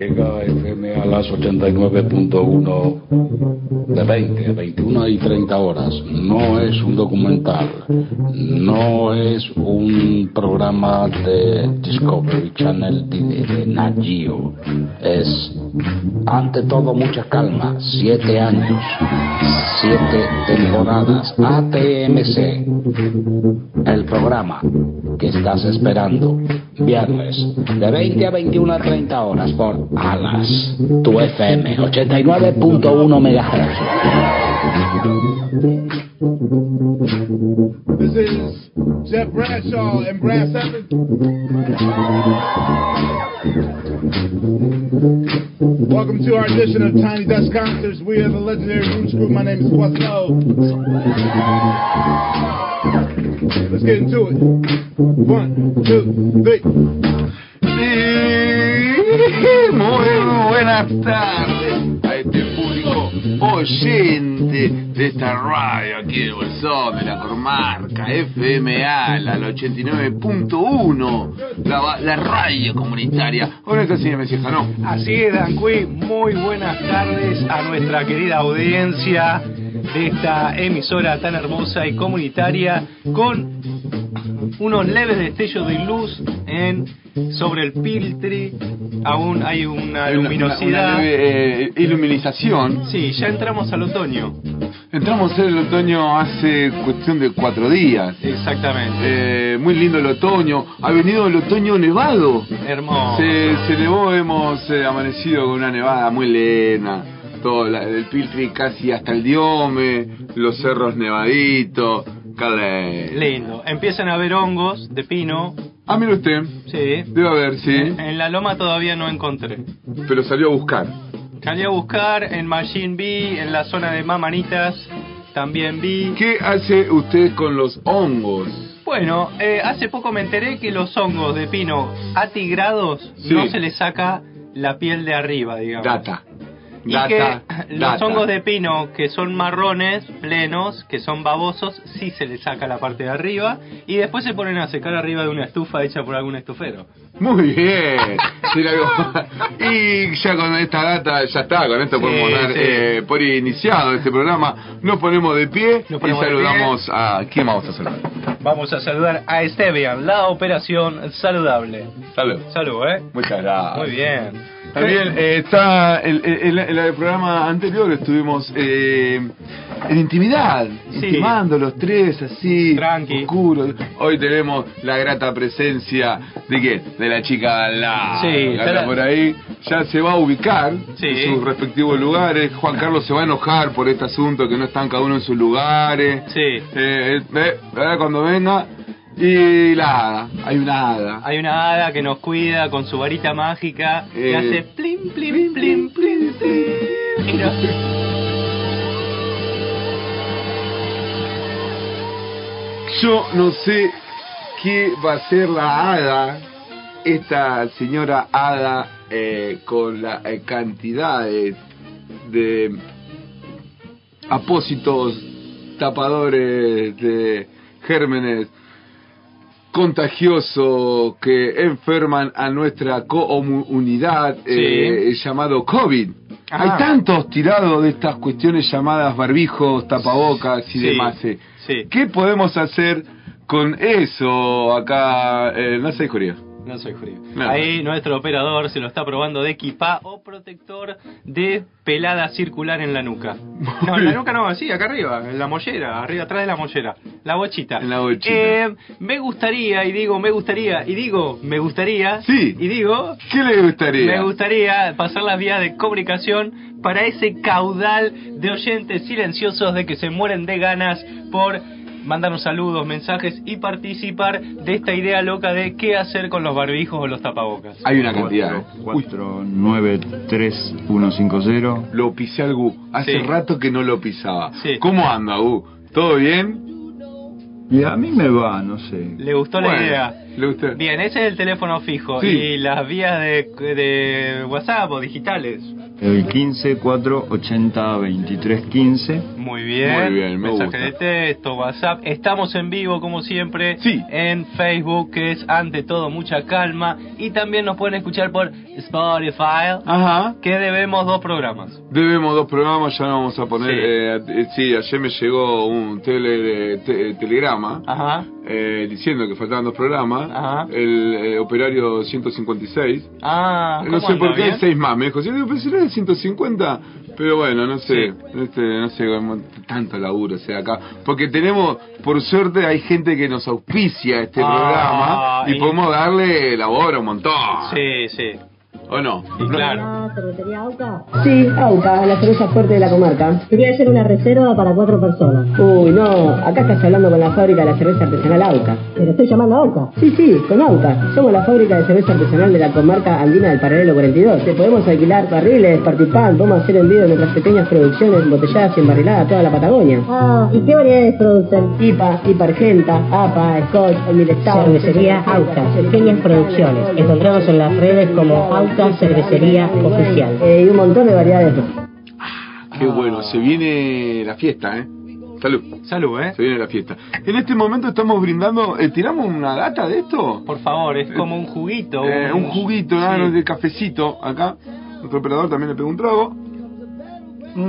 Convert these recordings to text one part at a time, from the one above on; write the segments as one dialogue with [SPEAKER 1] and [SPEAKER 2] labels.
[SPEAKER 1] Llega FM a las 89.1 de 20, 21 y 30 horas. No es un documental, no es un programa de Discovery Channel de, de Nat Geo. Es, ante todo, mucha calma. Siete años, siete temporadas. ATMC, el programa que estás esperando. Viernes, de 20 a 21 a 30 horas por Alas, tu FM 89.1
[SPEAKER 2] MHz. This is Jeff Bradshaw and Brass Evans. Welcome to our edition of Tiny Dust Concerts. We are the legendary Roots Crew. My name is Questlo. Let's get into it. One, two, three.
[SPEAKER 3] Muy buenas tardes a este público oyente de esta radio aquí de Bolsón, de la comarca FMA, la 89.1, la, la, radio comunitaria. Hola, está señor Messijano.
[SPEAKER 4] Así es, Dan Quinn. Muy buenas tardes a nuestra querida audiencia de esta emisora tan hermosa y comunitaria con unos leves destellos de luz en sobre el piltri aún hay una hay luminosidad una, una
[SPEAKER 3] leve, eh, iluminización
[SPEAKER 4] sí ya entramos al otoño
[SPEAKER 3] entramos en el otoño hace cuestión de cuatro días
[SPEAKER 4] exactamente
[SPEAKER 3] eh, muy lindo el otoño ha venido el otoño nevado
[SPEAKER 4] hermoso
[SPEAKER 3] se, se nevó hemos eh, amanecido con una nevada muy lena todo la, el piltri casi hasta el diome los cerros nevaditos Calé.
[SPEAKER 4] Lindo. Empiezan a haber hongos de pino.
[SPEAKER 3] Ah, mire usted.
[SPEAKER 4] Sí.
[SPEAKER 3] Debe haber, sí.
[SPEAKER 4] En la loma todavía no encontré.
[SPEAKER 3] Pero salió a buscar.
[SPEAKER 4] Salí a buscar en Machine B, en la zona de Mamanitas, también vi.
[SPEAKER 3] ¿Qué hace usted con los hongos?
[SPEAKER 4] Bueno, eh, hace poco me enteré que los hongos de pino atigrados sí. no se les saca la piel de arriba, digamos.
[SPEAKER 3] Data.
[SPEAKER 4] Y data, que los data. hongos de pino que son marrones, plenos, que son babosos, sí se les saca la parte de arriba y después se ponen a secar arriba de una estufa hecha por algún estufero.
[SPEAKER 3] Muy bien. y ya con esta data, ya está, con esto sí, podemos dar sí. eh, por iniciado este programa. Nos ponemos de pie ponemos y saludamos pie. a... ¿Quién vamos a saludar?
[SPEAKER 4] Vamos a saludar a Esteban, la operación saludable.
[SPEAKER 3] Salud.
[SPEAKER 4] Salud, ¿eh?
[SPEAKER 3] Muchas gracias.
[SPEAKER 4] Muy bien.
[SPEAKER 3] También eh, está el, el, el, el, programa anterior estuvimos eh, en intimidad, sí. intimando los tres así,
[SPEAKER 4] Tranqui.
[SPEAKER 3] oscuro. Hoy tenemos la grata presencia de qué? De la chica la
[SPEAKER 4] sí,
[SPEAKER 3] la la... por ahí. Ya se va a ubicar
[SPEAKER 4] sí.
[SPEAKER 3] en sus respectivos lugares. Juan Carlos se va a enojar por este asunto que no están cada uno en sus lugares.
[SPEAKER 4] Sí.
[SPEAKER 3] Eh, cuando venga y la hada, hay una hada.
[SPEAKER 4] Hay una hada que nos cuida con su varita mágica eh... que hace plim, plim, plim, plim, plim. Y nos...
[SPEAKER 3] Yo no sé qué va a hacer la hada, esta señora hada, eh, con la eh, cantidad de, de apósitos tapadores de gérmenes contagioso que enferman a nuestra comunidad sí. eh, llamado COVID. Ah. Hay tantos tirados de estas cuestiones llamadas barbijos, tapabocas y sí. demás. Eh.
[SPEAKER 4] Sí.
[SPEAKER 3] ¿Qué podemos hacer con eso acá? Eh, no sé, Corea.
[SPEAKER 4] No soy frío. No. Ahí nuestro operador se lo está probando de equipa o protector de pelada circular en la nuca. No, en la nuca no, sí, acá arriba, en la mollera, arriba atrás de la mollera, la bochita.
[SPEAKER 3] En la bochita.
[SPEAKER 4] Eh, me gustaría, y digo, me gustaría, y digo, me gustaría.
[SPEAKER 3] Sí.
[SPEAKER 4] Y digo.
[SPEAKER 3] ¿Qué le gustaría?
[SPEAKER 4] Me gustaría pasar las vías de comunicación para ese caudal de oyentes silenciosos de que se mueren de ganas por mandarnos saludos, mensajes y participar de esta idea loca de qué hacer con los barbijos o los tapabocas.
[SPEAKER 3] Hay una cantidad. ¿eh?
[SPEAKER 5] 493150.
[SPEAKER 3] Lo pisé al Gu. Hace
[SPEAKER 4] sí.
[SPEAKER 3] rato que no lo pisaba.
[SPEAKER 4] Sí.
[SPEAKER 3] ¿Cómo anda, Gu? ¿Todo bien?
[SPEAKER 5] Y a mí me va, no sé.
[SPEAKER 4] Le gustó bueno. la idea.
[SPEAKER 3] Luther.
[SPEAKER 4] Bien, ese es el teléfono fijo.
[SPEAKER 3] Sí.
[SPEAKER 4] Y las vías de, de WhatsApp o digitales.
[SPEAKER 5] El 15 4 80 23 15.
[SPEAKER 4] Muy bien.
[SPEAKER 3] Muy bien, me
[SPEAKER 4] Mensaje
[SPEAKER 3] gusta.
[SPEAKER 4] de texto, WhatsApp. Estamos en vivo, como siempre.
[SPEAKER 3] Sí.
[SPEAKER 4] En Facebook, que es ante todo mucha calma. Y también nos pueden escuchar por Spotify,
[SPEAKER 3] Ajá.
[SPEAKER 4] que debemos dos programas.
[SPEAKER 3] Debemos dos programas, ya no vamos a poner.
[SPEAKER 4] Sí.
[SPEAKER 3] eh, eh, sí, ayer me llegó un tele- te- eh, telegrama
[SPEAKER 4] Ajá.
[SPEAKER 3] eh, diciendo que faltaban dos programas.
[SPEAKER 4] Ah. Ajá.
[SPEAKER 3] El eh, operario 156.
[SPEAKER 4] Ah,
[SPEAKER 3] No
[SPEAKER 4] ¿cómo
[SPEAKER 3] sé
[SPEAKER 4] anda,
[SPEAKER 3] por qué,
[SPEAKER 4] bien?
[SPEAKER 3] seis más. Me dijo, sí, digo, pero será de 150. Pero bueno, no sé. Este, no sé, como tanto laburo sea acá. Porque tenemos, por suerte, hay gente que nos auspicia este
[SPEAKER 4] Ah,
[SPEAKER 3] programa y,
[SPEAKER 4] y-
[SPEAKER 3] podemos darle labor a un montón.
[SPEAKER 4] Sí, sí.
[SPEAKER 3] ¿O no?
[SPEAKER 4] Y claro.
[SPEAKER 6] Ah, ¿Cervecería Auca? Sí, Auca, la cerveza fuerte de la comarca. Quería hacer una reserva para cuatro personas. Uy, no, acá estás hablando con la fábrica de la cerveza artesanal Auca. ¿Pero estoy llamando a Auca? Sí, sí, con Auca. Somos la fábrica de cerveza artesanal de la comarca andina del Paralelo 42. Te podemos alquilar barriles, participar, vamos a hacer envío de nuestras pequeñas producciones embotelladas y embarriladas a toda la Patagonia. Ah, ¿y qué variedades producen? IPA, IPA Argenta, APA, Scotch, Old
[SPEAKER 7] Cervecería Auca, pequeñas producciones. Encontramos en las redes como Auca Cervecería Oficial.
[SPEAKER 6] Eh, y un montón de variedades más.
[SPEAKER 3] Qué bueno, se viene la fiesta, ¿eh? Salud,
[SPEAKER 4] Salud, ¿eh?
[SPEAKER 3] se viene la fiesta. En este momento estamos brindando, eh, ¿tiramos una data de esto?
[SPEAKER 4] Por favor, es como un juguito.
[SPEAKER 3] Eh, un juguito,
[SPEAKER 4] Sí.
[SPEAKER 3] ah, de cafecito acá. Nuestro operador también le pegó un trago.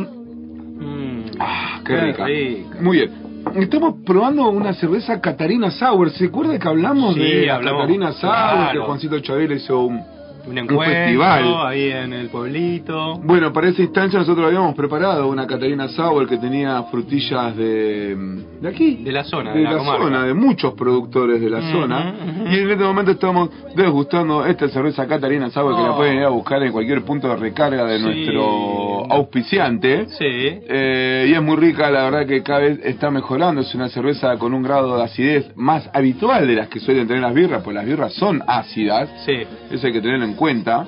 [SPEAKER 4] Mm.
[SPEAKER 3] Ah, qué
[SPEAKER 4] Qué
[SPEAKER 3] rica.
[SPEAKER 4] rica.
[SPEAKER 3] Muy bien. Estamos probando una cerveza Catarina Sour. ¿Se acuerda que hablamos
[SPEAKER 4] Sí,
[SPEAKER 3] de la
[SPEAKER 4] hablamos,
[SPEAKER 3] Catarina Sour? Que
[SPEAKER 4] claro.
[SPEAKER 3] Juancito Chavela hizo un...
[SPEAKER 4] Un encuentro
[SPEAKER 3] festival.
[SPEAKER 4] ahí en el pueblito.
[SPEAKER 3] Bueno, para esa instancia nosotros habíamos preparado una Catarina Sour que tenía frutillas de... mm, ¿De aquí?
[SPEAKER 4] De la zona, de,
[SPEAKER 3] de
[SPEAKER 4] la,
[SPEAKER 3] la
[SPEAKER 4] comarca.
[SPEAKER 3] zona, de muchos productores de la
[SPEAKER 4] Ujú,
[SPEAKER 3] zona.
[SPEAKER 4] ujú.
[SPEAKER 3] Y en este momento estamos degustando esta cerveza Catarina Sauer que la
[SPEAKER 4] Oh.
[SPEAKER 3] pueden ir a buscar en cualquier punto de recarga de
[SPEAKER 4] Sí.
[SPEAKER 3] nuestro auspiciante.
[SPEAKER 4] Sí.
[SPEAKER 3] Eh, y es muy rica, la verdad que cada vez está mejorando. Es una cerveza con un grado de acidez más habitual de las que suelen tener las birras, pues las birras son ácidas.
[SPEAKER 4] Sí.
[SPEAKER 3] Eso hay que tenerlo en cuenta.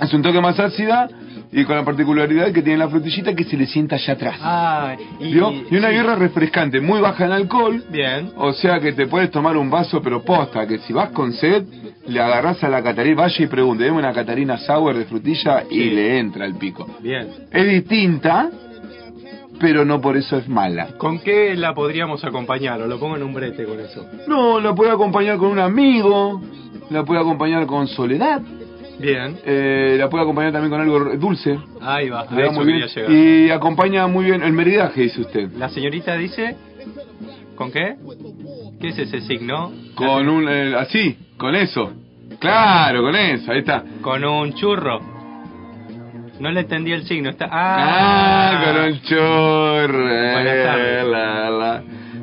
[SPEAKER 3] Es un toque más ácida y con la particularidad que tiene la frutillita que se le sienta allá atrás.
[SPEAKER 4] Ah, y,
[SPEAKER 3] ¿Vio? Y una
[SPEAKER 4] sí.
[SPEAKER 3] birra refrescante, muy baja en alcohol.
[SPEAKER 4] Bien.
[SPEAKER 3] O sea que te puedes tomar un vaso, pero posta, que si vas con sed, le agarrás a la Catarina, vaya y pregunte, deme una Catarina Sour de frutilla y
[SPEAKER 4] Sí.
[SPEAKER 3] le entra el pico.
[SPEAKER 4] Bien.
[SPEAKER 3] Es distinta, pero no por eso es mala.
[SPEAKER 4] ¿Con qué la podríamos acompañar? O lo pongo en un brete con eso.
[SPEAKER 3] No, la puede acompañar con un amigo, la puede acompañar con soledad,
[SPEAKER 4] Bien.
[SPEAKER 3] eh, la puede acompañar también con algo re- dulce.
[SPEAKER 4] Ahí va.
[SPEAKER 3] le
[SPEAKER 4] A
[SPEAKER 3] va
[SPEAKER 4] eso
[SPEAKER 3] muy
[SPEAKER 4] quería
[SPEAKER 3] bien.
[SPEAKER 4] llegar.
[SPEAKER 3] Y acompaña muy bien el meridaje, dice usted.
[SPEAKER 4] La señorita dice... ¿Con qué? ¿Qué es ese signo?
[SPEAKER 3] Con un, eh, así, con eso. Claro, con eso, ahí está.
[SPEAKER 4] Con un churro. No le entendí el signo. Está...
[SPEAKER 3] Ah,
[SPEAKER 4] Ah,
[SPEAKER 3] con un chorro.
[SPEAKER 4] Buenas tardes.
[SPEAKER 3] eh, la, la.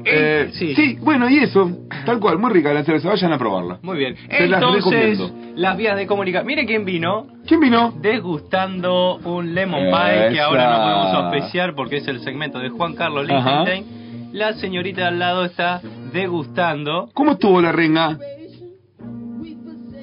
[SPEAKER 4] Eh,
[SPEAKER 3] Eh,
[SPEAKER 4] sí.
[SPEAKER 3] sí. bueno, y eso, tal cual, muy rica la cerveza, vayan a probarla.
[SPEAKER 4] Muy bien.
[SPEAKER 3] Se las
[SPEAKER 4] Entonces,
[SPEAKER 3] recomiendo.
[SPEAKER 4] las vías de comunicación. Mire quién vino.
[SPEAKER 3] ¿Quién vino?
[SPEAKER 4] desgustando un lemon pie que
[SPEAKER 3] Esa.
[SPEAKER 4] ahora no podemos auspiciar porque es el segmento de Juan Carlos
[SPEAKER 3] Ajá.
[SPEAKER 4] Lichtenstein. La señorita de al lado está degustando.
[SPEAKER 3] ¿Cómo estuvo la renga?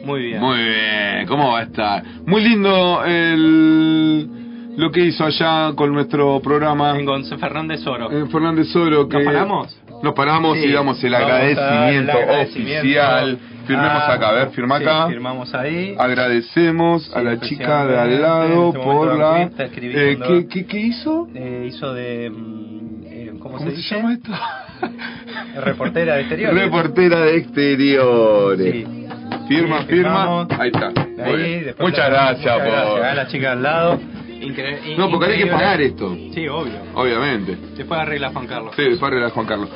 [SPEAKER 4] Muy bien.
[SPEAKER 3] Muy bien, ¿cómo va a estar? Muy lindo el, lo que hizo allá con nuestro programa.
[SPEAKER 4] En Gonzalo Fernández Oro.
[SPEAKER 3] Eh, Fernández Oro, que...
[SPEAKER 4] ¿Nos paramos?
[SPEAKER 3] Nos paramos
[SPEAKER 4] Sí.
[SPEAKER 3] y damos el
[SPEAKER 4] Vamos a dar el
[SPEAKER 3] agradecimiento,
[SPEAKER 4] agradecimiento.
[SPEAKER 3] oficial. Firmemos
[SPEAKER 4] Ah,
[SPEAKER 3] acá, a ver, firma
[SPEAKER 4] sí,
[SPEAKER 3] acá.
[SPEAKER 4] firmamos ahí.
[SPEAKER 3] Agradecemos a la chica de al lado
[SPEAKER 4] especialmente en este
[SPEAKER 3] por
[SPEAKER 4] momento
[SPEAKER 3] la...
[SPEAKER 4] la está
[SPEAKER 3] Eh,
[SPEAKER 4] escribiendo.
[SPEAKER 3] ¿qué, qué, qué hizo?
[SPEAKER 4] Eh, hizo de. mm, eh, ¿Cómo,
[SPEAKER 3] ¿Cómo
[SPEAKER 4] se,
[SPEAKER 3] se,
[SPEAKER 4] dice?
[SPEAKER 3] llama esto?
[SPEAKER 4] Reportera de exterior.
[SPEAKER 3] Reportera de exteriores.
[SPEAKER 4] Sí.
[SPEAKER 3] Firma,
[SPEAKER 4] Sí,
[SPEAKER 3] firma.
[SPEAKER 4] firmamos.
[SPEAKER 3] Ahí está. Muy
[SPEAKER 4] Ahí,
[SPEAKER 3] bien.
[SPEAKER 4] después
[SPEAKER 3] Muchas
[SPEAKER 4] la-
[SPEAKER 3] gracias
[SPEAKER 4] muchas
[SPEAKER 3] por...
[SPEAKER 4] gracias. A la chica de al lado. Incre-
[SPEAKER 3] No, porque hay que
[SPEAKER 4] increíble.
[SPEAKER 3] pagar eh. esto,
[SPEAKER 4] Sí, obvio.
[SPEAKER 3] obviamente.
[SPEAKER 4] Después arregla Juan Carlos.
[SPEAKER 3] Sí, después arregla Juan Carlos.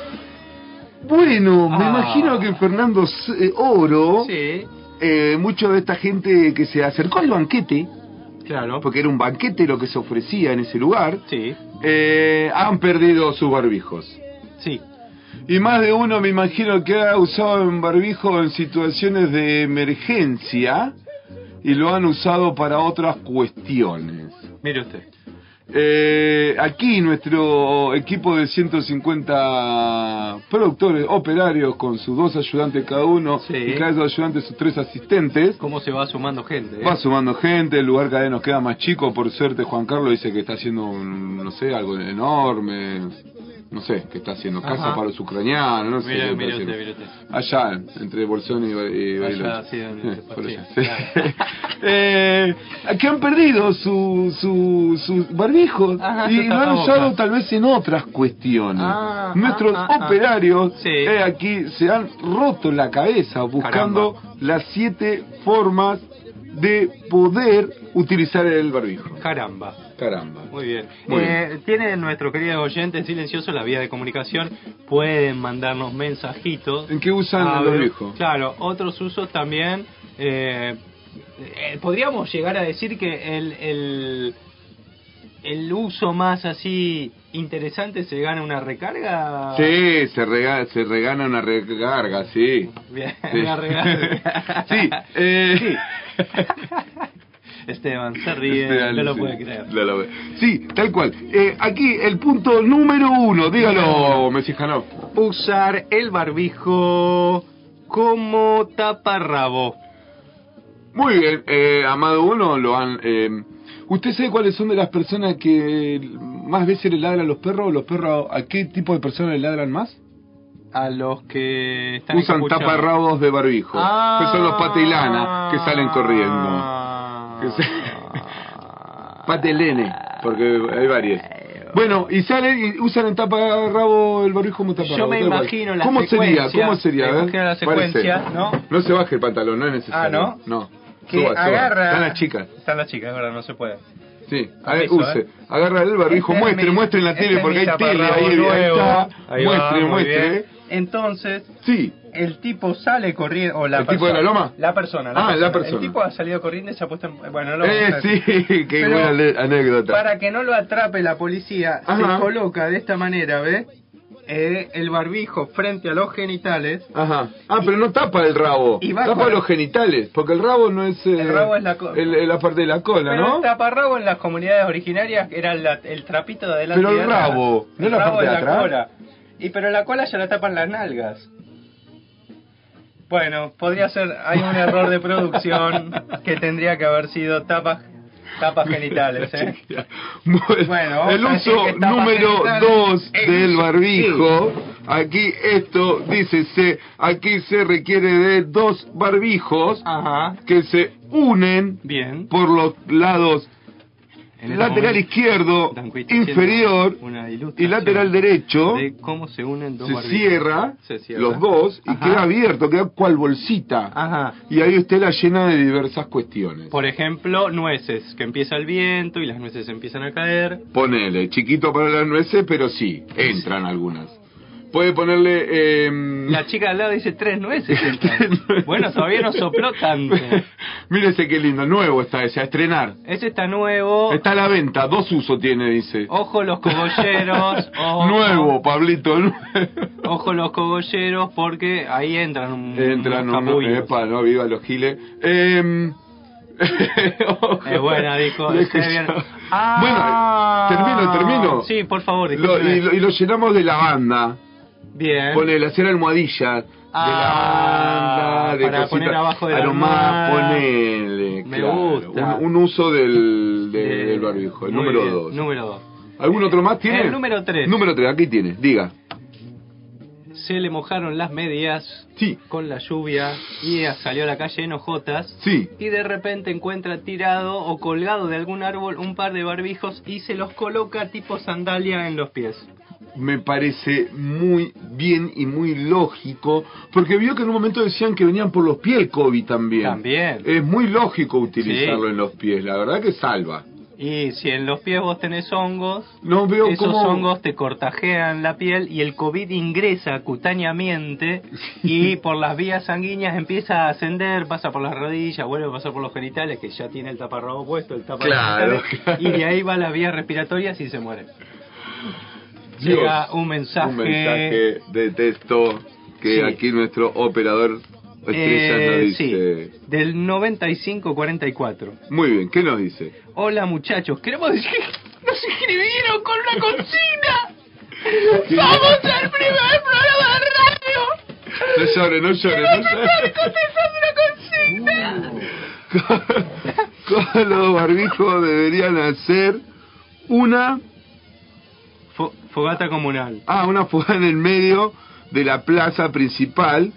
[SPEAKER 3] Bueno, me
[SPEAKER 4] Ah.
[SPEAKER 3] imagino que Fernando S- eh, Oro,
[SPEAKER 4] Sí,
[SPEAKER 3] eh, mucho de esta gente que se acercó al banquete,
[SPEAKER 4] claro.
[SPEAKER 3] porque era un banquete lo que se ofrecía en ese lugar,
[SPEAKER 4] Sí,
[SPEAKER 3] eh, han perdido sus barbijos.
[SPEAKER 4] sí.
[SPEAKER 3] Y más de uno me imagino que ha usado un barbijo en situaciones de emergencia y lo han usado para otras cuestiones.
[SPEAKER 4] Mire usted.
[SPEAKER 3] Eh, aquí nuestro equipo de 150 productores operarios con sus dos ayudantes cada uno
[SPEAKER 4] Sí.
[SPEAKER 3] y cada dos ayudantes sus tres asistentes.
[SPEAKER 4] Cómo se va sumando gente. ¿eh?
[SPEAKER 3] Va sumando gente, el lugar cada vez nos queda más chico, por suerte Juan Carlos dice que está haciendo, un, no sé, algo enorme, no sé, que está haciendo
[SPEAKER 4] Ajá.
[SPEAKER 3] casa para los ucranianos, no sé.
[SPEAKER 4] Mire,
[SPEAKER 3] qué está
[SPEAKER 4] mire usted,
[SPEAKER 3] haciendo.
[SPEAKER 4] mire usted.
[SPEAKER 3] Allá, entre Bolsón y, Ba- y
[SPEAKER 4] Allá,
[SPEAKER 3] Bariloche.
[SPEAKER 4] sí, donde
[SPEAKER 3] Eh,
[SPEAKER 4] se
[SPEAKER 3] por allá,
[SPEAKER 4] partía,
[SPEAKER 3] sí.
[SPEAKER 4] claro.
[SPEAKER 3] Eh, que han perdido su, su, sus barbijos
[SPEAKER 4] Ajá,
[SPEAKER 3] y
[SPEAKER 4] su
[SPEAKER 3] lo han
[SPEAKER 4] tapabocas.
[SPEAKER 3] usado tal vez en otras cuestiones.
[SPEAKER 4] Ah,
[SPEAKER 3] Nuestros
[SPEAKER 4] ah, ah, ah.
[SPEAKER 3] operarios
[SPEAKER 4] Sí.
[SPEAKER 3] eh, aquí se han roto la cabeza buscando las siete formas de poder utilizar el barbijo.
[SPEAKER 4] Caramba.
[SPEAKER 3] Caramba.
[SPEAKER 4] Muy bien.
[SPEAKER 3] Muy
[SPEAKER 4] Eh, Tienen nuestros queridos oyentes silenciosos la vía de comunicación. Pueden mandarnos mensajitos.
[SPEAKER 3] ¿En qué usan
[SPEAKER 4] A
[SPEAKER 3] el
[SPEAKER 4] ver,
[SPEAKER 3] barbijo?
[SPEAKER 4] Claro, otros usos también. eh, eh, podríamos llegar a decir que el, el, el uso más así interesante se gana una recarga.
[SPEAKER 3] Sí, se, rega se regana una recarga, sí.
[SPEAKER 4] Bien,
[SPEAKER 3] Sí.
[SPEAKER 4] una recarga.
[SPEAKER 3] Sí, eh.
[SPEAKER 4] Esteban se ríe,
[SPEAKER 3] Real,
[SPEAKER 4] no lo
[SPEAKER 3] sí.
[SPEAKER 4] puede creer.
[SPEAKER 3] No lo ve. Sí, tal cual. Eh, aquí el punto número uno, dígalo, Mesijanov.
[SPEAKER 4] usar el barbijo como taparrabo.
[SPEAKER 3] Muy bien, eh, Amado Bono lo han... eh, ¿Usted sabe cuáles son de las personas que más veces le ladran a los perros? ¿Los perros a qué tipo de personas le ladran más?
[SPEAKER 4] A los que están
[SPEAKER 3] Usan
[SPEAKER 4] encapuchados.
[SPEAKER 3] taparrabos de barbijo.
[SPEAKER 4] Ah.
[SPEAKER 3] que son los patilana que salen corriendo. Que Patelene,
[SPEAKER 4] Ah,
[SPEAKER 3] porque hay varias. Bueno, y salen y usan en taparrabo el barbijo como taparrabo.
[SPEAKER 4] Yo me
[SPEAKER 3] tal cual.
[SPEAKER 4] imagino la
[SPEAKER 3] ¿Cómo
[SPEAKER 4] secuencia.
[SPEAKER 3] sería? ¿Cómo sería?
[SPEAKER 4] Me
[SPEAKER 3] A ver,
[SPEAKER 4] imagino la secuencia,
[SPEAKER 3] parece.
[SPEAKER 4] ¿no?
[SPEAKER 3] No se baje el pantalón, no es necesario.
[SPEAKER 4] Ah,
[SPEAKER 3] No.
[SPEAKER 4] Que
[SPEAKER 3] Suba, suba.
[SPEAKER 4] agarra.
[SPEAKER 3] Están las chicas.
[SPEAKER 4] Están las chicas, es verdad, no se puede.
[SPEAKER 3] Sí, a ver,
[SPEAKER 4] Eso,
[SPEAKER 3] use.
[SPEAKER 4] ¿eh?
[SPEAKER 3] Agarra el barbijo,
[SPEAKER 4] Este es
[SPEAKER 3] muestre,
[SPEAKER 4] mi-
[SPEAKER 3] muestre en la
[SPEAKER 4] este
[SPEAKER 3] tele,
[SPEAKER 4] es
[SPEAKER 3] porque
[SPEAKER 4] mi
[SPEAKER 3] hay tele
[SPEAKER 4] taparrabo
[SPEAKER 3] ahí, ahí
[SPEAKER 4] nuevo.
[SPEAKER 3] está.
[SPEAKER 4] Ahí va,
[SPEAKER 3] muestre,
[SPEAKER 4] muy
[SPEAKER 3] muestre.
[SPEAKER 4] bien. Entonces,
[SPEAKER 3] Sí,
[SPEAKER 4] el tipo sale corriendo. O la
[SPEAKER 3] ¿El tipo de la
[SPEAKER 4] persona-
[SPEAKER 3] loma?
[SPEAKER 4] La persona. La
[SPEAKER 3] Ah,
[SPEAKER 4] persona.
[SPEAKER 3] la persona.
[SPEAKER 4] El tipo ha salido corriendo y se ha puesto. en- Bueno, no lo vamos a
[SPEAKER 3] eh,
[SPEAKER 4] hacer.
[SPEAKER 3] sí, qué
[SPEAKER 4] Pero-
[SPEAKER 3] buena le- anécdota.
[SPEAKER 4] Para que no lo atrape la policía,
[SPEAKER 3] Ajá.
[SPEAKER 4] se coloca de esta manera, ¿ves? Eh, el barbijo frente a los genitales.
[SPEAKER 3] Ajá. Ah, pero no tapa el rabo,
[SPEAKER 4] Y va
[SPEAKER 3] tapa
[SPEAKER 4] con-
[SPEAKER 3] los genitales, porque el rabo no es... eh,
[SPEAKER 4] El rabo es la co-
[SPEAKER 3] el- el- la parte de la cola,
[SPEAKER 4] Pero
[SPEAKER 3] ¿no?
[SPEAKER 4] el taparrabo en las comunidades originarias era la- el trapito de adelante.
[SPEAKER 3] Pero el
[SPEAKER 4] y de atrás.
[SPEAKER 3] rabo, ¿no
[SPEAKER 4] el
[SPEAKER 3] la
[SPEAKER 4] rabo
[SPEAKER 3] parte
[SPEAKER 4] es
[SPEAKER 3] de
[SPEAKER 4] la
[SPEAKER 3] atrás?
[SPEAKER 4] cola. Y pero la cola ya la tapan las nalgas. Bueno, podría ser, hay un error de producción que tendría que haber sido tapas, tapas genitales, ¿eh? Bueno, vamos
[SPEAKER 3] el
[SPEAKER 4] a decir que
[SPEAKER 3] uso
[SPEAKER 4] está
[SPEAKER 3] número
[SPEAKER 4] patental.
[SPEAKER 3] 2
[SPEAKER 4] Eh,
[SPEAKER 3] del barbijo. Aquí esto, dícese, aquí se requiere de dos barbijos
[SPEAKER 4] Ah. Ajá,
[SPEAKER 3] que se unen
[SPEAKER 4] bien.
[SPEAKER 3] por los lados
[SPEAKER 4] En este
[SPEAKER 3] lateral
[SPEAKER 4] momento,
[SPEAKER 3] izquierdo,
[SPEAKER 4] Danquist haciendo
[SPEAKER 3] inferior
[SPEAKER 4] una
[SPEAKER 3] y
[SPEAKER 4] ilustración
[SPEAKER 3] lateral derecho.
[SPEAKER 4] de cómo se unen dos
[SPEAKER 3] Se
[SPEAKER 4] barbijos.
[SPEAKER 3] cierra,
[SPEAKER 4] Se cierra.
[SPEAKER 3] los dos y
[SPEAKER 4] Ajá. Ah,
[SPEAKER 3] queda abierto, queda cual bolsita.
[SPEAKER 4] Ajá.
[SPEAKER 3] Y ahí usted la llena de diversas cuestiones.
[SPEAKER 4] Por ejemplo, nueces, que empieza el viento y las nueces empiezan a caer.
[SPEAKER 3] Ponele, chiquito para las nueces, pero sí, entran algunas. Puede ponerle... em,
[SPEAKER 4] La chica de al lado dice tres nueces. entran". bueno, todavía no sopló tanto.
[SPEAKER 3] Mírese qué lindo, nuevo está ese, a estrenar.
[SPEAKER 4] Ese Este está nuevo.
[SPEAKER 3] Está a la venta, dos usos tiene, dice.
[SPEAKER 4] Ojo los Oh, cogolleros. oh. ojo-
[SPEAKER 3] Nuevo, Pablito, nuevo.
[SPEAKER 4] Ojo los cogolleros porque ahí entran un
[SPEAKER 3] Entran unos,
[SPEAKER 4] unos Mm, capullos.
[SPEAKER 3] epa, no, viva los giles. Em, ojo.
[SPEAKER 4] Es buena, Eh, dijo,
[SPEAKER 3] Lo
[SPEAKER 4] está
[SPEAKER 3] que
[SPEAKER 4] bien.
[SPEAKER 3] yo-
[SPEAKER 4] Ah.
[SPEAKER 3] bueno, termino, termino.
[SPEAKER 4] Sí, por favor,
[SPEAKER 3] Lo-
[SPEAKER 4] discúlpeme.
[SPEAKER 3] y, lo, y lo llenamos de lavanda.
[SPEAKER 4] Bien.
[SPEAKER 3] Ponele, hacer almohadillas. De
[SPEAKER 4] ¿Eh? Ah,
[SPEAKER 3] lavanda, de
[SPEAKER 4] para
[SPEAKER 3] cositas
[SPEAKER 4] poner abajo de la
[SPEAKER 3] aromadas,
[SPEAKER 4] almohada.
[SPEAKER 3] ponele.
[SPEAKER 4] Me
[SPEAKER 3] claro.
[SPEAKER 4] gusta.
[SPEAKER 3] Un, un uso del, de-
[SPEAKER 4] Eh,
[SPEAKER 3] del barbijo, el
[SPEAKER 4] muy
[SPEAKER 3] número
[SPEAKER 4] bien,
[SPEAKER 3] dos.
[SPEAKER 4] Número dos.
[SPEAKER 3] ¿Algún otro más tiene?
[SPEAKER 4] El número tres.
[SPEAKER 3] Número 3, aquí tiene, diga.
[SPEAKER 4] Se le mojaron las medias
[SPEAKER 3] Sí,
[SPEAKER 4] con la lluvia y ella salió a la calle en hojotas.
[SPEAKER 3] sí.
[SPEAKER 4] Y de repente encuentra tirado o colgado de algún árbol un par de barbijos y se los coloca tipo sandalia en los pies.
[SPEAKER 3] Me parece muy bien y muy lógico, porque vio que en un momento decían que venían por los pies el COVID también.
[SPEAKER 4] También.
[SPEAKER 3] Es muy lógico utilizarlo
[SPEAKER 4] Sí.
[SPEAKER 3] en los pies, la verdad que salva.
[SPEAKER 4] Y si en los pies vos tenés hongos,
[SPEAKER 3] No veo
[SPEAKER 4] esos
[SPEAKER 3] cómo...
[SPEAKER 4] hongos te cortajean la piel y el COVID ingresa cutáneamente y por las vías sanguíneas empieza a ascender, pasa por las rodillas, vuelve a pasar por los genitales, que ya tiene el taparrabo puesto, el
[SPEAKER 3] Claro,
[SPEAKER 4] taparrabo
[SPEAKER 3] claro.
[SPEAKER 4] y de ahí va a las vías respiratorias y se muere.
[SPEAKER 3] Dios,
[SPEAKER 4] Llega un mensaje,
[SPEAKER 3] Un mensaje de texto que
[SPEAKER 4] Sí.
[SPEAKER 3] aquí nuestro operador estrella
[SPEAKER 4] eh,
[SPEAKER 3] nos
[SPEAKER 4] sí,
[SPEAKER 3] dice.
[SPEAKER 4] del 9544.
[SPEAKER 3] Muy bien, ¿qué nos dice?
[SPEAKER 4] Hola muchachos, queremos decir que nos inscribieron con una
[SPEAKER 3] Sí.
[SPEAKER 4] consigna. ¡Vamos al primer programa de radio!
[SPEAKER 3] No llore, no llore, no llore. Uh. con los barbijos deberían hacer una
[SPEAKER 4] Fo- Fogata comunal.
[SPEAKER 3] Ah, una fogata en el medio de la plaza principal,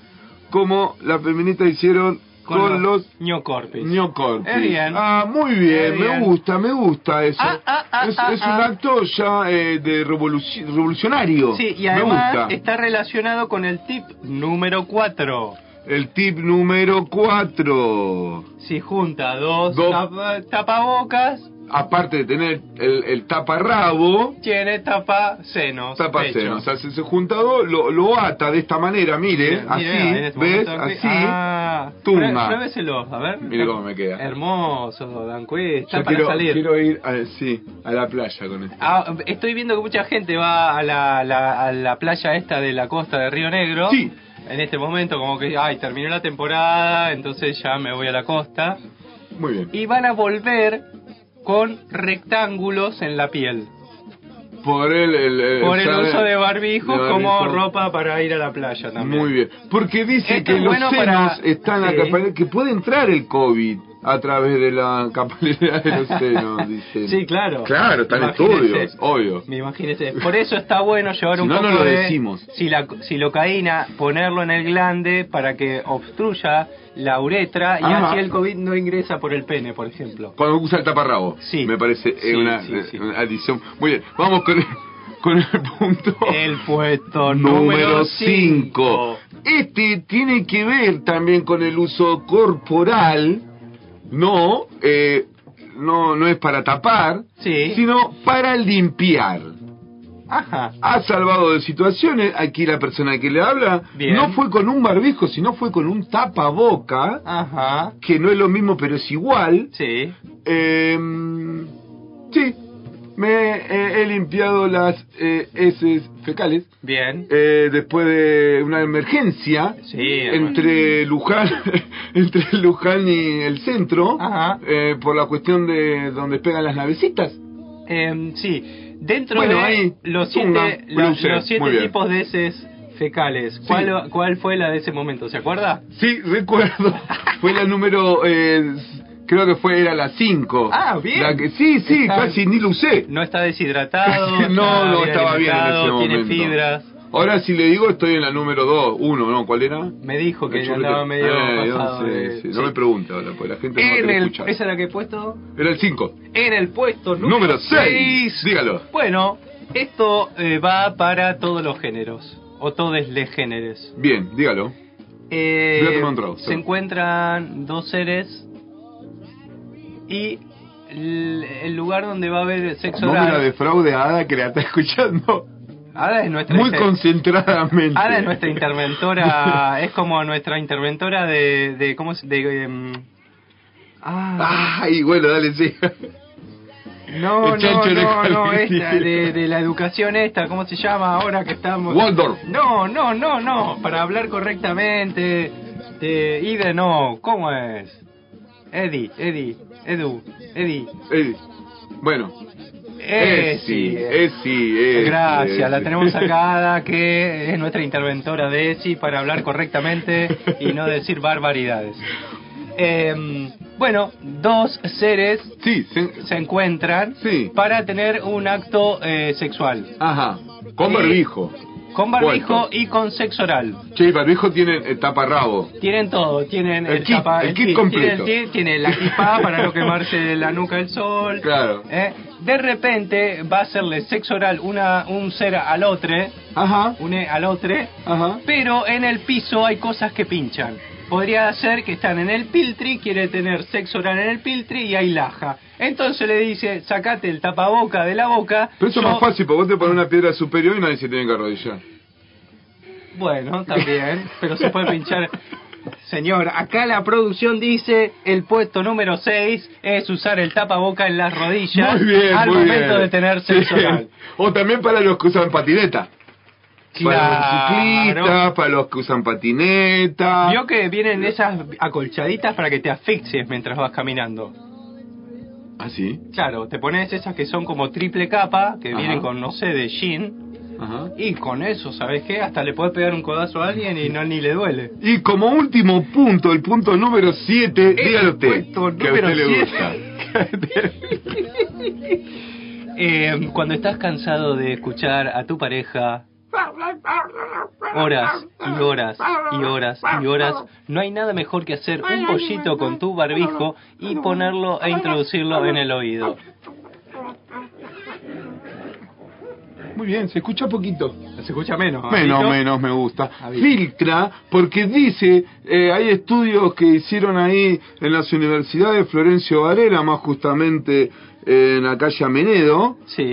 [SPEAKER 3] como las feministas hicieron con, los
[SPEAKER 4] ñocorpes.
[SPEAKER 3] ñocorpis.
[SPEAKER 4] Es bien.
[SPEAKER 3] Ah, muy bien,
[SPEAKER 4] Es
[SPEAKER 3] me
[SPEAKER 4] bien.
[SPEAKER 3] gusta, me gusta eso.
[SPEAKER 4] Ah, ah, ah,
[SPEAKER 3] es,
[SPEAKER 4] ah,
[SPEAKER 3] es un
[SPEAKER 4] ah.
[SPEAKER 3] acto ya eh, de revoluci- revolucionario.
[SPEAKER 4] Sí, y
[SPEAKER 3] me
[SPEAKER 4] además
[SPEAKER 3] gusta.
[SPEAKER 4] está relacionado con el tip número 4.
[SPEAKER 3] El tip número 4.
[SPEAKER 4] Si junta dos,
[SPEAKER 3] Dos.
[SPEAKER 4] tapa- tapabocas,
[SPEAKER 3] Aparte de tener el, el taparrabo,
[SPEAKER 4] tiene tapa senos.
[SPEAKER 3] tapacero.
[SPEAKER 4] pecho.
[SPEAKER 3] O sea, se, se junta dos, lo, lo ata de esta manera, mire, así,
[SPEAKER 4] Mirá, en este
[SPEAKER 3] ¿ves?
[SPEAKER 4] momento-
[SPEAKER 3] Así.
[SPEAKER 4] Ah,
[SPEAKER 3] tumba.
[SPEAKER 4] prue- Pruébeselo, a ver.
[SPEAKER 3] Mira cómo me queda.
[SPEAKER 4] Hermoso, Dan Cue, Está
[SPEAKER 3] Yo
[SPEAKER 4] para
[SPEAKER 3] quiero,
[SPEAKER 4] salir.
[SPEAKER 3] quiero ir a, sí, a la playa con esto.
[SPEAKER 4] Ah, estoy viendo que mucha gente va a la, la- a la playa esta de la costa de Río Negro.
[SPEAKER 3] Sí.
[SPEAKER 4] En este momento, como que, ay, terminó la temporada, entonces ya me voy a la costa.
[SPEAKER 3] Muy bien.
[SPEAKER 4] Y van a volver con rectángulos en la piel.
[SPEAKER 3] Por el, el, el-
[SPEAKER 4] Por el
[SPEAKER 3] ¿sabe?
[SPEAKER 4] uso de barbijo,
[SPEAKER 3] Eh, De
[SPEAKER 4] como
[SPEAKER 3] barbijo.
[SPEAKER 4] ropa para ir a la playa también.
[SPEAKER 3] Muy bien. Porque dice
[SPEAKER 4] Esto
[SPEAKER 3] que
[SPEAKER 4] es
[SPEAKER 3] los
[SPEAKER 4] bueno
[SPEAKER 3] senos
[SPEAKER 4] para-
[SPEAKER 3] están
[SPEAKER 4] sí.
[SPEAKER 3] acaparados, que puede entrar el COVID a través de la capilaridad de los senos, dicen.
[SPEAKER 4] Sí, claro.
[SPEAKER 3] Claro, están en
[SPEAKER 4] Imagínese.
[SPEAKER 3] estudios, obvio.
[SPEAKER 4] Me imagínese. Por eso está bueno llevar
[SPEAKER 3] Si
[SPEAKER 4] un
[SPEAKER 3] no,
[SPEAKER 4] poco
[SPEAKER 3] no lo
[SPEAKER 4] de
[SPEAKER 3] decimos.
[SPEAKER 4] sila- silocaína, ponerlo en el glande para que obstruya la uretra y
[SPEAKER 3] Ajá.
[SPEAKER 4] así el COVID no ingresa por el pene, por ejemplo.
[SPEAKER 3] Cuando usa el taparrabo.
[SPEAKER 4] Sí.
[SPEAKER 3] Me parece eh,
[SPEAKER 4] Sí,
[SPEAKER 3] una,
[SPEAKER 4] sí, sí.
[SPEAKER 3] una adición. Muy bien, vamos con el, con el punto.
[SPEAKER 4] El puesto
[SPEAKER 3] Oh. Número
[SPEAKER 4] número
[SPEAKER 3] 5.
[SPEAKER 4] 5.
[SPEAKER 3] Este tiene que ver también con el uso corporal, no, eh, no, no es para tapar,
[SPEAKER 4] Sí.
[SPEAKER 3] sino para limpiar.
[SPEAKER 4] Ajá.
[SPEAKER 3] Ha salvado de situaciones, aquí la persona que le habla,
[SPEAKER 4] Bien.
[SPEAKER 3] no fue con un barbijo, sino fue con un tapaboca,
[SPEAKER 4] Ajá.
[SPEAKER 3] que no es lo mismo pero es igual.
[SPEAKER 4] Sí.
[SPEAKER 3] Eh, sí, me eh, he limpiado las eh, heces fecales
[SPEAKER 4] Bien.
[SPEAKER 3] eh, después de una emergencia
[SPEAKER 4] Sí.
[SPEAKER 3] entre Luján, entre Luján y el centro,
[SPEAKER 4] Ajá.
[SPEAKER 3] eh, por la cuestión de donde pegan las navecitas.
[SPEAKER 4] Em, sí. Dentro
[SPEAKER 3] Bueno,
[SPEAKER 4] de
[SPEAKER 3] ahí,
[SPEAKER 4] los
[SPEAKER 3] tunga,
[SPEAKER 4] siete, los-
[SPEAKER 3] cruce,
[SPEAKER 4] los siete
[SPEAKER 3] muy bien.
[SPEAKER 4] tipos de heces fecales, ¿cuál, ¿cuál fue la de ese momento? ¿Se acuerda?
[SPEAKER 3] Sí, recuerdo. fue la número, eh, creo que fue era la 5.
[SPEAKER 4] Ah, bien.
[SPEAKER 3] sí, sí,
[SPEAKER 4] Está-
[SPEAKER 3] casi ni lo usé.
[SPEAKER 4] No está deshidratado.
[SPEAKER 3] no,
[SPEAKER 4] está
[SPEAKER 3] no estaba bien en ese
[SPEAKER 4] alimentado,
[SPEAKER 3] momento.
[SPEAKER 4] Tiene fibras.
[SPEAKER 3] Ahora si le digo estoy en la número 2, 1, ¿no? ¿Cuál era?
[SPEAKER 4] Me dijo que
[SPEAKER 3] Yo
[SPEAKER 4] andaba
[SPEAKER 3] creo que-
[SPEAKER 4] medio
[SPEAKER 3] Eh, yo
[SPEAKER 4] pasado.
[SPEAKER 3] sé,
[SPEAKER 4] de-
[SPEAKER 3] sí,
[SPEAKER 4] sí.
[SPEAKER 3] No me pregunte ahora, pues la gente no va a
[SPEAKER 4] en
[SPEAKER 3] querer
[SPEAKER 4] el,
[SPEAKER 3] escuchar.
[SPEAKER 4] ¿Esa es la que he puesto?
[SPEAKER 3] Era el 5.
[SPEAKER 4] En el puesto
[SPEAKER 3] Número
[SPEAKER 4] número
[SPEAKER 3] 6.
[SPEAKER 4] 6.
[SPEAKER 3] Dígalo.
[SPEAKER 4] Bueno, esto eh, va para todos los géneros. O todos los géneros.
[SPEAKER 3] Bien, dígalo.
[SPEAKER 4] Eh,
[SPEAKER 3] Voy a tomar un trago,
[SPEAKER 4] se
[SPEAKER 3] solo.
[SPEAKER 4] encuentran dos seres y el, el lugar donde va a haber sexo
[SPEAKER 3] No me la
[SPEAKER 4] oral-
[SPEAKER 3] defraude a Ada que la está escuchando
[SPEAKER 4] Ada es nuestra
[SPEAKER 3] muy
[SPEAKER 4] eje-
[SPEAKER 3] concentradamente.
[SPEAKER 4] Ada es nuestra interventora, es como nuestra interventora de, de ¿cómo es? De, em, ah,
[SPEAKER 3] Ay, bueno, dale, sí. el
[SPEAKER 4] no, no,
[SPEAKER 3] chancho de
[SPEAKER 4] no, no,
[SPEAKER 3] Jalisco.
[SPEAKER 4] esta, de, de la educación esta, ¿cómo se llama ahora que estamos?
[SPEAKER 3] Waldorf.
[SPEAKER 4] No, no, no, no, para hablar correctamente, de, y de no, ¿cómo es? Eddie, Eddie, Edu, Eddie.
[SPEAKER 3] Eh, bueno,
[SPEAKER 4] Eh, sí,
[SPEAKER 3] eh, sí, eh,
[SPEAKER 4] Gracias,
[SPEAKER 3] eh,
[SPEAKER 4] la
[SPEAKER 3] sí.
[SPEAKER 4] tenemos acá, Ada, que es nuestra interventora de ESI para hablar correctamente y no decir barbaridades. Em, bueno, dos seres
[SPEAKER 3] Sí, se-
[SPEAKER 4] se encuentran
[SPEAKER 3] Sí.
[SPEAKER 4] para tener un acto eh, sexual,
[SPEAKER 3] ajá. Eh. Con
[SPEAKER 4] Sí.
[SPEAKER 3] barbijo.
[SPEAKER 4] con barbijo
[SPEAKER 3] Puesto.
[SPEAKER 4] y con sexo oral.
[SPEAKER 3] Che, el barbijo tiene eh, taparrabo.
[SPEAKER 4] Tienen todo, tienen
[SPEAKER 3] El kit, el kit completo.
[SPEAKER 4] Tienen, el kit, tienen la equipada para no quemarse la nuca el sol.
[SPEAKER 3] Claro.
[SPEAKER 4] Eh, De repente va a hacerle sexo oral una, un ser al otro,
[SPEAKER 3] Ajá,
[SPEAKER 4] une al otro,
[SPEAKER 3] ajá.
[SPEAKER 4] Pero en el piso hay cosas que pinchan. Podría ser que están en el piltri, quiere tener sexo oral en el piltri y hay laja. Entonces le dice, sacate el tapaboca de la boca.
[SPEAKER 3] Pero eso es
[SPEAKER 4] Yo-
[SPEAKER 3] más fácil, porque vos te pones una piedra superior y nadie se tiene que arrodillar.
[SPEAKER 4] Bueno, también, pero se puede pinchar. Señor, acá la producción dice el puesto número 6 es usar el tapaboca en las rodillas
[SPEAKER 3] Muy bien,
[SPEAKER 4] al
[SPEAKER 3] muy
[SPEAKER 4] momento
[SPEAKER 3] bien.
[SPEAKER 4] de tener sexo
[SPEAKER 3] Sí.
[SPEAKER 4] oral.
[SPEAKER 3] O también para los que usan patineta. Para los
[SPEAKER 4] Claro.
[SPEAKER 3] ciclistas, para los que usan patineta.
[SPEAKER 4] Vio que vienen esas acolchaditas para que te asfixies mientras vas caminando.
[SPEAKER 3] Ah, sí.
[SPEAKER 4] Claro, te pones esas que son como triple capa, que
[SPEAKER 3] Ajá.
[SPEAKER 4] vienen con, no sé, de jean,
[SPEAKER 3] Ajá.
[SPEAKER 4] y con eso, ¿sabes qué? Hasta le puedes pegar un codazo a alguien y no ni le duele.
[SPEAKER 3] Y como último punto, el punto número 7, dígalo usted.
[SPEAKER 4] puesto
[SPEAKER 3] que a
[SPEAKER 4] número
[SPEAKER 3] usted le
[SPEAKER 4] siete.
[SPEAKER 3] gusta.
[SPEAKER 4] Eh, cuando estás cansado de escuchar a tu pareja horas y horas y horas y horas, no hay nada mejor que hacer un pollito con tu barbijo y ponerlo e introducirlo en el oído.
[SPEAKER 3] Muy bien, se escucha poquito.
[SPEAKER 4] Se escucha menos. ¿no?
[SPEAKER 3] Menos,
[SPEAKER 4] ¿Listo?
[SPEAKER 3] menos me gusta.
[SPEAKER 4] Avito.
[SPEAKER 3] Filtra, porque dice, eh, hay estudios que hicieron ahí en las universidades Florencio Varela, más justamente eh, en la calle Amenedo,
[SPEAKER 4] Sí.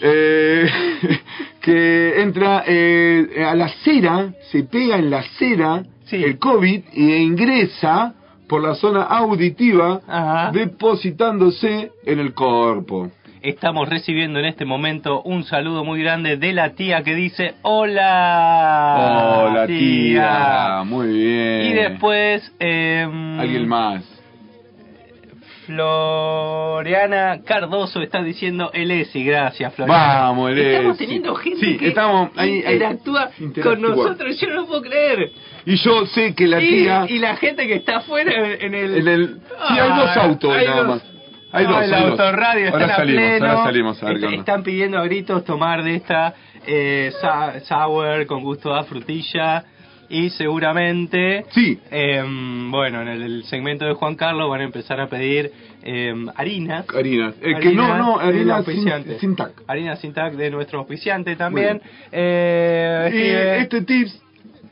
[SPEAKER 3] eh, que entra eh, a la cera, se pega en la cera
[SPEAKER 4] Sí.
[SPEAKER 3] el COVID e ingresa por la zona auditiva,
[SPEAKER 4] Ajá.
[SPEAKER 3] depositándose en el cuerpo.
[SPEAKER 4] Estamos recibiendo en este momento un saludo muy grande de la tía que dice hola.
[SPEAKER 3] Hola, tía. ah. Muy bien.
[SPEAKER 4] Y después... em,
[SPEAKER 3] Eh, Alguien más.
[SPEAKER 4] Floriana Cardoso está diciendo Elesi, gracias Floriana.
[SPEAKER 3] Vamos, Lesi.
[SPEAKER 4] Estamos teniendo gente
[SPEAKER 3] Sí,
[SPEAKER 4] que
[SPEAKER 3] estamos ahí, ahí.
[SPEAKER 4] interactúa con
[SPEAKER 3] Interactúa.
[SPEAKER 4] nosotros, yo no lo puedo creer.
[SPEAKER 3] Y yo sé que la
[SPEAKER 4] y,
[SPEAKER 3] tía.
[SPEAKER 4] y la gente que está afuera en el...
[SPEAKER 3] en el- sí, hay
[SPEAKER 4] Ah,
[SPEAKER 3] dos autos
[SPEAKER 4] hay
[SPEAKER 3] nada
[SPEAKER 4] dos.
[SPEAKER 3] más. Hay
[SPEAKER 4] Ah,
[SPEAKER 3] dos.
[SPEAKER 4] el
[SPEAKER 3] hay dos.
[SPEAKER 4] autorradio
[SPEAKER 3] ahora
[SPEAKER 4] está a
[SPEAKER 3] salimos,
[SPEAKER 4] pleno.
[SPEAKER 3] ahora salimos. A ver
[SPEAKER 4] Est-
[SPEAKER 3] qué onda.
[SPEAKER 4] están pidiendo a gritos tomar de esta eh, sa- sour con gusto a frutilla y seguramente
[SPEAKER 3] Sí.
[SPEAKER 4] em, bueno en el, el segmento de Juan Carlos van a empezar a pedir em, harinas
[SPEAKER 3] Harinas. Eh, que no, no,
[SPEAKER 4] del
[SPEAKER 3] harinas
[SPEAKER 4] auspiciante.
[SPEAKER 3] sin, sin tac.
[SPEAKER 4] Harina sin tac de nuestro auspiciante también.
[SPEAKER 3] Muy
[SPEAKER 4] Eh,
[SPEAKER 3] Y
[SPEAKER 4] escribe-
[SPEAKER 3] este tips.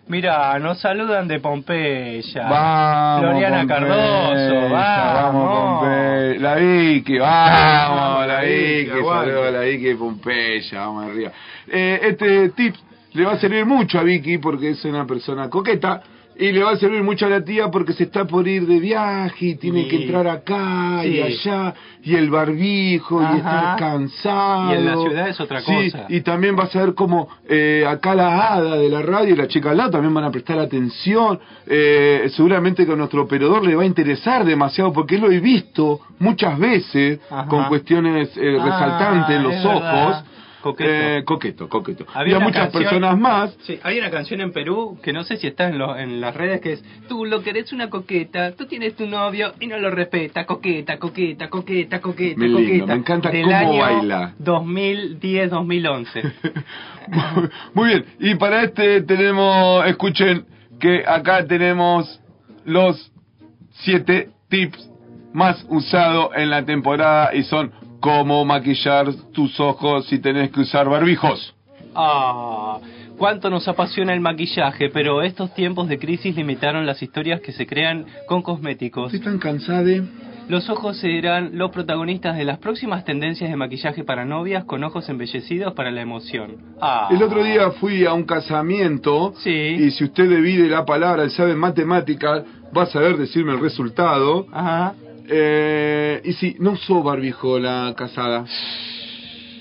[SPEAKER 4] Mirá, nos saludan de Pompeya.
[SPEAKER 3] Vamos.
[SPEAKER 4] Floriana
[SPEAKER 3] Pompeya,
[SPEAKER 4] Cardoso, vamos.
[SPEAKER 3] Vamos, Pompeya. La Vicky, vamos, la Vicky.
[SPEAKER 4] aguante.
[SPEAKER 3] Saludos a la Vicky de Pompeya, vamos arriba. Eh, este tip le va a servir mucho a Vicky porque es una persona coqueta. Y le va a servir mucho a la tía porque se está por ir de viaje y tiene
[SPEAKER 4] Sí.
[SPEAKER 3] que entrar acá
[SPEAKER 4] Sí.
[SPEAKER 3] y allá y el barbijo
[SPEAKER 4] Ajá.
[SPEAKER 3] y estar cansado.
[SPEAKER 4] Y en la ciudad es otra
[SPEAKER 3] Sí,
[SPEAKER 4] cosa.
[SPEAKER 3] y también vas a ver como eh, acá la hada de la radio y la chica al lado también van a prestar atención. Eh, seguramente que a nuestro operador le va a interesar demasiado porque lo he visto muchas veces
[SPEAKER 4] Ajá.
[SPEAKER 3] con cuestiones eh,
[SPEAKER 4] Ah,
[SPEAKER 3] resaltantes en los
[SPEAKER 4] es verdad.
[SPEAKER 3] ojos.
[SPEAKER 4] Coqueto.
[SPEAKER 3] Eh, coqueto, coqueto.
[SPEAKER 4] Había
[SPEAKER 3] Y a
[SPEAKER 4] una
[SPEAKER 3] muchas
[SPEAKER 4] canción-
[SPEAKER 3] personas más.
[SPEAKER 4] Ah, Sí, hay una canción en Perú que no sé si está en, lo- en las redes que es Tú lo querés una coqueta, tú tienes tu novio y no lo respeta, coqueta, coqueta, coqueta, coqueta,
[SPEAKER 3] Muy lindo,
[SPEAKER 4] coqueta.
[SPEAKER 3] me encanta
[SPEAKER 4] Del
[SPEAKER 3] cómo
[SPEAKER 4] año
[SPEAKER 3] baila.
[SPEAKER 4] 2010-2011.
[SPEAKER 3] Muy bien, y para este tenemos, escuchen que acá tenemos los siete tips más usados en la temporada y son cómo maquillar tus ojos si tenés que usar barbijos.
[SPEAKER 4] Ah, cuánto nos apasiona el maquillaje, pero estos tiempos de crisis limitaron las historias que se crean con cosméticos.
[SPEAKER 3] tan cansada de...
[SPEAKER 4] Los ojos serán los protagonistas de las próximas tendencias de maquillaje para novias con ojos embellecidos para la emoción. Ah.
[SPEAKER 3] El otro día fui a un casamiento
[SPEAKER 4] Sí.
[SPEAKER 3] y si usted divide la palabra y sabe matemáticas, va a saber decirme el resultado.
[SPEAKER 4] Ajá.
[SPEAKER 3] Eh, y sí, no usó barbijo la casada.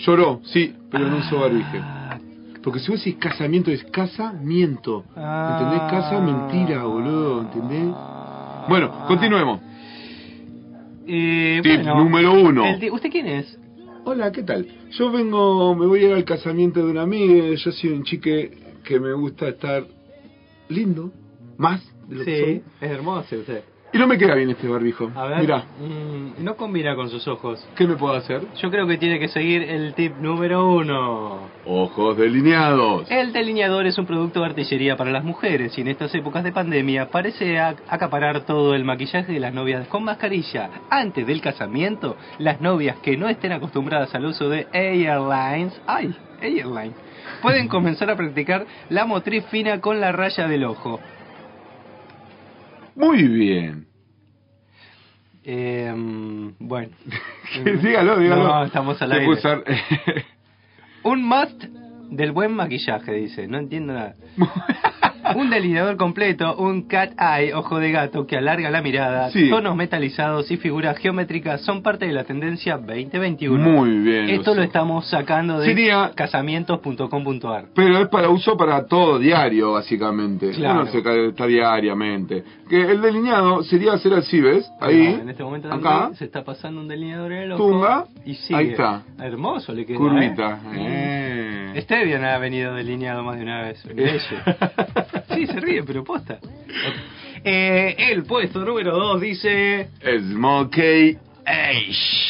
[SPEAKER 3] Lloró, sí, pero no usó barbijo.
[SPEAKER 4] Ah.
[SPEAKER 3] Porque si vos decís casamiento, es casamiento. ¿Entendés?
[SPEAKER 4] Ah.
[SPEAKER 3] Casa, mentira, boludo, ¿entendés? Bueno, continuemos.
[SPEAKER 4] Eh,
[SPEAKER 3] Tip número uno.
[SPEAKER 4] el ti- ¿Usted quién es?
[SPEAKER 3] Hola, ¿qué tal? Yo vengo, me voy a ir al casamiento de una amiga. Yo soy un chique que me gusta estar lindo, más de lo que soy.
[SPEAKER 4] es hermoso usted.
[SPEAKER 3] Y no me queda bien este barbijo.
[SPEAKER 4] A ver,
[SPEAKER 3] Mirá,
[SPEAKER 4] mm, no combina con sus ojos.
[SPEAKER 3] ¿qué me puedo hacer?
[SPEAKER 4] Yo creo que tiene que seguir el tip número uno.
[SPEAKER 3] Ojos delineados.
[SPEAKER 4] El delineador es un producto de artillería para las mujeres y en estas épocas de pandemia parece ac- acaparar todo el maquillaje de las novias con mascarilla. Antes del casamiento, las novias que no estén acostumbradas al uso de Airlines, ay, Airline, pueden comenzar a practicar la motriz fina con la raya del ojo.
[SPEAKER 3] Muy bien.
[SPEAKER 4] Em, bueno,
[SPEAKER 3] dígalo, dígalo.
[SPEAKER 4] No, estamos al
[SPEAKER 3] Te
[SPEAKER 4] aire.
[SPEAKER 3] puedo usar-
[SPEAKER 4] un must del buen maquillaje, dice, no entiendo nada. Un delineador completo, un cat eye, ojo de gato, que alarga la mirada,
[SPEAKER 3] Sí.
[SPEAKER 4] tonos metalizados y figuras geométricas son parte de la tendencia 2021.
[SPEAKER 3] Muy bien.
[SPEAKER 4] Esto
[SPEAKER 3] Lucio.
[SPEAKER 4] lo estamos sacando de
[SPEAKER 3] Sería-
[SPEAKER 4] casamientos.com.ar.
[SPEAKER 3] Pero es para uso para todo diario, básicamente.
[SPEAKER 4] Claro.
[SPEAKER 3] Uno se ca- está diariamente. Que el delineado sería hacer así, ¿ves? Ahí.
[SPEAKER 4] Mira, en este momento
[SPEAKER 3] acá.
[SPEAKER 4] se está pasando un delineador en el ojo.
[SPEAKER 3] Tumba.
[SPEAKER 4] Y sigue.
[SPEAKER 3] Ahí está.
[SPEAKER 4] Hermoso le queda.
[SPEAKER 3] Curvita.
[SPEAKER 4] ¿eh?
[SPEAKER 3] Eh.
[SPEAKER 4] Este bien ha venido delineado más de una vez. Bello. sí, se ríe, pero posta. Eh, el puesto número 2 dice...
[SPEAKER 3] Smokey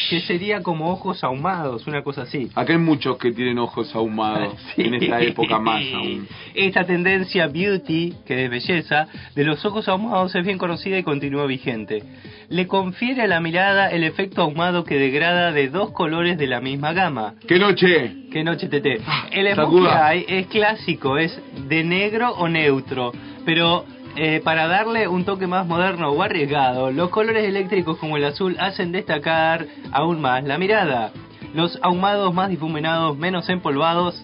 [SPEAKER 4] Que sería como ojos ahumados, una cosa así.
[SPEAKER 3] Acá hay muchos que tienen ojos ahumados,
[SPEAKER 4] Sí.
[SPEAKER 3] en esta época más aún.
[SPEAKER 4] Esta tendencia beauty, que es belleza, de los ojos ahumados es bien conocida y continúa vigente. Le confiere a la mirada el efecto ahumado que degrada de dos colores de la misma gama.
[SPEAKER 3] ¡Qué noche!
[SPEAKER 4] Qué noche, Tete. El emoji
[SPEAKER 3] Sacuda.
[SPEAKER 4] hay es clásico, es de negro o neutro, pero eh, para darle un toque más moderno o arriesgado, los colores eléctricos como el azul hacen destacar aún más la mirada. Los ahumados más difuminados, menos empolvados.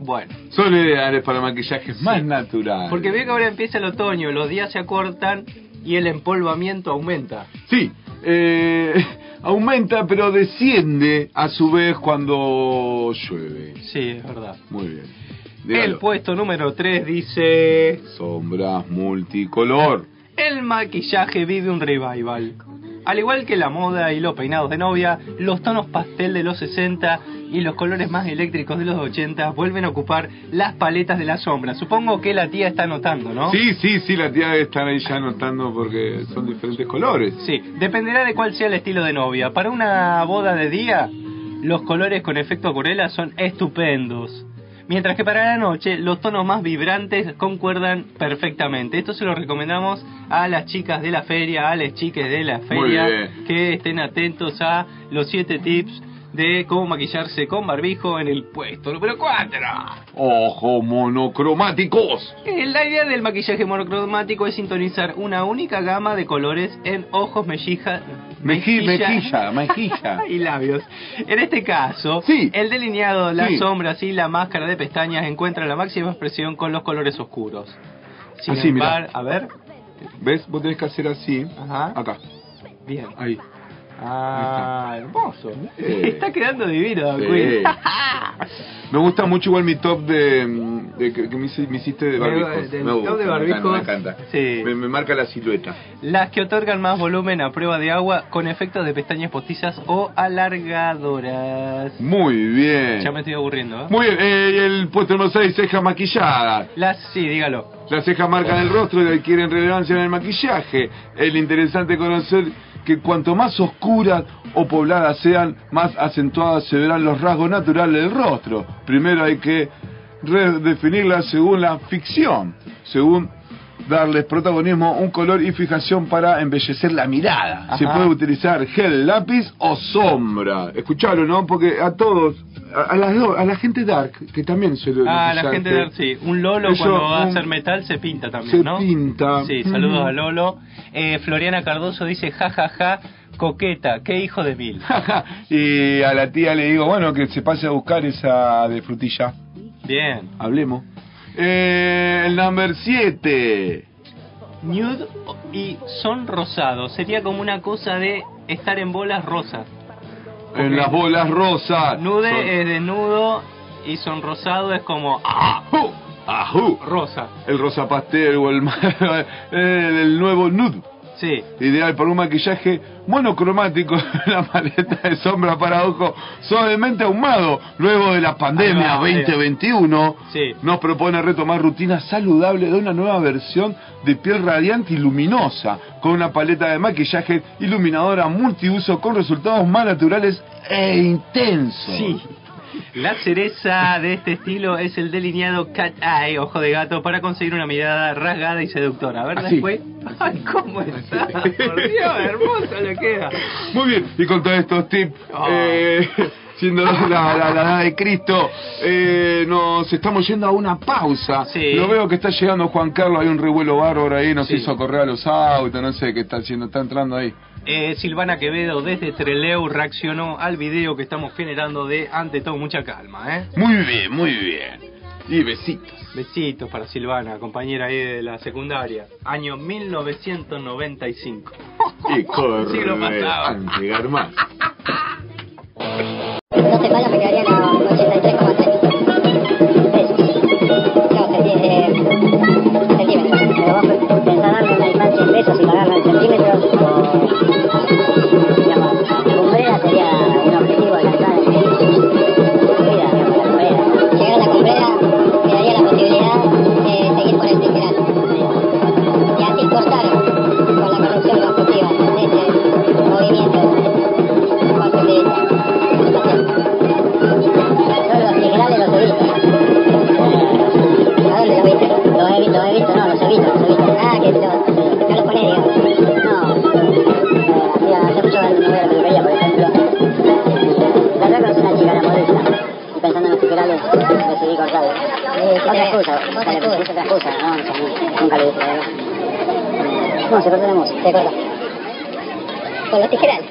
[SPEAKER 4] Bueno,
[SPEAKER 3] Son ideales para maquillajes más naturales.
[SPEAKER 4] porque veo que ahora empieza el otoño, los días se acortan y el empolvamiento aumenta.
[SPEAKER 3] Sí, eh, aumenta pero desciende a su vez cuando llueve.
[SPEAKER 4] Sí, es verdad.
[SPEAKER 3] Muy bien.
[SPEAKER 4] El
[SPEAKER 3] Dígalo.
[SPEAKER 4] puesto número 3 dice...
[SPEAKER 3] Sombras multicolor.
[SPEAKER 4] El maquillaje vive un revival. Al igual que la moda y los peinados de novia, los tonos pastel de los 60 y los colores más eléctricos de los 80 vuelven a ocupar las paletas de la sombra. Supongo que la tía está notando, ¿no?
[SPEAKER 3] Sí, sí, sí, la tía debe estar ahí ya notando porque son diferentes colores.
[SPEAKER 4] Sí, dependerá de cuál sea el estilo de novia. Para una boda de día, los colores con efecto acuarela son estupendos. Mientras que para la noche, los tonos más vibrantes concuerdan perfectamente. Esto se lo recomendamos a las chicas de la feria, a las chiques de la feria,
[SPEAKER 3] bien.
[SPEAKER 4] que estén atentos a los 7 tips de cómo maquillarse con barbijo en el puesto número 4.
[SPEAKER 3] Ojo monocromáticos.
[SPEAKER 4] Eh, La idea del maquillaje monocromático es sintonizar una única gama de colores en ojos, mejilla,
[SPEAKER 3] Meji- mejilla, mejilla.
[SPEAKER 4] y labios. En este caso,
[SPEAKER 3] Sí.
[SPEAKER 4] el delineado, las
[SPEAKER 3] Sí.
[SPEAKER 4] sombras y la máscara de pestañas encuentran la máxima expresión con los colores oscuros. Sin
[SPEAKER 3] Así, mirá.
[SPEAKER 4] embargo- a ver,
[SPEAKER 3] ¿Ves? Vos tenés que hacer así.
[SPEAKER 4] Ajá.
[SPEAKER 3] Acá,
[SPEAKER 4] bien.
[SPEAKER 3] ahí.
[SPEAKER 4] Ah, hermoso.
[SPEAKER 3] Eh.
[SPEAKER 4] Está quedando divino, Don
[SPEAKER 3] Sí.
[SPEAKER 4] Quinn.
[SPEAKER 3] Me gusta mucho igual mi top de, mm, de que, que me, hice- me hiciste de
[SPEAKER 4] De-
[SPEAKER 3] barbijos.
[SPEAKER 4] del
[SPEAKER 3] me
[SPEAKER 4] top
[SPEAKER 3] gusta,
[SPEAKER 4] de
[SPEAKER 3] me
[SPEAKER 4] barbijos.
[SPEAKER 3] encanta, me encanta.
[SPEAKER 4] Sí.
[SPEAKER 3] Me, me marca la silueta.
[SPEAKER 4] Las que otorgan más volumen a prueba de agua con efectos de pestañas postizas o alargadoras.
[SPEAKER 3] Muy bien.
[SPEAKER 4] Ya me estoy aburriendo, ¿eh?
[SPEAKER 3] Muy bien, eh, y el puesto número 6, cejas maquilladas.
[SPEAKER 4] Las, sí, dígalo.
[SPEAKER 3] Las cejas marcan el rostro y adquieren relevancia en el maquillaje. Es interesante conocer que cuanto más oscuras o pobladas sean, más acentuadas se verán los rasgos naturales del rostro. Primero hay que redefinirlas según la ficción, según darles protagonismo, un color y fijación para embellecer la mirada.
[SPEAKER 4] Ajá.
[SPEAKER 3] Se puede utilizar gel, lápiz o sombra. Escucharon, ¿no? Porque a todos, a, a las dos, a la gente dark, que también se lo
[SPEAKER 4] Ah, la
[SPEAKER 3] maquillaje,
[SPEAKER 4] gente de sí. Un Lolo
[SPEAKER 3] Eso,
[SPEAKER 4] cuando va a
[SPEAKER 3] un-
[SPEAKER 4] hacer metal se pinta también,
[SPEAKER 3] se
[SPEAKER 4] ¿no?
[SPEAKER 3] pinta.
[SPEAKER 4] Sí, saludos
[SPEAKER 3] Mm.
[SPEAKER 4] a Lolo. Eh, Floriana Cardoso dice, jajaja, coqueta, qué hijo de mil.
[SPEAKER 3] y a la tía le digo, bueno, que se pase a buscar esa de frutilla.
[SPEAKER 4] Bien.
[SPEAKER 3] Hablemos. Eh, el number 7.
[SPEAKER 4] Nude y son rosados. Sería como una cosa de estar en bolas rosas.
[SPEAKER 3] En las bolas rosas.
[SPEAKER 4] Nude
[SPEAKER 3] Ah,
[SPEAKER 4] eh.
[SPEAKER 3] Son-
[SPEAKER 4] es desnudo y son rosado es como ah,
[SPEAKER 3] Ajú, ajú.
[SPEAKER 4] rosa.
[SPEAKER 3] El rosa pastel o el, el, el nuevo nude.
[SPEAKER 4] Sí.
[SPEAKER 3] Ideal para un maquillaje monocromático, la paleta de sombra para ojo suavemente ahumado. Luego de la pandemia
[SPEAKER 4] Ahí va, sí.
[SPEAKER 3] 2021,
[SPEAKER 4] Sí.
[SPEAKER 3] nos propone retomar rutinas saludables de una nueva versión de piel radiante y luminosa, con una paleta de maquillaje iluminadora multiuso con resultados más naturales e intensos.
[SPEAKER 4] Sí. La cereza de este estilo es el delineado cat eye, ojo de gato, para conseguir una mirada rasgada y seductora. A ver
[SPEAKER 3] Así.
[SPEAKER 4] después. Ay, ¿cómo está? Por Dios, hermoso le queda.
[SPEAKER 3] Muy bien, y con todos estos tips,
[SPEAKER 4] Ah.
[SPEAKER 3] eh, siendo la, la, la edad de Cristo, eh, nos estamos yendo a una pausa.
[SPEAKER 4] Sí.
[SPEAKER 3] Lo veo que está llegando Juan Carlos, hay un revuelo bárbaro ahí, nos
[SPEAKER 4] Sí.
[SPEAKER 3] hizo correr a los autos, no sé qué está haciendo, está entrando ahí.
[SPEAKER 4] Eh, Silvana Quevedo desde Treleu reaccionó al video que estamos generando de Ante todo mucha calma, ¿eh?
[SPEAKER 3] Muy bien, muy bien. Y besitos.
[SPEAKER 4] Besitos para Silvana, compañera ahí de la secundaria. Año 1995.
[SPEAKER 3] Y
[SPEAKER 4] Siglo pasado.
[SPEAKER 3] corre, llegar más.
[SPEAKER 8] No te vayas, me quedaría con 83,3. No, centi- eh, centímetros. Pero vos pensás darme una distancia en pesos y pagarla en centímetros, o, digamos, cumbrera sería un objetivo alcanzar en mi vida, digamos, la cumbrera. Llegar a la cumbrera me daría la posibilidad de seguir por el Tinkerán. Y así cortar con la corrupción constructiva de este movimiento. he visto, he visto, no, los he visto, los he visto. Ah, que no, no los poné, digamos. No, eh, mira, hace mucho no voy a la peluquería, por ejemplo. La otra conocí una chica, la modista, y pensando en los tutoriales decidí cortarlo. Otra excusa, otra excusa, otra excusa, no, no, nunca lo hice, la verdad. No, se cortó la música, se cortó. Con los tijerales.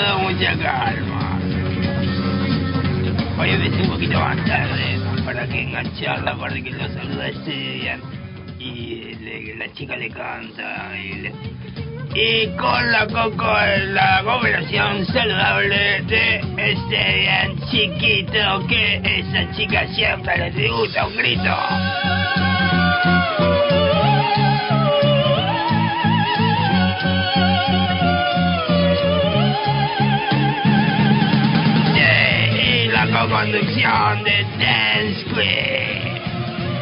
[SPEAKER 4] eh, eh,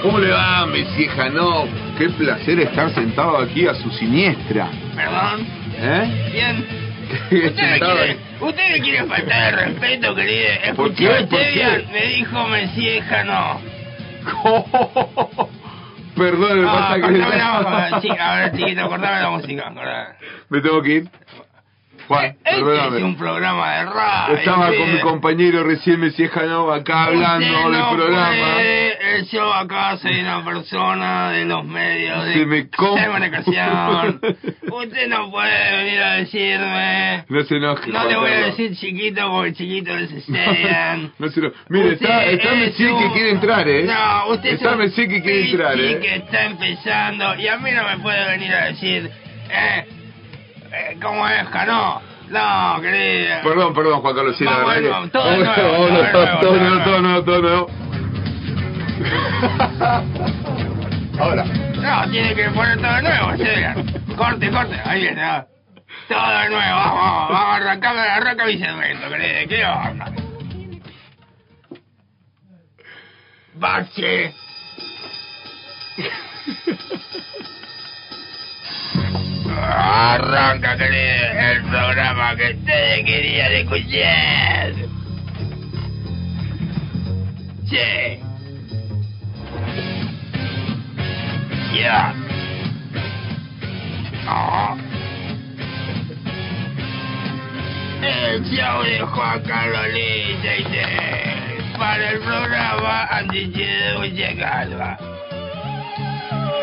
[SPEAKER 3] ¿Cómo le va, Messi No, Qué placer estar sentado aquí a su siniestra.
[SPEAKER 4] Perdón,
[SPEAKER 3] ¿Eh?
[SPEAKER 4] bien. Usted me
[SPEAKER 3] Sentado
[SPEAKER 4] quiere,
[SPEAKER 3] ahí.
[SPEAKER 4] usted me quiere faltar el respeto, querido.
[SPEAKER 3] ¿Por qué?
[SPEAKER 4] Escuchó usted
[SPEAKER 3] ¿Por qué?
[SPEAKER 4] bien, me dijo Mesieja no.
[SPEAKER 3] Perdón, me
[SPEAKER 4] Ah,
[SPEAKER 3] pasa que...
[SPEAKER 4] cortame la música, sí, ahora chiquito, cortame la música. cortame.
[SPEAKER 3] Me tengo que ir. Juan,
[SPEAKER 4] Este es
[SPEAKER 3] perdóname.
[SPEAKER 4] un programa de radio.
[SPEAKER 3] Estaba con mi
[SPEAKER 4] querido.
[SPEAKER 3] compañero recién Messi Janov acá hablando
[SPEAKER 4] eh, Usted
[SPEAKER 3] del
[SPEAKER 4] no
[SPEAKER 3] programa.
[SPEAKER 4] puede, eh, Yo acá soy una persona de los medios de
[SPEAKER 3] Se me com-
[SPEAKER 4] comunicación. Usted no puede venir a decirme.
[SPEAKER 3] No se enoje.
[SPEAKER 4] No
[SPEAKER 3] Juan
[SPEAKER 4] le voy a
[SPEAKER 3] Carlos.
[SPEAKER 4] decir chiquito porque chiquito es Esteban.
[SPEAKER 3] No se enoje. Mire, está,
[SPEAKER 4] Usted
[SPEAKER 3] está
[SPEAKER 4] es
[SPEAKER 3] Messi que
[SPEAKER 4] un-
[SPEAKER 3] quiere entrar, ¿eh?
[SPEAKER 4] No, usted
[SPEAKER 3] Está
[SPEAKER 4] es
[SPEAKER 3] Messi que quiere entrar,
[SPEAKER 4] pichi
[SPEAKER 3] ¿eh?
[SPEAKER 4] que está empezando y a mí no me puede venir a decir, eh, eh ¿cómo es, Cano? No, querido.
[SPEAKER 3] Perdón, perdón, Juan Carlos, sí, la
[SPEAKER 4] Vamos
[SPEAKER 3] verdad que...
[SPEAKER 4] de nuevo, todo de
[SPEAKER 3] Vamos,
[SPEAKER 4] nuevo,
[SPEAKER 3] vamos,
[SPEAKER 4] todo
[SPEAKER 3] todo
[SPEAKER 4] de nuevo,
[SPEAKER 3] nuevo, todo nuevo, todo nuevo. Ahora.
[SPEAKER 4] No, tiene que poner todo de nuevo, Esteban. Corte, corte, ahí viene. ah. Todo de nuevo, vamos, vamos, arrancame, arrancame y segmento, querido. ¿Qué onda? Bache. Arranca, querido, el programa que ustedes querían escuchar. Sí. Ya. Ah. El show de Juan Carlos Lindstein para el programa Antichido Mucha Calma.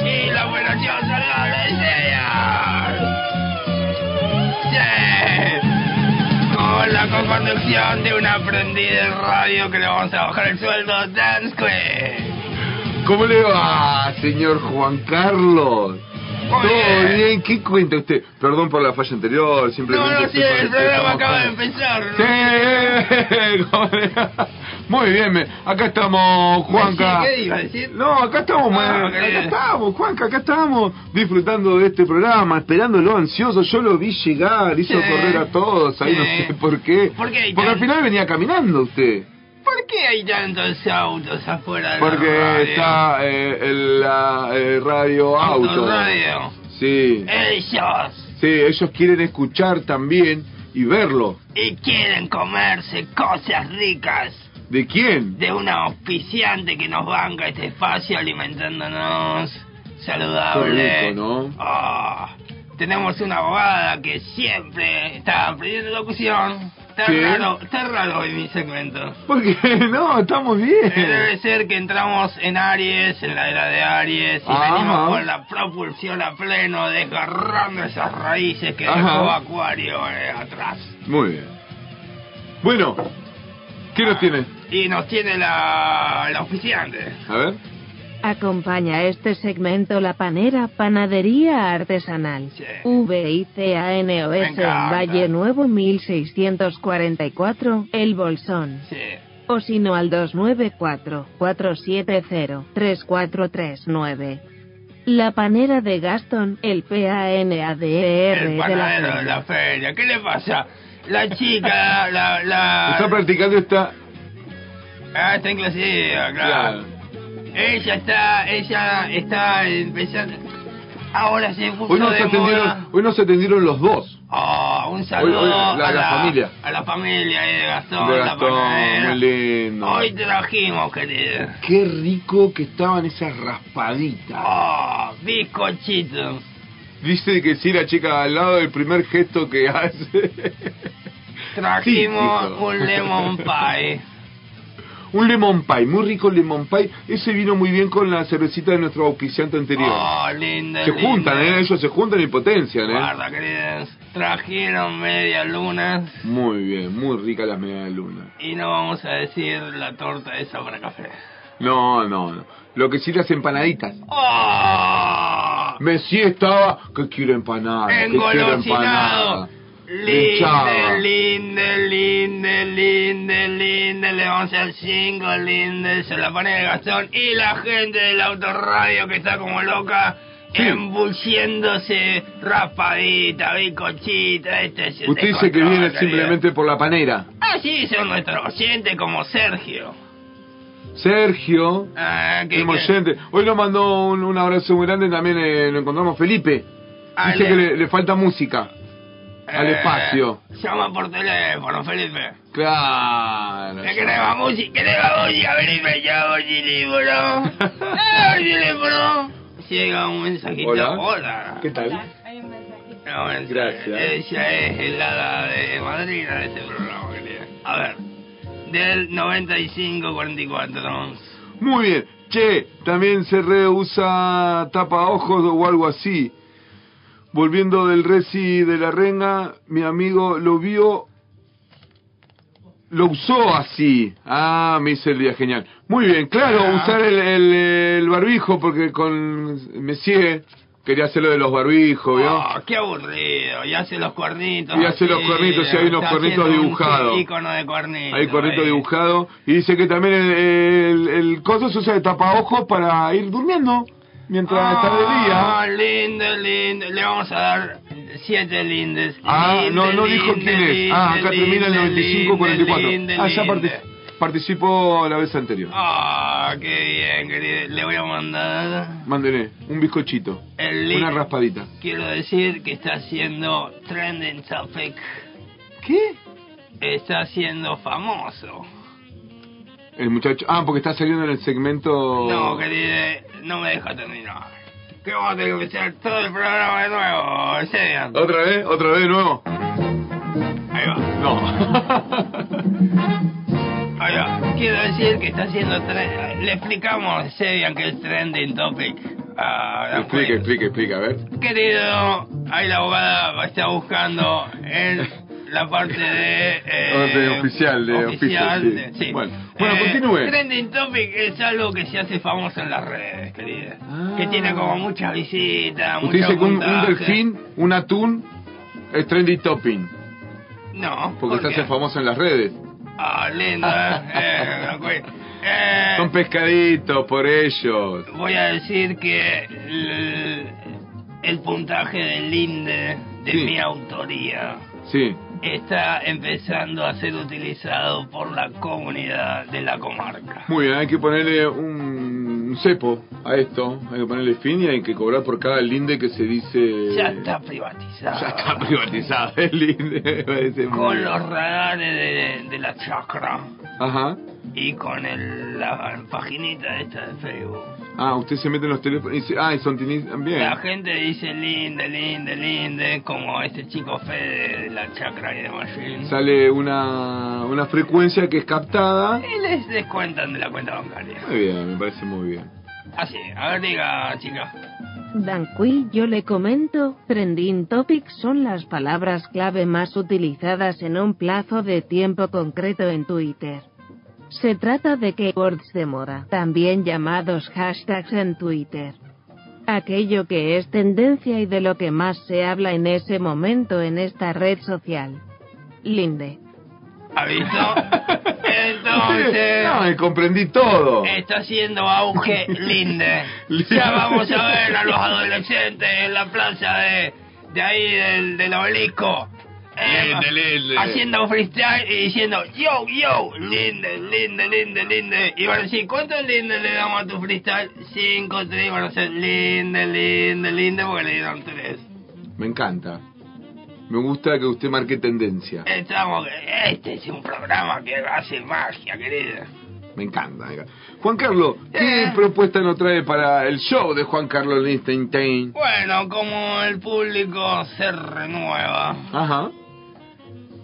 [SPEAKER 4] Y la operación salgable, señor. Sí. Con la co-conducción de un aprendiz de radio que le vamos a bajar el sueldo, Dance Queen.
[SPEAKER 3] ¿Cómo le va, señor Juan Carlos?
[SPEAKER 4] Muy
[SPEAKER 3] ¿Todo
[SPEAKER 4] bien.
[SPEAKER 3] bien? ¿Qué cuenta usted? Perdón por la falla anterior,
[SPEAKER 4] No,
[SPEAKER 3] simplemente...
[SPEAKER 4] no, sí,
[SPEAKER 3] estoy con
[SPEAKER 4] el programa
[SPEAKER 3] estamos
[SPEAKER 4] acaba de
[SPEAKER 3] con-
[SPEAKER 4] empezar. ¿no?
[SPEAKER 3] Sí, ¿cómo le va? Muy bien, me- acá estamos, Juanca.
[SPEAKER 4] Sí, ¿Qué iba a decir?
[SPEAKER 3] No, acá estamos,
[SPEAKER 4] Ah,
[SPEAKER 3] ma-
[SPEAKER 4] ok.
[SPEAKER 3] acá estamos, Juanca, acá estamos disfrutando de este programa, esperándolo ansioso. Yo lo vi llegar, hizo
[SPEAKER 4] Sí.
[SPEAKER 3] correr a todos, ahí
[SPEAKER 4] Sí.
[SPEAKER 3] no sé por qué.
[SPEAKER 4] ¿Por qué hay
[SPEAKER 3] Porque al
[SPEAKER 4] tan-
[SPEAKER 3] final venía caminando usted.
[SPEAKER 4] ¿Por qué hay tantos autos afuera de la radio?
[SPEAKER 3] Porque está eh, en la eh, radio auto.
[SPEAKER 4] Autoradio.
[SPEAKER 3] Sí,
[SPEAKER 4] Ellos
[SPEAKER 3] sí, ellos quieren escuchar también y verlo.
[SPEAKER 4] y quieren comerse cosas ricas
[SPEAKER 3] ¿De quién?
[SPEAKER 4] de una auspiciante que nos banca este espacio alimentándonos
[SPEAKER 3] Qué
[SPEAKER 4] saludable.
[SPEAKER 3] rico, ¿no?
[SPEAKER 4] Ah, tenemos una abogada que siempre está aprendiendo locución. Está
[SPEAKER 3] Sí.
[SPEAKER 4] raro, está raro hoy mi segmento.
[SPEAKER 3] Porque no, estamos
[SPEAKER 4] Eh,
[SPEAKER 3] bien.
[SPEAKER 4] Debe ser que entramos en Aries, en la era de Aries, y
[SPEAKER 3] Ajá.
[SPEAKER 4] venimos con la propulsión a pleno, desgarrando esas raíces que
[SPEAKER 3] Ajá.
[SPEAKER 4] dejó Acuario eh, atrás.
[SPEAKER 3] Muy bien. Bueno, ¿qué nos tiene?
[SPEAKER 4] Y nos tiene la, la oficiante.
[SPEAKER 3] A ver.
[SPEAKER 9] Acompaña este segmento la panera Panadería Artesanal. VICANOS
[SPEAKER 4] Me
[SPEAKER 9] en
[SPEAKER 4] encanta.
[SPEAKER 9] Valle Nuevo 1644, El Bolsón. O si no al 294-470-3439. La panera de Gaston, el PANADER
[SPEAKER 4] El
[SPEAKER 9] E de la
[SPEAKER 4] panadero de E la feria. ¿Qué le pasa? La chica, la...
[SPEAKER 3] Está
[SPEAKER 4] la
[SPEAKER 3] practicando esta.
[SPEAKER 4] ah, está inclusiva, claro. Ella está, ella está empezando... Ahora se puso
[SPEAKER 3] Hoy no se
[SPEAKER 4] de moda.
[SPEAKER 3] atendieron, hoy no se atendieron los dos.
[SPEAKER 4] Ah, un saludo
[SPEAKER 3] Hoy- hoy la-
[SPEAKER 4] a
[SPEAKER 3] la familia.
[SPEAKER 4] A la familia eh, de Gastón.
[SPEAKER 3] De
[SPEAKER 4] la
[SPEAKER 3] Gastón,
[SPEAKER 4] panadera.
[SPEAKER 3] muy lindo.
[SPEAKER 4] Hoy trajimos, querida.
[SPEAKER 3] Qué rico que estaban esas raspaditas.
[SPEAKER 4] Ah, Bizcochitos.
[SPEAKER 3] Ah. Dice que sí, la chica al lado, el primer gesto que hace.
[SPEAKER 4] Trajimos
[SPEAKER 3] Sí, hijo.
[SPEAKER 4] un lemon pie.
[SPEAKER 3] Un lemon pie, muy rico el lemon pie. Ese vino muy bien con la cervecita de nuestro auspiciante anterior.
[SPEAKER 4] Oh, lindo.
[SPEAKER 3] se
[SPEAKER 4] lindo.
[SPEAKER 3] juntan, ¿eh? Ellos se juntan y potencian, ¿eh?
[SPEAKER 4] Guarda, queridas. Trajeron media luna
[SPEAKER 3] Muy bien, muy rica las medias de luna.
[SPEAKER 4] y no vamos a decir la torta esa para café.
[SPEAKER 3] No, no, no. Lo que sí las empanaditas.
[SPEAKER 4] Ah.
[SPEAKER 3] Messi estaba... que quiero empanada? que quiero
[SPEAKER 4] Engolosinado.
[SPEAKER 3] empanada? Hinchada.
[SPEAKER 4] Linde, linde, linde, linde, linde, le vamos al 5, linde, se la pone el Gastón y la gente del autorradio que está como loca, embulliéndose, raspadita, bicochita, este se
[SPEAKER 3] Usted dice que
[SPEAKER 4] descontrola,
[SPEAKER 3] viene
[SPEAKER 4] querida.
[SPEAKER 3] simplemente por la panera.
[SPEAKER 4] Así Ah, son nuestros oyentes como Sergio.
[SPEAKER 3] Sergio,
[SPEAKER 4] Ah, que-
[SPEAKER 3] primo
[SPEAKER 4] que-
[SPEAKER 3] oyente. Hoy nos mandó un, un abrazo muy grande, también eh, lo encontramos Felipe. Dice
[SPEAKER 4] Ale.
[SPEAKER 3] que le, le falta música al
[SPEAKER 4] Eh,
[SPEAKER 3] espacio.
[SPEAKER 4] Llama por teléfono, Felipe.
[SPEAKER 3] Claro.
[SPEAKER 4] ¿Qué queremos música? ¿Queremos música? Vení, me llamo Gilíboro. ¡Eh, Gilíboro! Llega un mensajito.
[SPEAKER 3] Hola.
[SPEAKER 4] Hola.
[SPEAKER 3] ¿Qué tal?
[SPEAKER 4] No, es-
[SPEAKER 3] Gracias.
[SPEAKER 4] Ella es la de madrina de este programa, querida. A ver. Del 95-44.
[SPEAKER 3] Muy bien. Che, también se reusa tapa ojos o algo así. Volviendo del reci de la renga, mi amigo lo vio, lo usó así. Ah, me hice el día genial. Muy bien, claro, usar el, el, el barbijo porque con Messier quería hacer lo de los barbijos, ¿vio?
[SPEAKER 4] Ah, qué aburrido. Y hace los cuernitos.
[SPEAKER 3] Y hace los
[SPEAKER 4] así. eh,
[SPEAKER 3] cuernitos, sí, hay unos
[SPEAKER 4] Está
[SPEAKER 3] cuernitos
[SPEAKER 4] haciendo un
[SPEAKER 3] dibujados.
[SPEAKER 4] ícono de cuernitos. eh.
[SPEAKER 3] Hay correcto
[SPEAKER 4] ahí.
[SPEAKER 3] dibujado. Y dice que también el, el, el coso se usa de tapaojos para ir durmiendo mientras está de día.
[SPEAKER 4] Ah, lindo, lindo. Le vamos a dar siete lindes.
[SPEAKER 3] Ah, no, no dijo quién es. Ah, acá termina el 95-44.
[SPEAKER 4] 9544.
[SPEAKER 3] Ah, ya parti- participó la vez anterior.
[SPEAKER 4] Ah, qué bien, querido. Le voy a mandar.
[SPEAKER 3] Mándele un bizcochito,
[SPEAKER 4] El link.
[SPEAKER 3] una raspadita.
[SPEAKER 4] Quiero decir que está siendo trending topic.
[SPEAKER 3] ¿Qué?
[SPEAKER 4] Está siendo famoso.
[SPEAKER 3] El muchacho. Ah, porque está saliendo en el segmento.
[SPEAKER 4] No, querido, no me deja terminar. Que vamos a tener que empezar todo el programa de nuevo, en serio.
[SPEAKER 3] ¿Otra vez? ¿Otra vez de nuevo?
[SPEAKER 4] Ahí va.
[SPEAKER 3] No.
[SPEAKER 4] Ahí va. Quiero decir que está haciendo tre- Le explicamos, Sedian, que es trending topic. Ah, la
[SPEAKER 3] explica, explica, explica, a ver.
[SPEAKER 4] mujer. Querido, ahí la abogada está buscando en la parte de... eh,
[SPEAKER 3] Oh, De oficial, de
[SPEAKER 4] oficial,
[SPEAKER 3] oficial, sí.
[SPEAKER 4] sí.
[SPEAKER 3] Bueno, bueno,
[SPEAKER 4] eh,
[SPEAKER 3] continúe.
[SPEAKER 4] Trending topic es algo que se hace famoso en las redes, querida. Que tiene como muchas visitas,
[SPEAKER 3] Ah. Usted
[SPEAKER 4] mucho
[SPEAKER 3] dice que un, un
[SPEAKER 4] puntaje.
[SPEAKER 3] delfín, un atún, es trendy topping.
[SPEAKER 4] No,
[SPEAKER 3] Porque se
[SPEAKER 4] ¿por
[SPEAKER 3] hace
[SPEAKER 4] qué?
[SPEAKER 3] famoso en las redes.
[SPEAKER 4] Ah, lindo, ¿eh? Eh, no cue- eh,
[SPEAKER 3] Son pescaditos por ellos.
[SPEAKER 4] Voy a decir que el, el puntaje del INDE de
[SPEAKER 3] Sí.
[SPEAKER 4] mi autoría
[SPEAKER 3] Sí.
[SPEAKER 4] está empezando a ser utilizado por la comunidad de la comarca.
[SPEAKER 3] Muy bien, hay que ponerle un, un cepo a esto. Hay que ponerle fin y hay que cobrar por cada linde que se dice.
[SPEAKER 4] Ya está privatizado.
[SPEAKER 3] Ya está privatizado el linde. parece muy
[SPEAKER 4] Con
[SPEAKER 3] bien.
[SPEAKER 4] los radares de, de la chacra
[SPEAKER 3] Ajá.
[SPEAKER 4] y con el, la paginita esta de Facebook.
[SPEAKER 3] Ah, usted se mete en los teléfonos. y dice, ah, y son tinis. Bien.
[SPEAKER 4] La gente dice linde, linde, linde, como este chico Fede de la chacra y de Machine.
[SPEAKER 3] Sale una, una frecuencia que es captada.
[SPEAKER 4] Y les descuentan de la cuenta bancaria.
[SPEAKER 3] Muy bien, me parece muy bien.
[SPEAKER 4] Así, a ver, diga, chica.
[SPEAKER 9] Danquil, yo le comento, trending topics son las palabras clave más utilizadas en un plazo de tiempo concreto en Twitter. Se trata de keywords de moda, también llamados hashtags en Twitter. Aquello que es tendencia y de lo que más se habla en ese momento en esta red social. Linde.
[SPEAKER 4] ¿Aviso?
[SPEAKER 3] No,
[SPEAKER 4] Entonces,
[SPEAKER 3] me comprendí todo.
[SPEAKER 4] está haciendo auge Linde. Ya vamos a ver a los adolescentes en la plaza de, de ahí del, del obelisco. Eh,
[SPEAKER 10] Linde, Linde.
[SPEAKER 4] Haciendo freestyle y diciendo yo, yo, Linde, Linde, Linde, Linde. Y van a decir, ¿cuánto Linde le damos a tu freestyle? Cinco, tres, van a ser Linde, Linde, Linde, porque le dieron tres.
[SPEAKER 3] Me encanta. Me gusta que usted marque tendencia.
[SPEAKER 4] Estamos, este es un programa que hace magia, querida.
[SPEAKER 3] Me encanta. me encanta. Juan Carlos, ¿qué
[SPEAKER 4] Eh.
[SPEAKER 3] propuesta nos trae para el show de Juan Carlos Lichtenstein?
[SPEAKER 4] Bueno, como el público se renueva,
[SPEAKER 3] Ajá.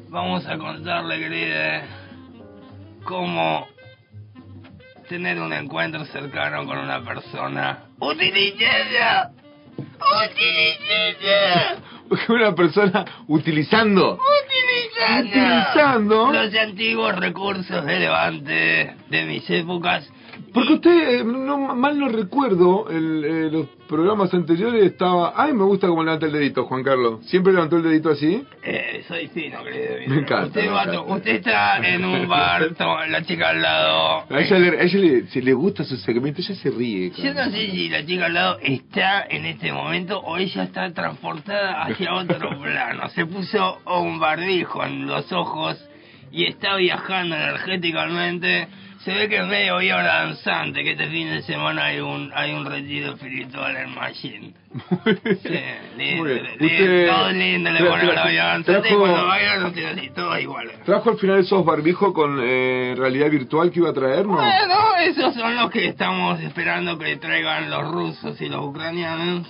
[SPEAKER 4] vamos a contarle, querida, cómo tener un encuentro cercano con una persona. ¡Utilicella! ¡Utilicella!
[SPEAKER 3] Una persona utilizando.
[SPEAKER 4] Utilizando los antiguos recursos de Levante de mis épocas.
[SPEAKER 3] Porque usted, eh, no, mal no recuerdo, el, eh, los programas anteriores estaba... Ay, me gusta cómo levanta el dedito, Juan Carlos. ¿Siempre levantó el dedito así?
[SPEAKER 4] Eh, soy fino, querido.
[SPEAKER 3] Me encanta,
[SPEAKER 4] Usted,
[SPEAKER 3] me
[SPEAKER 4] va a to-
[SPEAKER 3] encanta.
[SPEAKER 4] usted está en un bar, to- la chica al lado.
[SPEAKER 3] A ella, le, a ella le- si le gusta su segmento, ella se ríe.
[SPEAKER 4] Yo no sé si la chica al lado está en este momento o ella está transportada hacia otro plano. Se puso un barbijo en los ojos y está viajando energéticamente. Se ve que es medio vía danzante, que este fin de semana hay un hay un retiro espiritual en Machine. Lindo,
[SPEAKER 3] Muy bien.
[SPEAKER 4] lindo,
[SPEAKER 3] Usted-
[SPEAKER 4] todo lindo, le
[SPEAKER 3] Tra-
[SPEAKER 4] ponen
[SPEAKER 3] tra-
[SPEAKER 4] la danzante y
[SPEAKER 3] trajo-
[SPEAKER 4] cuando bailan no tiene así, todo igual.
[SPEAKER 3] ¿Trajo al final esos barbijos con eh, realidad virtual que iba a traernos?
[SPEAKER 4] Bueno, esos son los que estamos esperando que traigan los rusos y los ucranianos.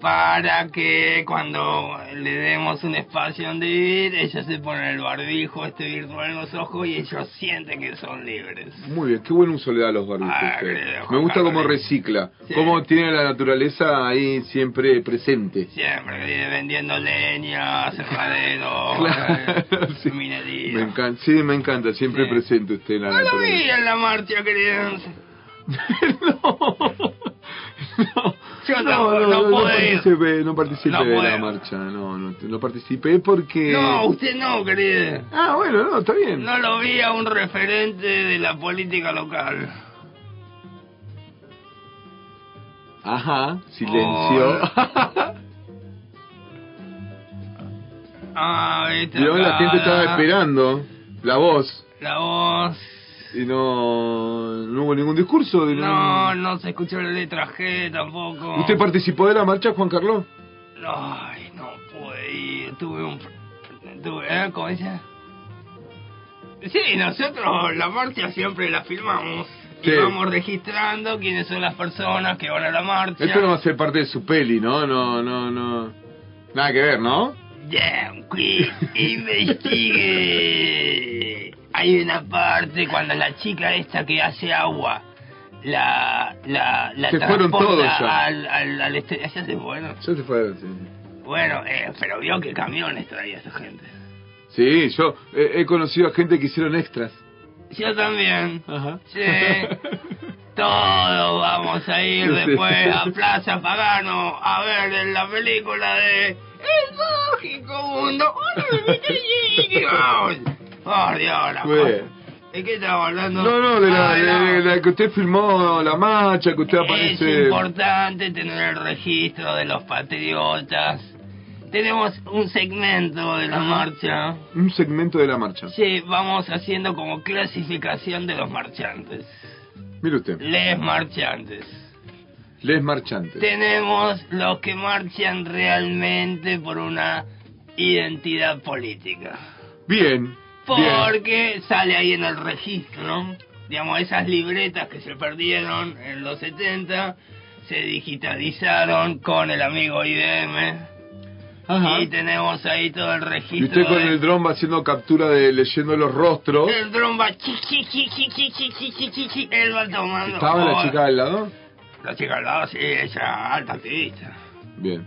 [SPEAKER 4] Para que cuando le demos un espacio donde vivir, ellos se ponen el barbijo, este virtual en los ojos y ellos sienten que son libres.
[SPEAKER 3] Muy bien, qué buen uso le da a los barbijos.
[SPEAKER 4] Ah,
[SPEAKER 3] usted. Me gusta cómo recicla,
[SPEAKER 4] Sí.
[SPEAKER 3] cómo tiene la naturaleza ahí siempre presente.
[SPEAKER 4] Siempre vive vendiendo leña, cerradero, eh,
[SPEAKER 3] Claro, sí. Me
[SPEAKER 4] minería.
[SPEAKER 3] encanta, sí, me encanta, siempre presente usted en la
[SPEAKER 4] No lo
[SPEAKER 3] naturaleza.
[SPEAKER 4] vi en la marcha, queridos. no, no, yo tampoco, no,
[SPEAKER 3] no
[SPEAKER 4] pude ir.
[SPEAKER 3] participé, no participé
[SPEAKER 4] No
[SPEAKER 3] de la
[SPEAKER 4] puedo.
[SPEAKER 3] marcha, no, no, no participé porque...
[SPEAKER 4] No, usted no, querido.
[SPEAKER 3] Ah, bueno, no, está bien.
[SPEAKER 4] No lo vi a un referente de la política local.
[SPEAKER 3] Ajá,
[SPEAKER 4] Oh,
[SPEAKER 3] silencio.
[SPEAKER 4] Ah, viste.
[SPEAKER 3] Yo la
[SPEAKER 4] acá,
[SPEAKER 3] gente estaba esperando la voz
[SPEAKER 4] La voz.
[SPEAKER 3] y no, no hubo ningún discurso. y
[SPEAKER 4] No, no se escuchó la letra G tampoco.
[SPEAKER 3] Mm. ¿Usted participó de la marcha, Juan Carlos?
[SPEAKER 4] Ay, no pude ir. Tuve un. Tuve, ¿eh? ¿Cómo dice? Sí, nosotros la marcha siempre la filmamos.
[SPEAKER 3] Sí.
[SPEAKER 4] Y vamos registrando quiénes son las personas que van a la marcha.
[SPEAKER 3] Esto no va a ser parte de su peli, ¿no? No, no, no. Nada que ver, ¿no?
[SPEAKER 4] Damn, quick, investigue. Hay una parte cuando la chica esta que hace agua la la la
[SPEAKER 3] Se fueron
[SPEAKER 4] transporta
[SPEAKER 3] todos ya.
[SPEAKER 4] al al, al este- ya se fueron.
[SPEAKER 3] Ya se fue, sí.
[SPEAKER 4] Bueno, eh, pero vio que camiones traía esa gente.
[SPEAKER 3] Sí, yo eh, he conocido a gente que hicieron extras.
[SPEAKER 4] Yo también.
[SPEAKER 3] Ajá.
[SPEAKER 4] Sí. Todos vamos a ir
[SPEAKER 3] Sí.
[SPEAKER 4] después a Plaza Pagano a ver en la película de El Mágico Mundo. Y vamos. Por Dios, la
[SPEAKER 3] Muy bien.
[SPEAKER 4] ¿De qué estaba hablando?
[SPEAKER 3] No, no, de la,
[SPEAKER 4] Ah, no.
[SPEAKER 3] de la que usted filmó la marcha, que usted
[SPEAKER 4] Es
[SPEAKER 3] aparece...
[SPEAKER 4] importante tener el registro de los patriotas. Tenemos un segmento de la marcha.
[SPEAKER 3] Un segmento de la marcha.
[SPEAKER 4] Sí, vamos haciendo como clasificación de los marchantes.
[SPEAKER 3] Mire usted.
[SPEAKER 4] Les marchantes.
[SPEAKER 3] Les marchantes.
[SPEAKER 4] Tenemos los que marchan realmente por una identidad política.
[SPEAKER 3] Bien. bien.
[SPEAKER 4] Porque sale ahí en el registro, ¿no? Digamos, esas libretas que se perdieron en los 70 se digitalizaron con el amigo IBM.
[SPEAKER 3] Ajá.
[SPEAKER 4] Y tenemos ahí todo el
[SPEAKER 3] Y
[SPEAKER 4] registro.
[SPEAKER 3] usted con
[SPEAKER 4] de-
[SPEAKER 3] el dron va haciendo captura de leyendo los rostros.
[SPEAKER 4] El dron va chi, chi, chi, chi, chi, chi, chi, chi, chi, chi, él va tomando.
[SPEAKER 3] ¿Estaba la
[SPEAKER 4] Oh,
[SPEAKER 3] chica al lado?
[SPEAKER 4] La chica al lado, sí, ella alta activista.
[SPEAKER 3] Bien.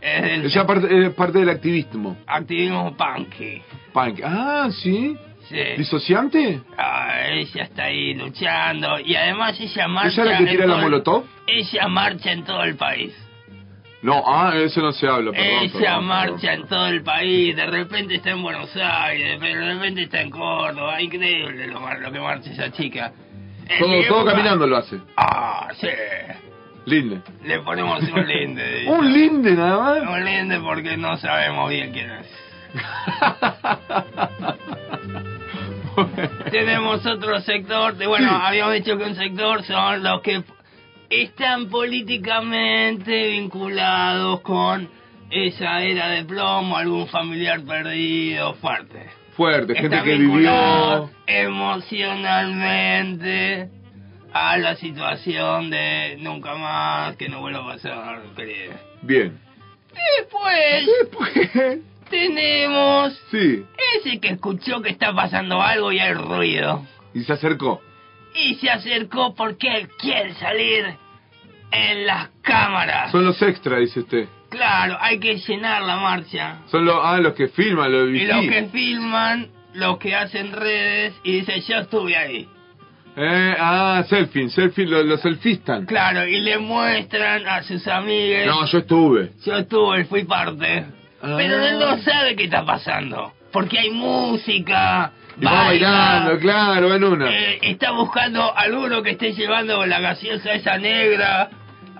[SPEAKER 4] Es del
[SPEAKER 3] Ella parte, es parte del activismo.
[SPEAKER 4] activismo punky.
[SPEAKER 3] Punk. Ah, sí.
[SPEAKER 4] Sí.
[SPEAKER 3] ¿Disociante?
[SPEAKER 4] Ah, ella está ahí luchando y además ella
[SPEAKER 3] ¿Es
[SPEAKER 4] marcha.
[SPEAKER 3] la que
[SPEAKER 4] en
[SPEAKER 3] tira la
[SPEAKER 4] todo el-
[SPEAKER 3] molotov?
[SPEAKER 4] Ella marcha en todo el país.
[SPEAKER 3] No, ah, eso no se habla, perdón.
[SPEAKER 4] ella
[SPEAKER 3] perdón,
[SPEAKER 4] marcha
[SPEAKER 3] perdón.
[SPEAKER 4] en todo el país, de repente está en Buenos Aires, de repente está en Córdoba, increíble lo, mar- lo que marcha esa chica. En mi
[SPEAKER 3] Todo, todo
[SPEAKER 4] época-
[SPEAKER 3] caminando lo hace.
[SPEAKER 4] Ah, sí.
[SPEAKER 3] Linde.
[SPEAKER 4] Le ponemos un linde.
[SPEAKER 3] Un linde nada más.
[SPEAKER 4] Un linde porque no sabemos bien quién es. Tenemos otro sector, de- bueno,
[SPEAKER 3] Sí.
[SPEAKER 4] habíamos dicho que un sector son los que están políticamente vinculados con esa era de plomo, algún familiar perdido, fuerte.
[SPEAKER 3] Fuerte, gente
[SPEAKER 4] Están
[SPEAKER 3] que
[SPEAKER 4] vinculados
[SPEAKER 3] vivió.
[SPEAKER 4] emocionalmente a la situación de nunca más, que no vuelva a pasar, querido.
[SPEAKER 3] Bien.
[SPEAKER 4] Después, tenemos
[SPEAKER 3] Sí.
[SPEAKER 4] ese que escuchó que está pasando algo y hay ruido.
[SPEAKER 3] Y se acercó.
[SPEAKER 4] Y se acercó porque él quiere salir en las cámaras.
[SPEAKER 3] Son los extras, dice usted.
[SPEAKER 4] Claro, hay que llenar la marcha.
[SPEAKER 3] Son los, ah, los que filman, los
[SPEAKER 4] Y los
[SPEAKER 3] vigías.
[SPEAKER 4] que filman, los que hacen redes y dicen yo estuve ahí.
[SPEAKER 3] Eh, ah, selfie, selfie, los, los selfistan.
[SPEAKER 4] Claro, y le muestran a sus amigues.
[SPEAKER 3] No, yo estuve.
[SPEAKER 4] Yo estuve, fui parte. Pero él
[SPEAKER 3] Ah.
[SPEAKER 4] no sabe qué está pasando. Porque hay música.
[SPEAKER 3] Y va
[SPEAKER 4] baila,
[SPEAKER 3] bailando, claro, en una.
[SPEAKER 4] Eh, está buscando alguno que esté llevando la gaseosa esa negra.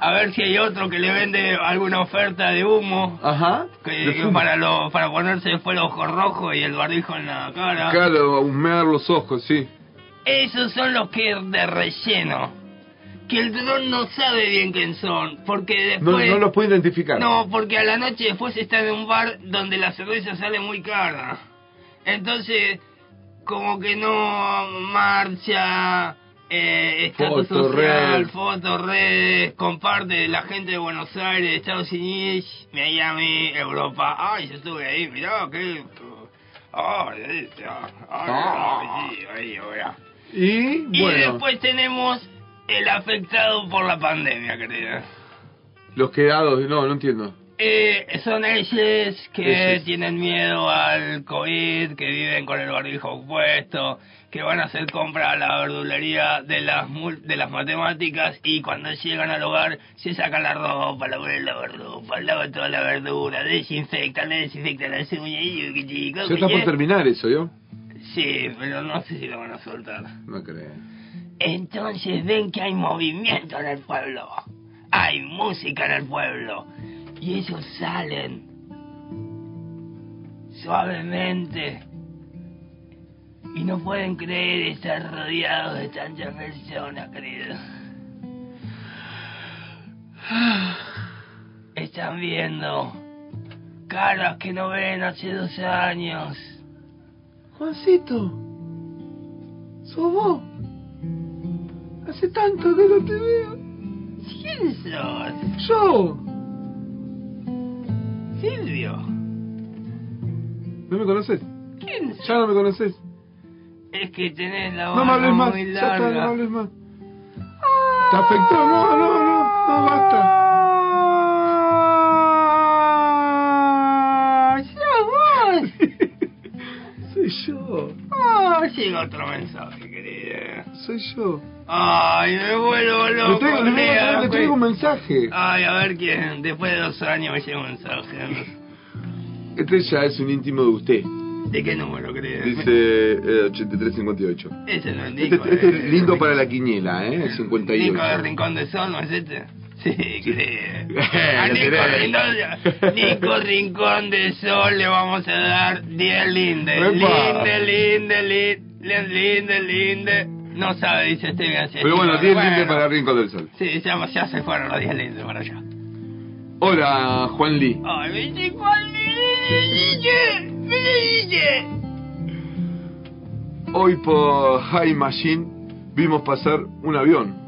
[SPEAKER 4] A ver si hay otro que le vende alguna oferta de humo.
[SPEAKER 3] Ajá.
[SPEAKER 4] Que, que para lo, para ponerse después el ojo rojo y el barbijo en la cara.
[SPEAKER 3] Claro, humear los ojos, sí.
[SPEAKER 4] Esos son los que de relleno. Que el dron no sabe bien quién son. Porque
[SPEAKER 3] No,
[SPEAKER 4] después.
[SPEAKER 3] no los puede identificar.
[SPEAKER 4] No, porque a la noche después está en un bar donde la cerveza sale muy cara. Entonces, como que no marcha, eh, estatus
[SPEAKER 3] Foto,
[SPEAKER 4] social,
[SPEAKER 3] red.
[SPEAKER 4] fotos, redes, comparte la gente de Buenos Aires, Estados Unidos, Miami, Europa. Ay, yo estuve ahí, mirá, qué... Ay, ahí está. Ay,
[SPEAKER 3] Ah.
[SPEAKER 4] ay, sí, ahí, mirá.
[SPEAKER 3] Y
[SPEAKER 4] Y
[SPEAKER 3] bueno,
[SPEAKER 4] después tenemos el afectado por la pandemia, querida.
[SPEAKER 3] los quedados, no, no entiendo.
[SPEAKER 4] Eh, son ellos que
[SPEAKER 3] Ellos.
[SPEAKER 4] tienen miedo al COVID, que viven con el barbijo puesto, que van a hacer compra a la verdulería de las mul- de las matemáticas y cuando llegan al hogar se sacan la ropa, la ponen la ropa, lavan toda la verdura, desinfectan, le desinfectan las uñas y que chico,
[SPEAKER 3] Ya está por terminar eso, ¿yo?
[SPEAKER 4] Sí, pero no sé si lo van a soltar.
[SPEAKER 3] No creo.
[SPEAKER 4] Entonces ven que hay movimiento en el pueblo. Hay música en el pueblo. Y ellos salen suavemente. Y no pueden creer estar rodeados de tantas personas, querido. Están viendo caras que no ven hace dos años.
[SPEAKER 3] Juancito, sos vos. Hace tanto que no te veo.
[SPEAKER 4] ¿Quién sos?
[SPEAKER 3] Yo.
[SPEAKER 4] Silvio.
[SPEAKER 3] ¿No me conoces?
[SPEAKER 4] ¿Quién sos?
[SPEAKER 3] Ya no me conoces.
[SPEAKER 4] Es que tenés la
[SPEAKER 3] No me hables
[SPEAKER 4] barba
[SPEAKER 3] más.
[SPEAKER 4] muy
[SPEAKER 3] Ya está, no me
[SPEAKER 4] larga.
[SPEAKER 3] hables más. Te afectó, no, no, no, no basta. Ah,
[SPEAKER 4] ¡Ah,
[SPEAKER 3] Soy yo,
[SPEAKER 4] Ah, llega otro mensaje, querida.
[SPEAKER 3] soy yo.
[SPEAKER 4] Ay, me vuelvo
[SPEAKER 3] Le
[SPEAKER 4] loco.
[SPEAKER 3] traigo, le voy a
[SPEAKER 4] nena,
[SPEAKER 3] traer- le
[SPEAKER 4] güey.
[SPEAKER 3] traigo un mensaje.
[SPEAKER 4] Ay, a ver quién. Después de dos años me llega un mensaje.
[SPEAKER 3] Este ya es un íntimo de usted.
[SPEAKER 4] ¿De qué número, querida?
[SPEAKER 3] Dice eh, 8358.
[SPEAKER 4] Ese no es
[SPEAKER 3] Este,
[SPEAKER 4] Nico.
[SPEAKER 3] este
[SPEAKER 4] eh.
[SPEAKER 3] es lindo para la quiniela, ¿eh? El
[SPEAKER 4] Nico del
[SPEAKER 3] 58.
[SPEAKER 4] Rincón de Sol, ¿no es este? Sí, querida.
[SPEAKER 3] Ya
[SPEAKER 4] A Nico
[SPEAKER 3] tenés.
[SPEAKER 4] Rincón, Nico Rincón de Sol le vamos a dar 10 lindes.
[SPEAKER 3] Epa.
[SPEAKER 4] Linde, linde, linde, linde, linde. No sabe, dice este bien así.
[SPEAKER 3] Pero bueno, 10
[SPEAKER 4] Bueno.
[SPEAKER 3] lindes para Rincón del Sol.
[SPEAKER 4] Sí, ya, ya se fueron los 10 lindes para allá.
[SPEAKER 3] Hola, Juan Lee.
[SPEAKER 4] Ay, viste cuál dice, dice.
[SPEAKER 3] Hoy por High Machine vimos pasar un avión.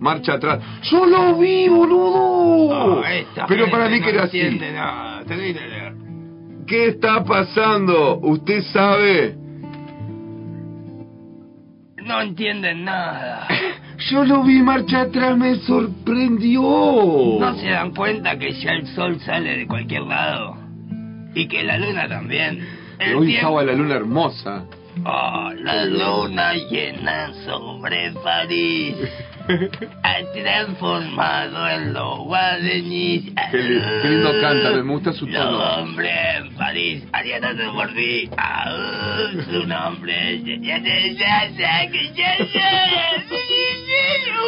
[SPEAKER 3] Marcha atrás. ¡Yo lo vi, boludo!
[SPEAKER 4] Ah, esta
[SPEAKER 3] Pero para
[SPEAKER 4] gente
[SPEAKER 3] mí que era
[SPEAKER 4] no
[SPEAKER 3] así.
[SPEAKER 4] entiende nada, terrible.
[SPEAKER 3] ¿Qué está pasando? ¿Usted sabe?
[SPEAKER 4] No entienden nada.
[SPEAKER 3] Yo lo vi marcha atrás, me sorprendió.
[SPEAKER 4] No se dan cuenta que ya el sol sale de cualquier lado. Y que la luna también. El
[SPEAKER 3] Hoy
[SPEAKER 4] tiempo,
[SPEAKER 3] estaba la luna hermosa.
[SPEAKER 4] Oh, las lunas llenas sobre París ha transformado en los guareñís.
[SPEAKER 3] Qué, li- qué lindo canta, me gusta su
[SPEAKER 4] Los
[SPEAKER 3] tono.
[SPEAKER 4] hombres en París harían tanto por mí. Aún su nombre. Ya te ya sé que ya sé.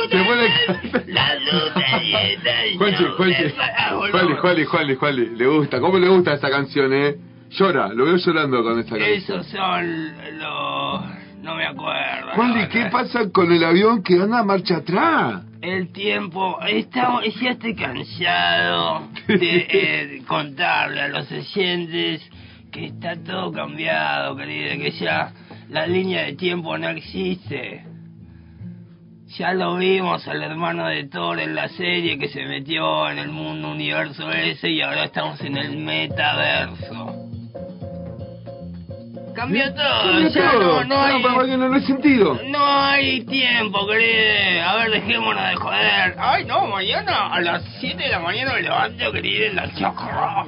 [SPEAKER 3] Se puede
[SPEAKER 4] La luna llena.
[SPEAKER 3] Juanchi, Juanchi,
[SPEAKER 4] Ah,
[SPEAKER 3] Juanli, Juanli, Juanli, Juanli, le gusta, ¿cómo le gusta esta canción, eh? Llora, lo veo llorando con esta canción.
[SPEAKER 4] Esos son los. No me acuerdo.
[SPEAKER 3] Juanli,
[SPEAKER 4] eh.
[SPEAKER 3] ¿qué pasa con el avión que anda marcha atrás?
[SPEAKER 4] El tiempo, está, ya estoy cansado de eh, contarle a los oyentes que está todo cambiado, querido, que ya la línea de tiempo no existe. Ya lo vimos al hermano de Thor en la serie que se metió en el mundo universo ese y ahora estamos en el metaverso. Cambió todo,
[SPEAKER 3] Cambió
[SPEAKER 4] ya
[SPEAKER 3] todo.
[SPEAKER 4] no, no hay...
[SPEAKER 3] pero bueno, no, no hay sentido.
[SPEAKER 4] No hay tiempo, querido. A ver, dejémonos de joder. Ay, no, mañana a las 7 de la mañana me levanto, querido, en la chacra.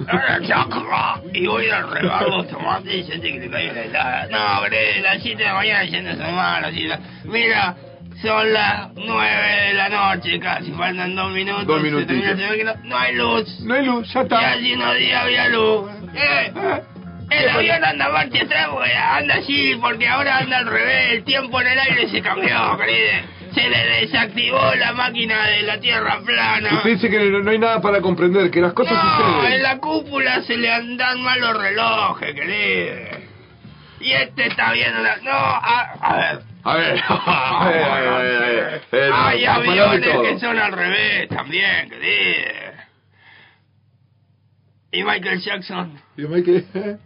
[SPEAKER 4] En la chacra. Y voy a regar los tomates y gente que le cae la helada. No, querido, a las 7 de la mañana ya no son malas. y la- Mira, son las 9 de la noche casi. Faltan dos minutos.
[SPEAKER 3] Dos
[SPEAKER 4] se termina
[SPEAKER 3] minutitos.
[SPEAKER 4] de ver que No, no hay luz.
[SPEAKER 3] No hay luz, ya está.
[SPEAKER 4] Y hace unos días había luz. Eh, el avión anda marcha atrás, porque anda así, porque ahora anda al revés, el tiempo en el aire se cambió, querido. Se le desactivó la máquina de la Tierra plana.
[SPEAKER 3] Usted dice que no, no hay nada para comprender, que las cosas
[SPEAKER 4] No, en
[SPEAKER 3] suceden.
[SPEAKER 4] la cúpula se le andan mal los relojes, querido. Y este está viendo la... No, a, a ver.
[SPEAKER 3] A ver, a ver, a ver, a ver, a ver. Eh,
[SPEAKER 4] Hay
[SPEAKER 3] no, pará de
[SPEAKER 4] aviones
[SPEAKER 3] todo.
[SPEAKER 4] que son al revés también, querido. Y Michael Jackson.
[SPEAKER 3] Y me quedé-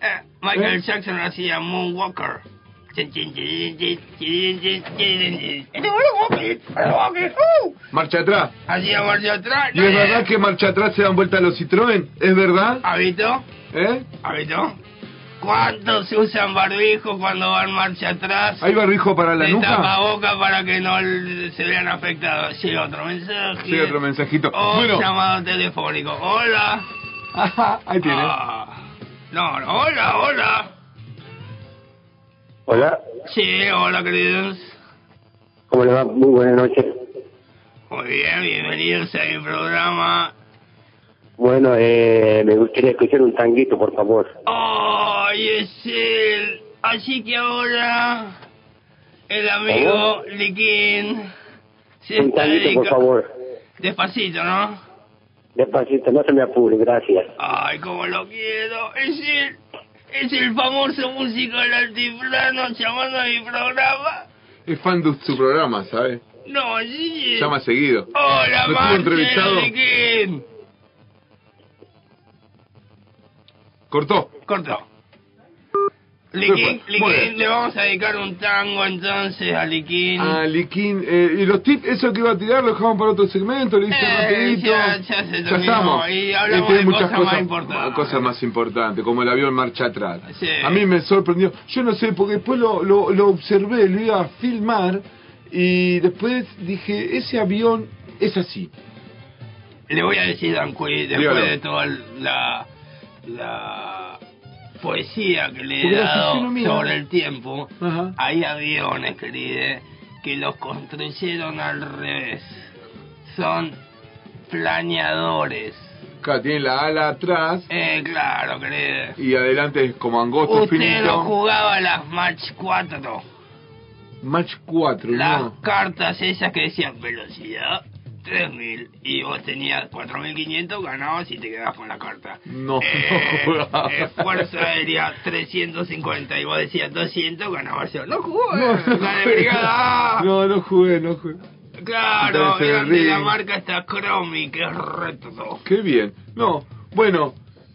[SPEAKER 4] Eh, Michael
[SPEAKER 3] ¿Eh?
[SPEAKER 4] Jackson hacía Moonwalker. Chin, chin, chin, chin, chin, chin, chin, chin. Este Moonwalker, Moonwalker, ¡uh!
[SPEAKER 3] Marcha atrás.
[SPEAKER 4] Hacía marcha atrás. eh.
[SPEAKER 3] ¿Y es verdad que marcha atrás se dan vuelta los Citroën? ¿Es verdad?
[SPEAKER 4] ¿Habito?
[SPEAKER 3] ¿Eh?
[SPEAKER 4] ¿Habito? ¿Cuántos se usan barbijo cuando van marcha atrás?
[SPEAKER 3] ¿Hay barbijo para la
[SPEAKER 4] De
[SPEAKER 3] nuca?
[SPEAKER 4] tapaboca para que no l- se vean afectados. Llega otro mensaje.
[SPEAKER 3] Sí, otro mensajito.
[SPEAKER 4] O
[SPEAKER 3] Bueno,
[SPEAKER 4] Oh, llamado telefónico. Hola.
[SPEAKER 3] ajá, ahí tiene.
[SPEAKER 4] Ah. No, no, hola, hola.
[SPEAKER 10] Hola,
[SPEAKER 4] Sí, hola, queridos.
[SPEAKER 10] ¿cómo le va? Muy buenas noches.
[SPEAKER 4] Muy bien, bienvenidos a mi programa.
[SPEAKER 10] Bueno, eh, me gustaría escuchar un tanguito, por favor.
[SPEAKER 4] ¡Ay, es él! Así que ahora el amigo Liquín se
[SPEAKER 10] un
[SPEAKER 4] está
[SPEAKER 10] tanguito, por
[SPEAKER 4] dedica-
[SPEAKER 10] favor.
[SPEAKER 4] Despacito, ¿no?
[SPEAKER 10] Despacito, no se me apure, gracias.
[SPEAKER 4] ¡Ay, cómo lo quiero! Es él, es el famoso músico del altiplano llamando a mi programa.
[SPEAKER 3] Es fan de su programa, ¿sabes?
[SPEAKER 4] No, sí.
[SPEAKER 3] Llama seguido.
[SPEAKER 4] Hola,
[SPEAKER 3] ¿Lo estuvo
[SPEAKER 4] Marcelo
[SPEAKER 3] entrevistado?
[SPEAKER 4] Liquín.
[SPEAKER 3] Cortó.
[SPEAKER 4] Cortó. Liquín,
[SPEAKER 3] Muy bien.
[SPEAKER 4] Liquín, le vamos a dedicar un tango entonces a Liquín.
[SPEAKER 3] Ah, Liquín, eh, y los tips, eso que iba a tirar, lo dejamos para otro segmento, le hice
[SPEAKER 4] Eh,
[SPEAKER 3] rapidito.
[SPEAKER 4] ya, ya se terminó.
[SPEAKER 3] estamos.
[SPEAKER 4] Y hablamos
[SPEAKER 3] Este,
[SPEAKER 4] de
[SPEAKER 3] muchas
[SPEAKER 4] cosas, más importantes.
[SPEAKER 3] Cosas más importantes, como el avión marcha atrás.
[SPEAKER 4] Sí.
[SPEAKER 3] A mí me sorprendió. Yo no sé, porque después lo, lo, lo observé, lo iba a filmar y después dije, ese avión es así.
[SPEAKER 4] Le voy a decir Dan Quinn, después
[SPEAKER 3] Dígalo.
[SPEAKER 4] de toda la, la poesía que le he
[SPEAKER 3] Porque la
[SPEAKER 4] dado
[SPEAKER 3] afición humilde.
[SPEAKER 4] sobre el tiempo,
[SPEAKER 3] Ajá.
[SPEAKER 4] hay aviones, querido, que los construyeron al revés. Son planeadores.
[SPEAKER 3] Acá tiene la ala atrás
[SPEAKER 4] Eh, claro, querido.
[SPEAKER 3] y adelante es como angosto,
[SPEAKER 4] Usted no
[SPEAKER 3] finito.
[SPEAKER 4] jugaba las Match 4.
[SPEAKER 3] Match 4,
[SPEAKER 4] las
[SPEAKER 3] ¿no?
[SPEAKER 4] cartas esas que decían velocidad 3000 y vos tenías 4500 ganabas y te quedabas con la carta.
[SPEAKER 3] No,
[SPEAKER 4] Eh,
[SPEAKER 3] no jugaba.
[SPEAKER 4] eh, fuerza aérea 350 y vos decías 200 ganabas yo. No jugó,
[SPEAKER 3] No,
[SPEAKER 4] eh,
[SPEAKER 3] no
[SPEAKER 4] la de
[SPEAKER 3] jugué.
[SPEAKER 4] brigada. A.
[SPEAKER 3] No, no jugué, no jugué.
[SPEAKER 4] Claro,
[SPEAKER 3] Entonces,
[SPEAKER 4] era de la
[SPEAKER 3] ring.
[SPEAKER 4] marca está Chromie, que es reto.
[SPEAKER 3] Qué bien. No, bueno,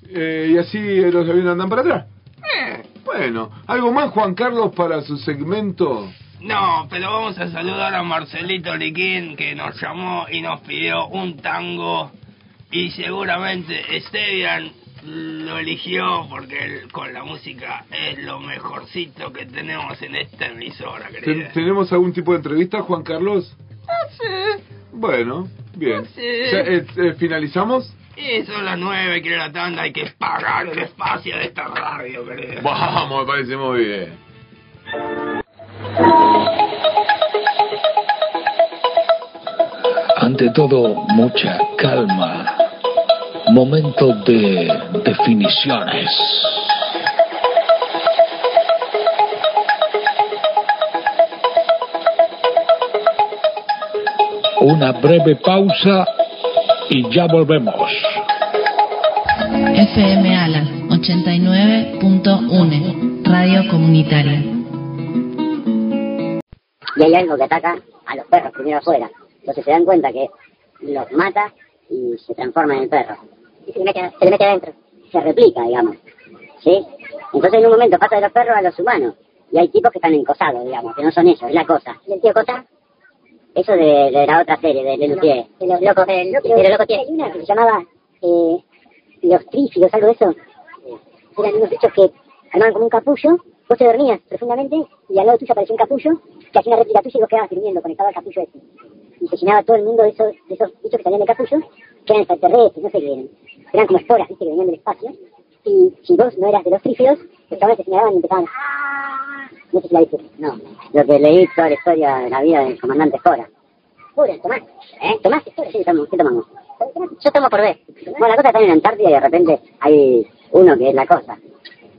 [SPEAKER 3] eh, y así los aviones andan para atrás.
[SPEAKER 4] Eh,
[SPEAKER 3] Bueno, ¿algo más, Juan Carlos, para su segmento?
[SPEAKER 4] No, pero vamos a saludar a Marcelito Liquín que nos llamó y nos pidió un tango y seguramente Esteban lo eligió porque él con la música es lo mejorcito que tenemos en esta emisora,
[SPEAKER 3] ¿Ten-
[SPEAKER 4] querida.
[SPEAKER 3] ¿Tenemos algún tipo de entrevista, Juan Carlos?
[SPEAKER 4] Ah, sí.
[SPEAKER 3] Bueno, bien.
[SPEAKER 4] Sí.
[SPEAKER 3] Ya, eh, eh, ¿Finalizamos?
[SPEAKER 4] Y son las nueve, quiero la tanda, hay que pagar el espacio de esta radio, querido.
[SPEAKER 3] Vamos, me parece muy bien.
[SPEAKER 1] Ante todo, mucha calma. Momento de definiciones. Una breve pausa y ya volvemos.
[SPEAKER 11] FM Alas 89.1 Radio Comunitaria.
[SPEAKER 8] Y hay algo que ataca a los perros primero afuera. Entonces se dan cuenta que los mata y se transforma en el perro. Y se le mete, se le mete adentro. Se replica, digamos. ¿Sí? Entonces en un momento pasa de los perros a los humanos. Y hay tipos que están encosados, digamos, que no son ellos, es la cosa. ¿Y el tío Cota? Eso de, de la otra serie, de Lenupié.
[SPEAKER 12] De los locos, de los locos.
[SPEAKER 8] De los locos tiene-
[SPEAKER 12] Hay una que se llamaba eh, Los Trífidos, algo de eso. Eran unos bichos que armaban como un capullo, vos te dormías profundamente y al lado tuyo aparecía un capullo que hacía una réplica tuya y vos quedabas durmiendo conectado al capullo ese. Y se llenaba todo el mundo de esos, de esos bichos que salían del capullo, que eran extraterrestres, no sé qué eran. Eran como esporas, viste, que venían del espacio. Y si vos no eras de los Trífidos, los chavales te señalaban y empezaban "Ah". No sé si la viste. No.
[SPEAKER 8] Lo que leí toda la historia de la vida del comandante Fora.
[SPEAKER 12] Pura, Tomás.
[SPEAKER 8] ¿Eh? ¿Tomás? Sí, tomo- sí tomamos. Yo tomo por ver. Bueno, la cosa está en la Antártida y de repente hay uno que es la cosa.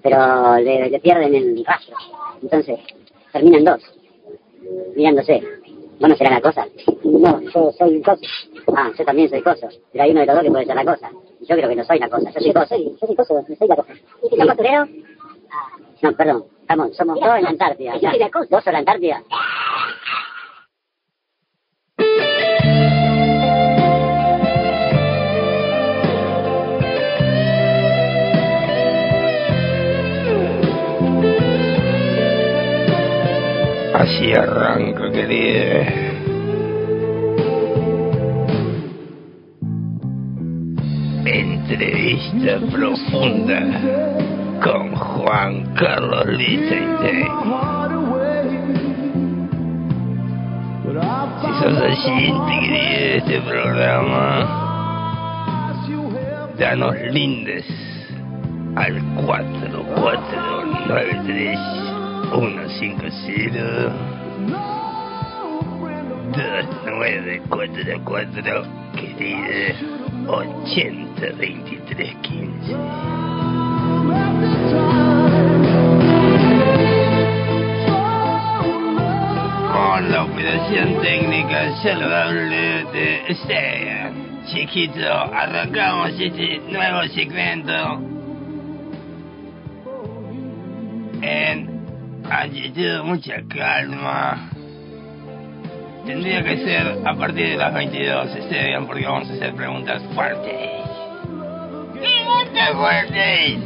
[SPEAKER 8] Pero le, le pierden el rastro. Entonces, terminan dos. Mirándose. ¿Vos no será la cosa? No, yo soy cosa. Ah, yo también soy cosa. Pero hay uno de los dos que puede ser la cosa. Y yo creo que no soy la cosa. Yo soy
[SPEAKER 12] Yo no
[SPEAKER 8] cosa.
[SPEAKER 12] soy, yo soy coso, no soy la cosa. ¿Y qué sos costurero?
[SPEAKER 8] Ah. No, perdón. Estamos, somos
[SPEAKER 12] Mira,
[SPEAKER 8] todos en la Antártida.
[SPEAKER 12] yo soy la cosa.
[SPEAKER 8] ¿Vos sos la Antártida?
[SPEAKER 4] Así arranca, querido. Entrevista profunda con Juan Carlos Lichtenstein. Si sos oyente, querido, de este programa, danos lindes al 4493 150 2944 querida 802315 Con la operación técnica saludable de Estrella Chiquito, arrancamos este nuevo segmento en actitud mucha calma. Tendría que ser a partir de las 22, esté bien, porque vamos a hacer preguntas fuertes. Preguntas fuertes.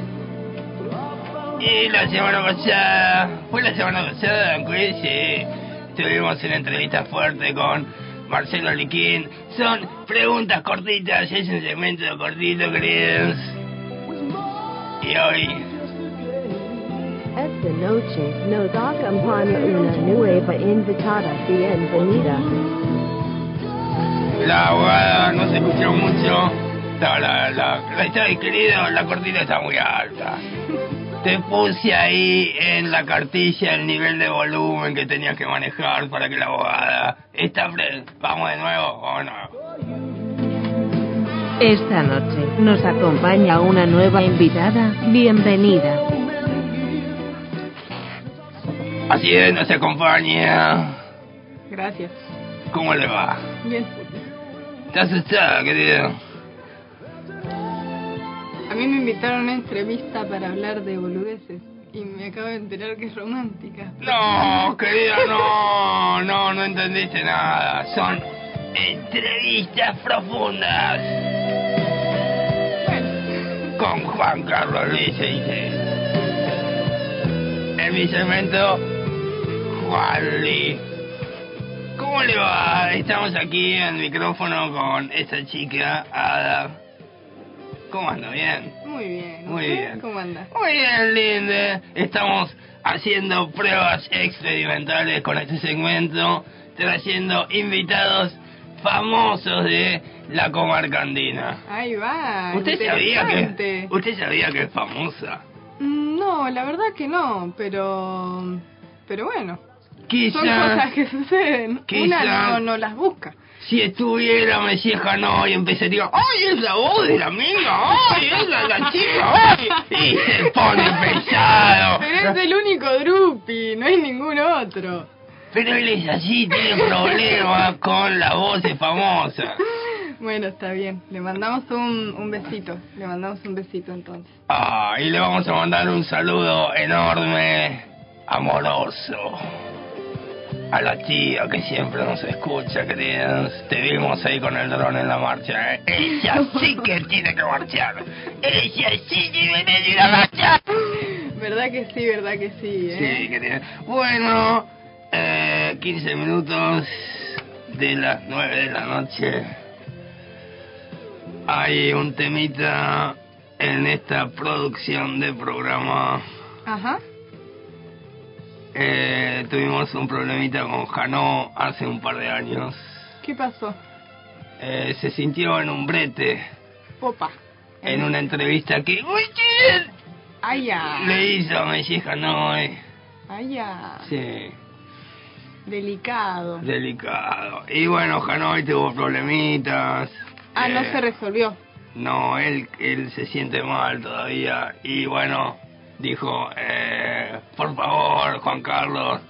[SPEAKER 4] Y la semana pasada, fue la semana pasada, aunque sí, tuvimos una entrevista fuerte con Marcelo Liquín. Son preguntas cortitas, es un segmento cortito, queridos. Y hoy
[SPEAKER 13] Esta noche nos acompaña una nueva invitada bienvenida.
[SPEAKER 4] La abogada no se escuchó mucho. La, la, la, la historia, querido, la cortina está muy alta. Te puse ahí en la cartilla el nivel de volumen que tenías que manejar para que la abogada... Esta fre- ¿Vamos de nuevo o no?
[SPEAKER 9] Esta noche nos acompaña una nueva invitada. Bienvenida.
[SPEAKER 4] Así es, nos acompaña.
[SPEAKER 14] Gracias.
[SPEAKER 4] ¿Cómo le va?
[SPEAKER 14] Bien.
[SPEAKER 4] ¿Está asustada, querido?
[SPEAKER 14] A mí me invitaron a una entrevista para hablar de boludeces y me acabo de enterar que es romántica.
[SPEAKER 4] No, querido, no, no, no entendiste nada. Son entrevistas profundas. Con Juan Carlos Liceite. En mi segmento, Juan Lee. ¿Cómo le va? Estamos aquí en el micrófono con esta chica, Ada. ¿Cómo anda? ¿Bien?
[SPEAKER 14] Muy bien.
[SPEAKER 4] Muy
[SPEAKER 14] ¿Usted
[SPEAKER 4] bien.
[SPEAKER 14] ¿Cómo anda?
[SPEAKER 4] Muy bien, Linde. Estamos haciendo pruebas experimentales con este segmento, trayendo invitados famosos de la comarca andina.
[SPEAKER 14] Ahí va.
[SPEAKER 4] ¿Usted sabía que,
[SPEAKER 14] interesante.
[SPEAKER 4] usted sabía que es famosa?
[SPEAKER 14] Mm, No, la verdad que no, pero. Pero bueno.
[SPEAKER 4] Quizá-
[SPEAKER 14] Son cosas que suceden.
[SPEAKER 4] Quizá-
[SPEAKER 14] Una no, no las busca.
[SPEAKER 4] Si estuviera Melleja no y empezaría, ¡ay, es la voz de la amiga! ¡Ay, es la, la chica! ¡Ay! Y se pone pesado.
[SPEAKER 14] Pero es el único Drupi, no hay ningún otro.
[SPEAKER 4] Pero él es así, tiene problemas con la voz de famosa.
[SPEAKER 14] Bueno, está bien. Le mandamos un, un besito. Le mandamos un besito entonces.
[SPEAKER 4] Ah, y le vamos a mandar un saludo enorme, amoroso. A la tía que siempre nos escucha, queridos. Te vimos ahí con el dron en la marcha, ¿eh? Ella sí que tiene que marchar. Ella sí tiene que ir a marchar.
[SPEAKER 14] ¿Verdad que sí? ¿Verdad que sí? Eh?
[SPEAKER 4] Sí, queridos. Bueno, eh, 15 minutos de las 9 de la noche. Hay un temita en esta producción de programa.
[SPEAKER 14] Ajá.
[SPEAKER 4] Eh, tuvimos un problemita con Jano hace un par de años.
[SPEAKER 14] ¿Qué pasó?
[SPEAKER 4] Eh, se sintió en un brete
[SPEAKER 14] Opa.
[SPEAKER 4] en una entrevista que uy,
[SPEAKER 14] Ay, ya.
[SPEAKER 4] le hizo a Messi Hanoi.
[SPEAKER 14] Ay, ya.
[SPEAKER 4] Sí,
[SPEAKER 14] Delicado.
[SPEAKER 4] delicado. Y bueno, Hanoi tuvo problemitas.
[SPEAKER 14] Ah, no
[SPEAKER 4] Eh,
[SPEAKER 14] se resolvió.
[SPEAKER 4] No, él, él se siente mal todavía. Y bueno, dijo, eh, por favor, Juan Carlos,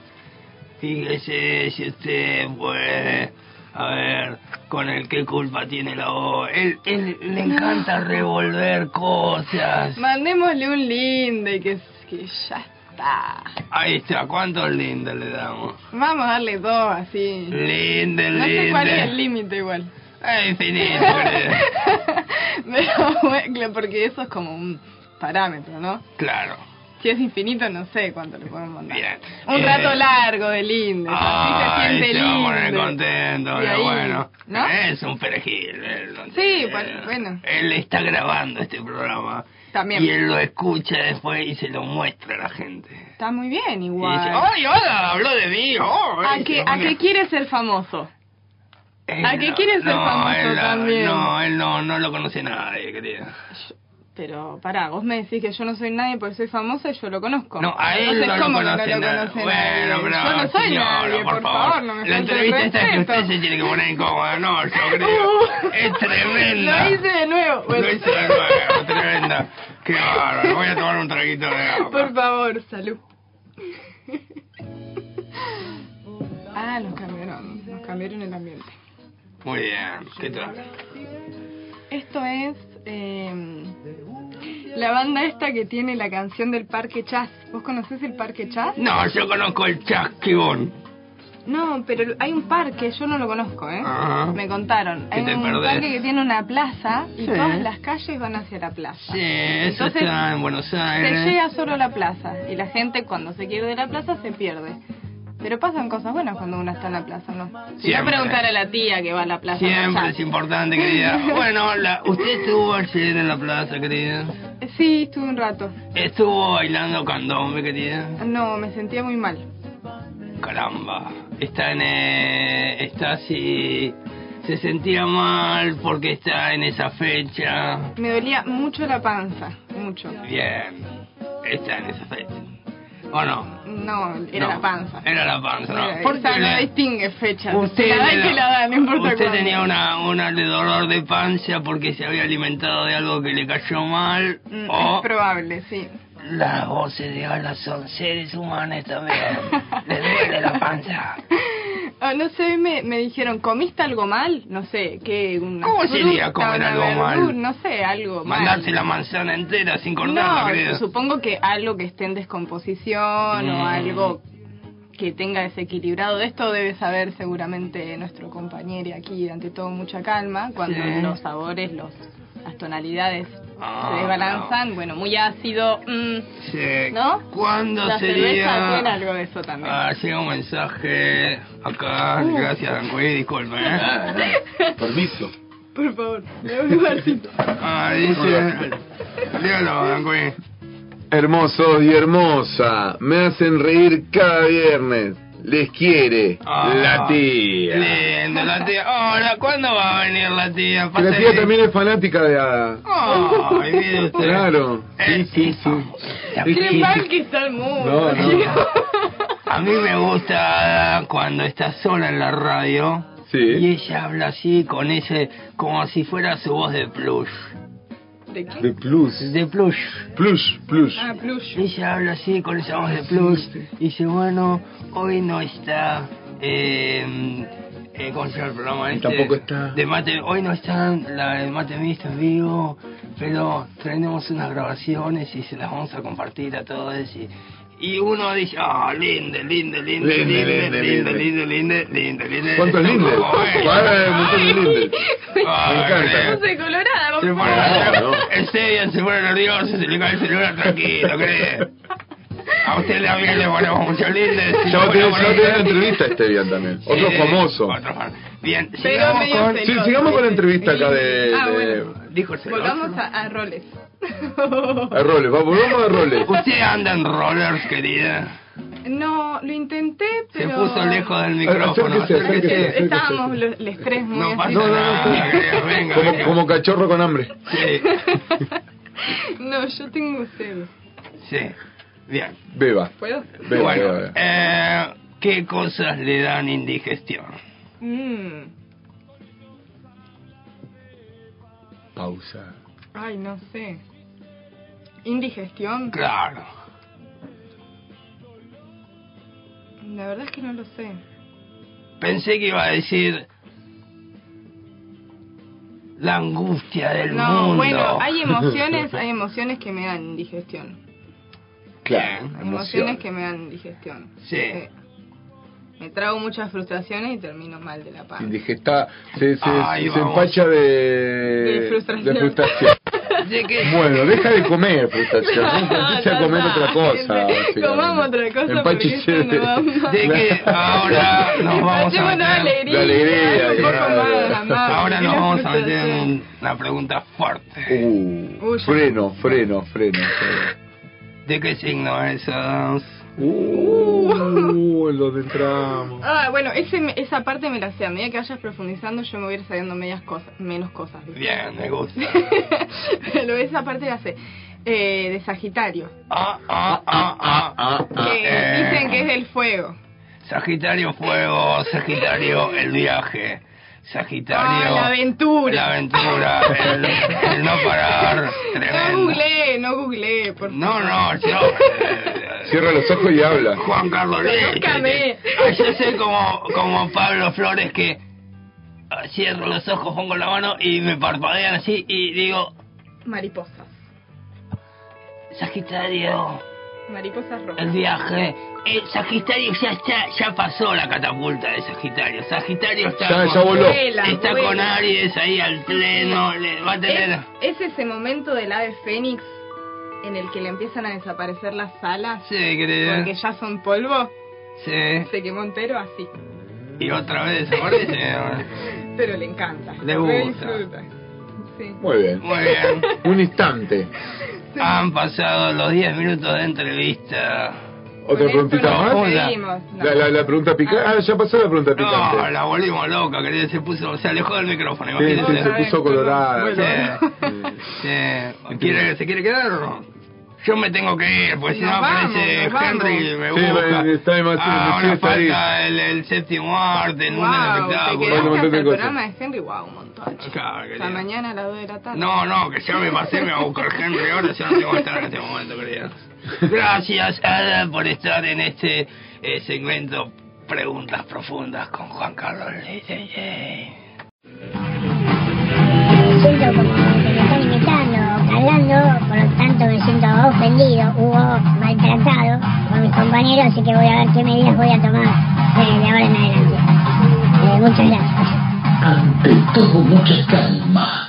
[SPEAKER 4] fíjese si usted puede. A ver, con el qué culpa tiene la voz. Él, él le
[SPEAKER 14] Ah.
[SPEAKER 4] encanta revolver cosas.
[SPEAKER 14] Mandémosle un lindo y que, que ya está.
[SPEAKER 4] Ahí está, ¿cuántos lindes le damos?
[SPEAKER 14] Vamos a darle dos así.
[SPEAKER 4] Linde,
[SPEAKER 14] No sé cuál es el
[SPEAKER 4] linde.
[SPEAKER 14] límite igual.
[SPEAKER 4] Es infinito, querido.
[SPEAKER 14] Pero bueno, porque eso es como un parámetro, ¿no?
[SPEAKER 4] Claro.
[SPEAKER 14] Si es infinito, no sé cuánto le podemos mandar.
[SPEAKER 4] Bien.
[SPEAKER 14] Un
[SPEAKER 4] Eh,
[SPEAKER 14] rato largo de lindo.
[SPEAKER 4] Ah.
[SPEAKER 14] así
[SPEAKER 4] Ay,
[SPEAKER 14] se
[SPEAKER 4] se va a
[SPEAKER 14] siente
[SPEAKER 4] poner
[SPEAKER 14] lindo.
[SPEAKER 4] contento,
[SPEAKER 14] Y
[SPEAKER 4] pero
[SPEAKER 14] ahí,
[SPEAKER 4] bueno.
[SPEAKER 14] ¿no?
[SPEAKER 4] Es un perejil. Él, no
[SPEAKER 14] Sí,
[SPEAKER 4] tiene-
[SPEAKER 14] pues, bueno,
[SPEAKER 4] él está grabando este programa.
[SPEAKER 14] También.
[SPEAKER 4] Y él lo escucha después y se lo muestra a la gente.
[SPEAKER 14] está muy bien
[SPEAKER 4] Y
[SPEAKER 14] igual.
[SPEAKER 4] dice, ¡ay, hola! Habló de mí. oh,
[SPEAKER 14] ¿A
[SPEAKER 4] eh,
[SPEAKER 14] qué,
[SPEAKER 4] se
[SPEAKER 14] ¿A
[SPEAKER 4] pone-
[SPEAKER 14] qué quiere ser famoso?
[SPEAKER 4] Él
[SPEAKER 14] a qué quiere ser famoso
[SPEAKER 4] él,
[SPEAKER 14] también?
[SPEAKER 4] No, él no, no lo conoce nadie, querida.
[SPEAKER 14] Pero pará, vos me decís que yo no soy nadie porque soy famosa y yo lo conozco.
[SPEAKER 4] No, a él
[SPEAKER 14] Entonces,
[SPEAKER 4] no lo
[SPEAKER 14] ¿cómo que
[SPEAKER 4] conoce
[SPEAKER 14] no lo
[SPEAKER 4] nadie?
[SPEAKER 14] conoce nadie?
[SPEAKER 4] Bueno, pero
[SPEAKER 14] Yo no soy
[SPEAKER 4] señora,
[SPEAKER 14] nadie,
[SPEAKER 4] por, favor.
[SPEAKER 14] no
[SPEAKER 4] la
[SPEAKER 14] me falte el
[SPEAKER 4] entrevista está que
[SPEAKER 14] respeto.
[SPEAKER 4] usted se tiene que poner incómoda, no, yo creo. es tremenda.
[SPEAKER 14] Uh. Lo hice de nuevo. Bueno.
[SPEAKER 4] Lo hice de nuevo, tremenda. Qué bárbaro, voy a tomar un traguito de agua.
[SPEAKER 14] Por favor, salud. Ah, nos cambiaron, nos cambiaron el ambiente.
[SPEAKER 4] Muy bien, ¿qué tal?
[SPEAKER 14] Esto es eh, la banda esta que tiene la canción del Parque Chas. ¿Vos conocés el Parque Chas?
[SPEAKER 4] No, yo conozco el chasquibón.
[SPEAKER 14] No, pero hay un parque, yo no lo conozco, ¿eh?
[SPEAKER 4] Ajá.
[SPEAKER 14] Me contaron.
[SPEAKER 4] Que
[SPEAKER 14] Hay
[SPEAKER 4] Ah. te
[SPEAKER 14] un
[SPEAKER 4] perdés.
[SPEAKER 14] parque que tiene una plaza y
[SPEAKER 4] Sí.
[SPEAKER 14] todas las calles van hacia la plaza.
[SPEAKER 4] Sí, eso
[SPEAKER 14] Entonces,
[SPEAKER 4] está en Buenos
[SPEAKER 14] Se
[SPEAKER 4] Aires.
[SPEAKER 14] llega solo a la plaza y la gente cuando se quiere de la plaza se pierde. Pero pasan cosas buenas cuando uno está en la plaza, ¿no? Si no
[SPEAKER 4] Siempre.
[SPEAKER 14] preguntar a la tía que va a la plaza.
[SPEAKER 4] Siempre
[SPEAKER 14] allá.
[SPEAKER 4] es importante, querida. Bueno, la, usted estuvo ayer en la plaza, querida.
[SPEAKER 14] Sí, estuve un rato.
[SPEAKER 4] Estuvo bailando candombe, querida.
[SPEAKER 14] No, me sentía muy mal.
[SPEAKER 4] Caramba, está en. eh, está así. Se sentía mal porque está en esa fecha.
[SPEAKER 14] Me dolía mucho la panza, mucho.
[SPEAKER 4] Bien, está en esa fecha. ¿O no?
[SPEAKER 14] No, era
[SPEAKER 4] No,
[SPEAKER 14] la panza.
[SPEAKER 4] Era la panza, ¿no?
[SPEAKER 14] Era-
[SPEAKER 4] Porque
[SPEAKER 14] esa no
[SPEAKER 4] le-
[SPEAKER 14] distingue fecha.
[SPEAKER 4] Usted
[SPEAKER 14] la da
[SPEAKER 4] le
[SPEAKER 14] y
[SPEAKER 4] da-
[SPEAKER 14] que la da, no importa
[SPEAKER 4] usted
[SPEAKER 14] cuándo.
[SPEAKER 4] tenía una, una de dolor de panza porque se había alimentado de algo que le cayó mal.
[SPEAKER 14] Mm,
[SPEAKER 4] o
[SPEAKER 14] Es probable, sí.
[SPEAKER 4] las voces de alas son seres humanos también. Le duele la panza.
[SPEAKER 14] Ah, no sé, me, me dijeron, ¿comiste algo mal? No sé, que una
[SPEAKER 4] ¿Cómo sería
[SPEAKER 14] fruta,
[SPEAKER 4] comer
[SPEAKER 14] una
[SPEAKER 4] algo mal?
[SPEAKER 14] verdura, No sé, algo mal.
[SPEAKER 4] Mandarse la manzana entera sin cortarla,
[SPEAKER 14] No,
[SPEAKER 4] querido.
[SPEAKER 14] supongo que algo que esté en descomposición
[SPEAKER 4] Mm.
[SPEAKER 14] o algo que tenga desequilibrado. De esto debe saber seguramente nuestro compañero aquí, ante todo, mucha calma. Cuando
[SPEAKER 4] Sí.
[SPEAKER 14] los sabores, los, las tonalidades
[SPEAKER 4] Ah,
[SPEAKER 14] se desbalanzan, bueno, muy ácido, mm,
[SPEAKER 4] Sí.
[SPEAKER 14] ¿no?
[SPEAKER 4] ¿Cuándo
[SPEAKER 14] la cerveza tiene
[SPEAKER 4] sería?
[SPEAKER 14] algo de eso también.
[SPEAKER 4] Ah, llega un mensaje acá.
[SPEAKER 14] Uh. Ah,
[SPEAKER 4] Gracias, Dancuí, disculpe. ¿eh? Permiso.
[SPEAKER 14] Por favor, dame un lugarcito.
[SPEAKER 4] Ah, dice. Dígalo, Dancuí.
[SPEAKER 3] Hermosos y hermosa, me hacen reír cada viernes. les quiere
[SPEAKER 4] Ah,
[SPEAKER 3] la tía.
[SPEAKER 4] Lindo, la tía. Hola, ¿cuándo va a venir la tía?
[SPEAKER 3] Que la
[SPEAKER 4] Pasa
[SPEAKER 3] tía
[SPEAKER 4] que-
[SPEAKER 3] también es fanática de Ada.
[SPEAKER 4] Ay, mire usted.
[SPEAKER 3] Claro.
[SPEAKER 4] Sí, sí, sí.
[SPEAKER 14] Qué mal que está el
[SPEAKER 4] No,
[SPEAKER 14] mundo.
[SPEAKER 4] no. A mí me gusta Ada, cuando está sola en la radio. Y ella habla así, con ese, como si fuera su voz de plush.
[SPEAKER 14] ¿De qué?
[SPEAKER 3] De plus.
[SPEAKER 4] De plush.
[SPEAKER 3] Plus, plus.
[SPEAKER 14] Ah, plush.
[SPEAKER 4] Ella habla así, con esa voz de plush. Y dice, bueno, hoy no está... Eh, eh, ¿Cómo se llama el programa este?
[SPEAKER 3] Tampoco está.
[SPEAKER 4] De mate, hoy no están la el mate mixto en vivo, pero traemos unas grabaciones y se las vamos a compartir a todos y y uno dice, ah, lindo, lindo, lindo,
[SPEAKER 3] Linde,
[SPEAKER 4] lindo,
[SPEAKER 3] linde,
[SPEAKER 4] lindo, lindo,
[SPEAKER 3] linde.
[SPEAKER 4] lindo, lindo, lindo.
[SPEAKER 3] ¿Cuántos lindes? Ahora hay un montón de lindes.
[SPEAKER 4] Me
[SPEAKER 3] encanta.
[SPEAKER 14] Puse colorada,
[SPEAKER 4] Se
[SPEAKER 14] vamos.
[SPEAKER 4] pone Ese Este día se pone nervioso, se le cae el celular tranquilo, ¿crees? A usted también le ponemos mucho lindo.
[SPEAKER 3] Ya va a tener, ya va a tener una entrevista este bien también. Otro
[SPEAKER 4] Sí,
[SPEAKER 3] famoso.
[SPEAKER 4] Bien,
[SPEAKER 14] Pero
[SPEAKER 4] sigamos
[SPEAKER 14] medio
[SPEAKER 4] con...
[SPEAKER 14] celoso.
[SPEAKER 3] Sí, sigamos con la entrevista acá de.
[SPEAKER 14] Ah,
[SPEAKER 3] de-
[SPEAKER 4] Dijo el celoso.
[SPEAKER 14] Volvamos a, a roles.
[SPEAKER 3] a roles, vamos, volvamos a roles.
[SPEAKER 4] Usted anda en rollers, querida.
[SPEAKER 14] No, lo intenté,
[SPEAKER 4] Se
[SPEAKER 14] pero...
[SPEAKER 4] puso lejos del micrófono.
[SPEAKER 3] Acérquese, acérquese,
[SPEAKER 4] acérquese.
[SPEAKER 14] Estábamos los, los tres muy
[SPEAKER 4] No
[SPEAKER 14] así.
[SPEAKER 4] pasa nada, querida, venga,
[SPEAKER 3] Como,
[SPEAKER 4] venga.
[SPEAKER 3] como cachorro con hambre.
[SPEAKER 4] Sí,
[SPEAKER 14] No, yo tengo sed.
[SPEAKER 4] sí. Bien.
[SPEAKER 3] Beba.
[SPEAKER 14] ¿Puedo?
[SPEAKER 3] Beba,
[SPEAKER 4] bueno,
[SPEAKER 3] beba, beba.
[SPEAKER 4] eh, ¿qué cosas le dan indigestión?
[SPEAKER 14] Mm.
[SPEAKER 3] Pausa.
[SPEAKER 14] Ay, no sé. ¿Indigestión?
[SPEAKER 4] Claro.
[SPEAKER 14] La verdad es que no lo sé.
[SPEAKER 4] Pensé que iba a decir la angustia del
[SPEAKER 14] no,
[SPEAKER 4] mundo.
[SPEAKER 14] bueno, hay emociones, hay emociones que me dan indigestión.
[SPEAKER 4] Claro,
[SPEAKER 14] Hay emociones que me dan indigestión.
[SPEAKER 4] Sí.
[SPEAKER 14] Eh. Me trago muchas frustraciones y termino mal de la paz.
[SPEAKER 3] Indigesta. Se, se,
[SPEAKER 4] Ay,
[SPEAKER 3] se
[SPEAKER 4] vamos.
[SPEAKER 3] empacha de.
[SPEAKER 14] De frustración.
[SPEAKER 3] de frustración.
[SPEAKER 4] ¿De qué?
[SPEAKER 3] Bueno, deja de comer frustración. Empieza a comer otra cosa.
[SPEAKER 14] Comamos
[SPEAKER 3] básicamente.
[SPEAKER 14] otra cosa porque
[SPEAKER 3] Empáchese
[SPEAKER 14] esto no va más.
[SPEAKER 4] De que ahora nos vamos a
[SPEAKER 14] Empachemos
[SPEAKER 4] meter...
[SPEAKER 14] la alegría.
[SPEAKER 3] La alegría,
[SPEAKER 14] algo un poco
[SPEAKER 3] claro.
[SPEAKER 14] más, más,
[SPEAKER 4] Ahora
[SPEAKER 14] porque
[SPEAKER 4] nos
[SPEAKER 14] la
[SPEAKER 4] vamos a meter
[SPEAKER 14] frustración-
[SPEAKER 4] en una pregunta fuerte.
[SPEAKER 3] Uh,
[SPEAKER 14] Uy, ya.
[SPEAKER 3] freno, freno, freno. freno.
[SPEAKER 4] ¿De qué signo es? Ah,
[SPEAKER 3] Uh, lo de entramos.
[SPEAKER 14] Ah, bueno, ese, me- esa parte me la sé. A medida que vayas profundizando, yo me voy a ir sabiendo medias cosas, menos cosas. ¿viste?
[SPEAKER 4] Bien, me gusta.
[SPEAKER 14] Pero esa parte la sé. Eh, de Sagitario.
[SPEAKER 4] Ah, ah, ah, ah, ah, ah,
[SPEAKER 14] que
[SPEAKER 4] eh.
[SPEAKER 14] dicen que es del fuego.
[SPEAKER 4] Sagitario fuego, Sagitario el viaje,
[SPEAKER 14] Ah,
[SPEAKER 4] Sagitario
[SPEAKER 14] la aventura.
[SPEAKER 4] la aventura, el, el no parar,
[SPEAKER 14] No
[SPEAKER 4] tremendo.
[SPEAKER 14] googleé, no googleé, por
[SPEAKER 4] No, no, yo, eh,
[SPEAKER 3] Cierra los ojos y habla.
[SPEAKER 4] Juan Carlos López.
[SPEAKER 14] Búscame.
[SPEAKER 4] Ah, Yo soy como, como Pablo Flores que ah, cierro los ojos, pongo la mano y me parpadean así y digo,
[SPEAKER 14] Mariposas.
[SPEAKER 4] Sagitario,
[SPEAKER 14] Mariposas
[SPEAKER 4] el
[SPEAKER 14] rojas.
[SPEAKER 4] viaje. Eh, Sagitario ya está, ya pasó la catapulta de Sagitario. Sagitario está
[SPEAKER 3] Ya-
[SPEAKER 4] con-
[SPEAKER 3] ya voló.
[SPEAKER 14] Vuela,
[SPEAKER 4] Está
[SPEAKER 14] vuela.
[SPEAKER 4] con Aries ahí al pleno, le va a tener...
[SPEAKER 14] Es, es ese momento del ave fénix en el que le empiezan a desaparecer las alas
[SPEAKER 4] Sí, querida.
[SPEAKER 14] porque ya son polvo.
[SPEAKER 4] Sí.
[SPEAKER 14] Se quemó entero así.
[SPEAKER 4] Y otra vez, aparece.
[SPEAKER 14] Pero le encanta.
[SPEAKER 4] Le
[SPEAKER 14] lo
[SPEAKER 4] gusta.
[SPEAKER 14] disfruta. Sí.
[SPEAKER 3] Muy bien.
[SPEAKER 4] Muy bien.
[SPEAKER 3] Un instante.
[SPEAKER 4] Han pasado los 10 minutos de entrevista.
[SPEAKER 3] ¿Otra
[SPEAKER 14] Con esto
[SPEAKER 3] preguntita
[SPEAKER 14] nos
[SPEAKER 3] más?
[SPEAKER 14] despedimos, no.
[SPEAKER 3] La, la, la pregunta picante. Ah, ya pasó la pregunta picante.
[SPEAKER 4] No, la volvimos loca, querida. Se puso, se alejó del micrófono,
[SPEAKER 3] Sí, sí,
[SPEAKER 4] imagínate.
[SPEAKER 3] se puso colorada.
[SPEAKER 4] Sí. Sí. ¿Quiere, ¿Se quiere quedar o no? Yo me tengo que ir, porque si no
[SPEAKER 14] Nos vamos,
[SPEAKER 4] aparece
[SPEAKER 14] nos vamos.
[SPEAKER 4] Henry y me
[SPEAKER 3] Sí,
[SPEAKER 4] busca.
[SPEAKER 3] va- está demasiado-
[SPEAKER 4] ah,
[SPEAKER 3] sí,
[SPEAKER 4] ahora
[SPEAKER 3] está ahí.
[SPEAKER 4] falta el, el séptimo arte, el mundo del
[SPEAKER 14] Wow, te
[SPEAKER 4] espectáculo.
[SPEAKER 3] Bueno, un
[SPEAKER 14] quedaste
[SPEAKER 3] montón
[SPEAKER 14] hasta
[SPEAKER 3] de
[SPEAKER 14] el
[SPEAKER 3] cosas.
[SPEAKER 14] programa de Henry, wow, un montón. chico.
[SPEAKER 4] Claro,
[SPEAKER 14] Hasta
[SPEAKER 4] querida.
[SPEAKER 14] mañana a las 2 de la tarde.
[SPEAKER 4] No, no, que ya me pasé, me va a buscar Henry ahora, yo no tengo que estar en este momento, querida. Gracias, Ada, por estar en este eh, segmento Preguntas Profundas con Juan Carlos Leyeye.
[SPEAKER 12] Me siento como que me están imitando, hablando, por lo tanto me siento ofendido, hubo maltratado por mis compañeros, así que voy a ver qué medidas voy a tomar eh, de ahora en adelante. Eh, muchas gracias.
[SPEAKER 1] Ante todo, mucha calma.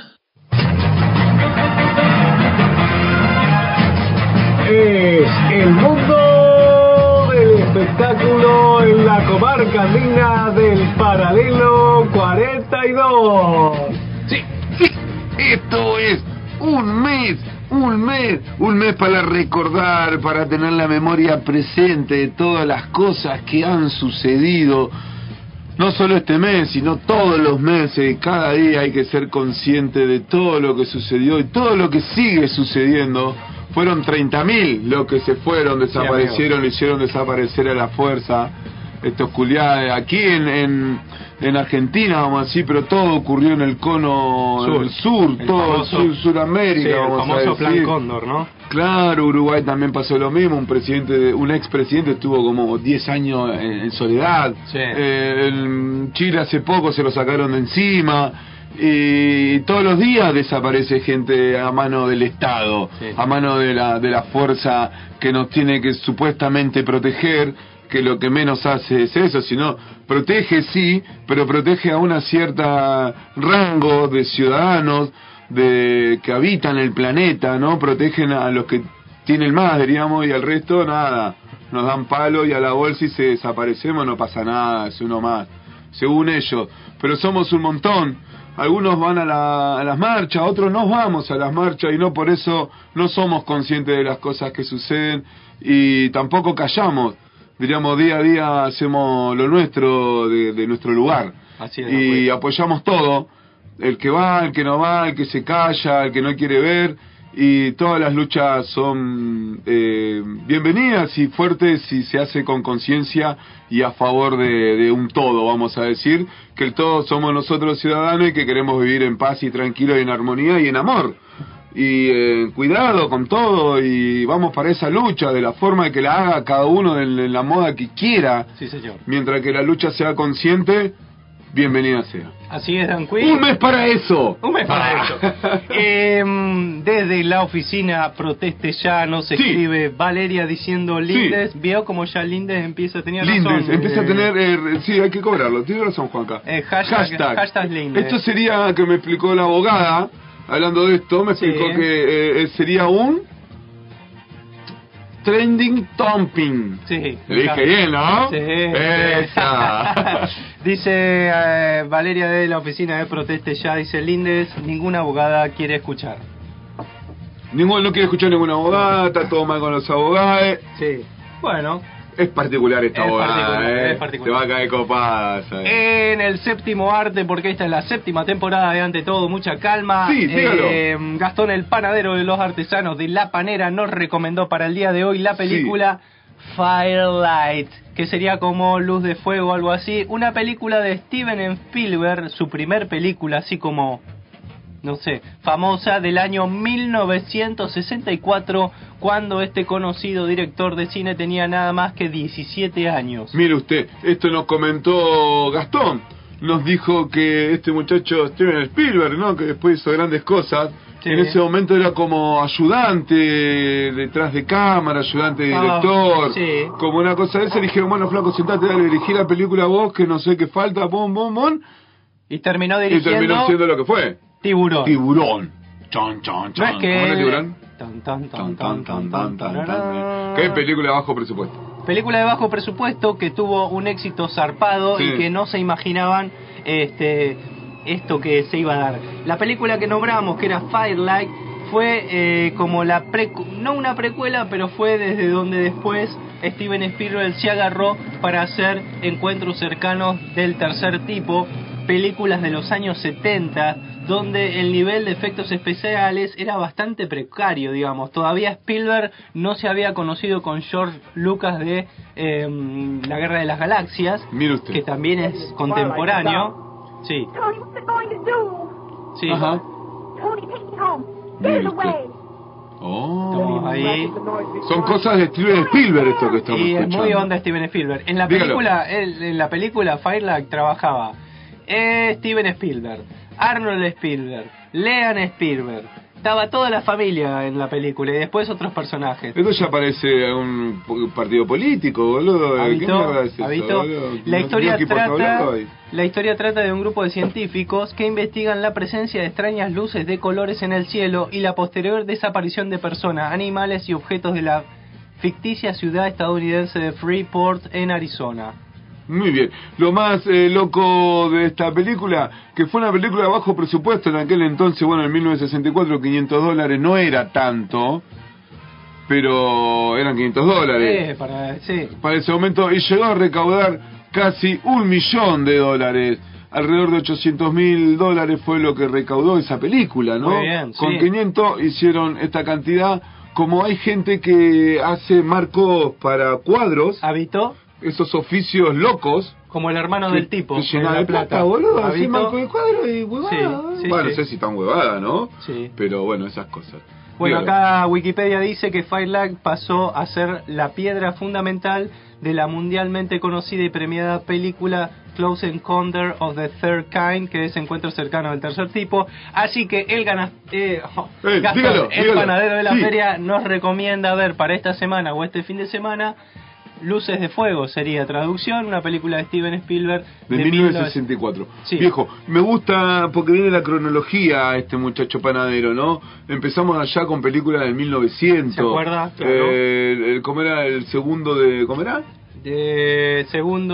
[SPEAKER 2] es el mundo del espectáculo en la comarca andina del paralelo 42.
[SPEAKER 3] Sí, sí, esto es un mes Un mes, un mes para recordar, para tener la memoria presente de todas las cosas que han sucedido. No solo este mes, sino todos los meses, cada día hay que ser consciente de todo lo que sucedió y todo lo que sigue sucediendo. Fueron 30.000 los que se fueron, desaparecieron, lo hicieron desaparecer a la fuerza. Estos culiados, aquí en, en, en Argentina, vamos a decir, pero todo ocurrió en el cono sur,
[SPEAKER 4] Sur.
[SPEAKER 3] sur
[SPEAKER 4] El
[SPEAKER 3] todo
[SPEAKER 4] famoso-
[SPEAKER 3] sur, Suramérica,
[SPEAKER 4] Sí, el
[SPEAKER 3] vamos a
[SPEAKER 4] famoso plan
[SPEAKER 3] decir.
[SPEAKER 4] Cóndor, ¿no?
[SPEAKER 3] Claro, Uruguay también pasó lo mismo, un presidente, de- un expresidente estuvo como 10 años en, en soledad.
[SPEAKER 4] Sí.
[SPEAKER 3] Eh, en Chile hace poco se lo sacaron de encima. Y todos los días desaparece gente a mano del Estado, a mano de la, de la fuerza que nos tiene que supuestamente proteger, que lo que menos hace es eso, sino protege sí, pero protege a una cierta rango de ciudadanos de que habitan el planeta, ¿no? Protegen a los que tienen más, diríamos, y al resto nada. Nos dan palo y a la bolsa y se desaparecemos no pasa nada, es uno más, según ellos. Pero somos un montón. Algunos van a, la- a las marchas, otros no vamos a las marchas y no por eso no somos conscientes de las cosas que suceden y tampoco callamos. Diríamos, día a día hacemos lo nuestro de, de nuestro lugar
[SPEAKER 4] Así es.
[SPEAKER 3] y apoyamos todo, el que va, el que no va, el que se calla, el que no quiere ver, y todas las luchas son eh, bienvenidas y fuertes si se hace con conciencia y a favor de, de un todo, vamos a decir, que el todo somos nosotros ciudadanos y que queremos vivir en paz y tranquilo y en armonía y en amor. Y eh, cuidado con todo y vamos para esa lucha de la forma que la haga cada uno en, en la moda que quiera,
[SPEAKER 4] Sí, señor.
[SPEAKER 3] mientras que la lucha sea consciente, bienvenida sea.
[SPEAKER 4] Así es, Dan Quinn.
[SPEAKER 3] Un mes Ah. para eso.
[SPEAKER 4] Un mes para eso. Em, desde la oficina Proteste Ya nos escribe Valeria diciendo Lindes. Veo como ya Lindes empieza a tener
[SPEAKER 3] Lindes,
[SPEAKER 4] razón.
[SPEAKER 3] empieza a
[SPEAKER 4] Eh,
[SPEAKER 3] tener... eh, re- sí, hay que cobrarlo. Tiene razón, Juanca.
[SPEAKER 4] eh, hashtag, hashtag, eh.
[SPEAKER 3] hashtag.
[SPEAKER 4] Lindes.
[SPEAKER 3] Esto sería que me explicó la abogada, hablando de esto, me explicó que eh, eh, sería un... Trending Tomping.
[SPEAKER 4] Sí.
[SPEAKER 3] Le dije bien, ¿no?
[SPEAKER 4] Sí.
[SPEAKER 3] Esa.
[SPEAKER 4] dice eh, Valeria de la oficina de Proteste Ya, dice Lindes, ninguna abogada quiere escuchar.
[SPEAKER 3] Ningún, no quiere escuchar ninguna abogada, está todo mal con los abogados.
[SPEAKER 4] Sí. Bueno,
[SPEAKER 3] Es particular esta
[SPEAKER 4] Es
[SPEAKER 3] abogada,
[SPEAKER 4] particular,
[SPEAKER 3] ¿eh?
[SPEAKER 4] es particular. Eh.
[SPEAKER 3] Se va a caer copada, ¿eh? ¿sabes?
[SPEAKER 4] en el séptimo arte, porque esta es la séptima temporada de Ante Todo, mucha calma.
[SPEAKER 3] Sí, dígalo.
[SPEAKER 4] Eh, Gastón, el panadero de los artesanos de La Panera, nos recomendó para el día de hoy la película Firelight, que sería como Luz de Fuego o algo así. Una película de Steven Spielberg, su primer película, así como no sé, famosa del año 1964, cuando este conocido director de cine tenía nada más que 17 años.
[SPEAKER 3] Mire usted, esto nos comentó Gastón. Nos dijo que este muchacho Steven Spielberg, ¿no? Que después hizo grandes cosas. En ese momento era como ayudante detrás de cámara, ayudante de
[SPEAKER 4] Ah,
[SPEAKER 3] director.
[SPEAKER 4] sí.
[SPEAKER 3] Como una cosa de esa. Le dijeron, bueno, flaco, sentate, dale, dirigí la película vos, que no sé qué falta, bom, bom, bom.
[SPEAKER 4] Y terminó
[SPEAKER 3] Y
[SPEAKER 4] dirigiendo
[SPEAKER 3] terminó siendo lo que fue.
[SPEAKER 4] Tiburón.
[SPEAKER 3] Tiburón. Chon, chon,
[SPEAKER 4] No
[SPEAKER 3] chon.
[SPEAKER 4] es
[SPEAKER 3] ¿Cómo era
[SPEAKER 4] que...
[SPEAKER 3] Tiburón?
[SPEAKER 4] Tan, tan,
[SPEAKER 3] Tan,
[SPEAKER 4] tan, tan,
[SPEAKER 3] tan, tan, tan, tan,
[SPEAKER 4] tan.
[SPEAKER 3] tan. Qué película de bajo presupuesto.
[SPEAKER 4] Película de bajo presupuesto que tuvo un éxito zarpado
[SPEAKER 3] Sí.
[SPEAKER 4] y que no se imaginaban este esto que se iba a dar. La película que nombramos, que era Firelight, fue eh, como la precu- no una precuela, pero fue desde donde después Steven Spielberg se agarró para hacer encuentros cercanos del tercer tipo, películas de los años 70 donde el nivel de efectos especiales era bastante precario, digamos. Todavía Spielberg no se había conocido con George Lucas de eh, La Guerra de las Galaxias,
[SPEAKER 3] Mire usted.
[SPEAKER 4] que también es contemporáneo. Sí,
[SPEAKER 14] Tony, what's it going to do?
[SPEAKER 4] sí.
[SPEAKER 3] Ajá.
[SPEAKER 14] Tony, take me home. Get
[SPEAKER 3] Mire
[SPEAKER 14] it
[SPEAKER 3] usted.
[SPEAKER 14] away.
[SPEAKER 3] Oh.
[SPEAKER 4] Ahí.
[SPEAKER 3] Son cosas de Steven Spielberg esto que estamos
[SPEAKER 4] Y es
[SPEAKER 3] escuchando.
[SPEAKER 4] muy onda Steven Spielberg. En la
[SPEAKER 3] Dígalo.
[SPEAKER 4] película, él- en la película Firelight trabajaba eh, Steven Spielberg, Arnold Spielberg, Leon Spielberg. Estaba toda la familia en la película y después otros personajes.
[SPEAKER 3] Esto ya parece un po- partido político, boludo. ¿Qué
[SPEAKER 4] Habito,
[SPEAKER 3] mierda es eso,
[SPEAKER 4] Habito.
[SPEAKER 3] boludo?
[SPEAKER 4] La
[SPEAKER 3] ¿No-
[SPEAKER 4] historia
[SPEAKER 3] Gnocchi por
[SPEAKER 4] trata
[SPEAKER 3] tablado hay?
[SPEAKER 4] la historia trata de un grupo de científicos que investigan la presencia de extrañas luces de colores en el cielo y la posterior desaparición de personas, animales y objetos de la ficticia ciudad estadounidense de Freeport en Arizona.
[SPEAKER 3] Muy bien. Lo más eh, loco de esta película, que fue una película de bajo presupuesto en aquel entonces, bueno, en 1964, 500 dólares no era tanto, pero eran 500 dólares.
[SPEAKER 4] Eh, para, sí.
[SPEAKER 3] Para ese momento, y llegó a recaudar casi un millón de dólares. Alrededor de 800 mil dólares fue lo que recaudó esa película, ¿no?
[SPEAKER 4] Muy bien,
[SPEAKER 3] Con
[SPEAKER 4] sí.
[SPEAKER 3] 500 hicieron esta cantidad. Como hay gente que hace marcos para cuadros.
[SPEAKER 4] ¿Habitó?
[SPEAKER 3] Esos oficios locos.
[SPEAKER 4] Como el hermano
[SPEAKER 3] Que-
[SPEAKER 4] del tipo.
[SPEAKER 3] que
[SPEAKER 4] en
[SPEAKER 3] llena de plata, boludo, así manco de cuadro y
[SPEAKER 4] huevada. Sí, sí,
[SPEAKER 3] bueno, no
[SPEAKER 4] sí.
[SPEAKER 3] sé si tan huevada, ¿no?
[SPEAKER 4] Sí.
[SPEAKER 3] Pero bueno, esas cosas.
[SPEAKER 4] Bueno,
[SPEAKER 3] Dígalo.
[SPEAKER 4] acá Wikipedia dice que Fight Lag pasó a ser la piedra fundamental de la mundialmente conocida y premiada película Close Encounter of the Third Kind, que es Encuentro Cercano del Tercer Tipo. Así que el, gana- eh, jo,
[SPEAKER 3] Eh,
[SPEAKER 4] Gastón,
[SPEAKER 3] dígalo,
[SPEAKER 4] el
[SPEAKER 3] dígalo.
[SPEAKER 4] panadero de la
[SPEAKER 3] Sí.
[SPEAKER 4] feria, nos recomienda ver para esta semana o este fin de semana Luces de Fuego, sería traducción, una película de Steven Spielberg
[SPEAKER 3] De 1964.
[SPEAKER 4] Sí.
[SPEAKER 3] Viejo, me gusta porque viene la cronología este muchacho panadero, ¿no? Empezamos allá con películas del 1900.
[SPEAKER 4] ¿Se acuerda? Claro.
[SPEAKER 3] Eh, el, el- ¿Cómo era el segundo de... ¿Cómo era?
[SPEAKER 4] De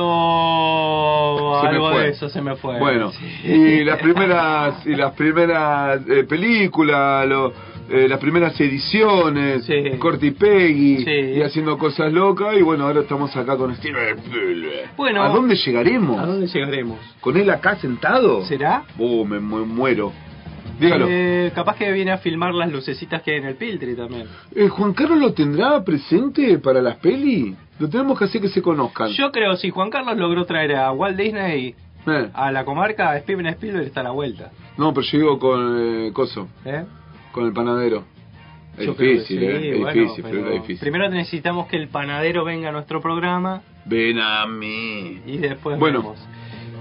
[SPEAKER 4] segundo
[SPEAKER 3] Se me
[SPEAKER 4] algo
[SPEAKER 3] fue.
[SPEAKER 4] de eso se me fue.
[SPEAKER 3] Bueno,
[SPEAKER 4] Sí.
[SPEAKER 3] y las primeras y las primeras eh, películas, lo- eh, las primeras ediciones, Corti Peggy, y haciendo cosas locas, y bueno, ahora estamos acá con Steven Spielberg.
[SPEAKER 4] Bueno.
[SPEAKER 3] ¿A dónde llegaremos?
[SPEAKER 4] ¿A dónde llegaremos?
[SPEAKER 3] ¿Con él acá sentado?
[SPEAKER 4] ¿Será?
[SPEAKER 3] Oh, me, mu- muero. Dígalo.
[SPEAKER 4] Eh, capaz que viene a filmar las lucecitas que hay en el Piltri también.
[SPEAKER 3] Eh, ¿Juan Carlos lo tendrá presente para las peli? Lo tenemos que hacer que se conozcan.
[SPEAKER 4] Yo creo si Juan Carlos logró traer a Walt Disney
[SPEAKER 3] Eh,
[SPEAKER 4] a la comarca, Steven Spielberg está a la vuelta.
[SPEAKER 3] no, pero yo digo con eh, Coso,
[SPEAKER 4] ¿eh?
[SPEAKER 3] con el panadero. Es
[SPEAKER 4] Yo creo que
[SPEAKER 3] difícil,
[SPEAKER 4] sí,
[SPEAKER 3] eh, es
[SPEAKER 4] bueno,
[SPEAKER 3] difícil, pero
[SPEAKER 4] pero
[SPEAKER 3] es difícil.
[SPEAKER 4] Primero necesitamos que el panadero venga a nuestro programa
[SPEAKER 3] Ven a mí.
[SPEAKER 4] y después
[SPEAKER 3] Bueno.
[SPEAKER 4] vemos.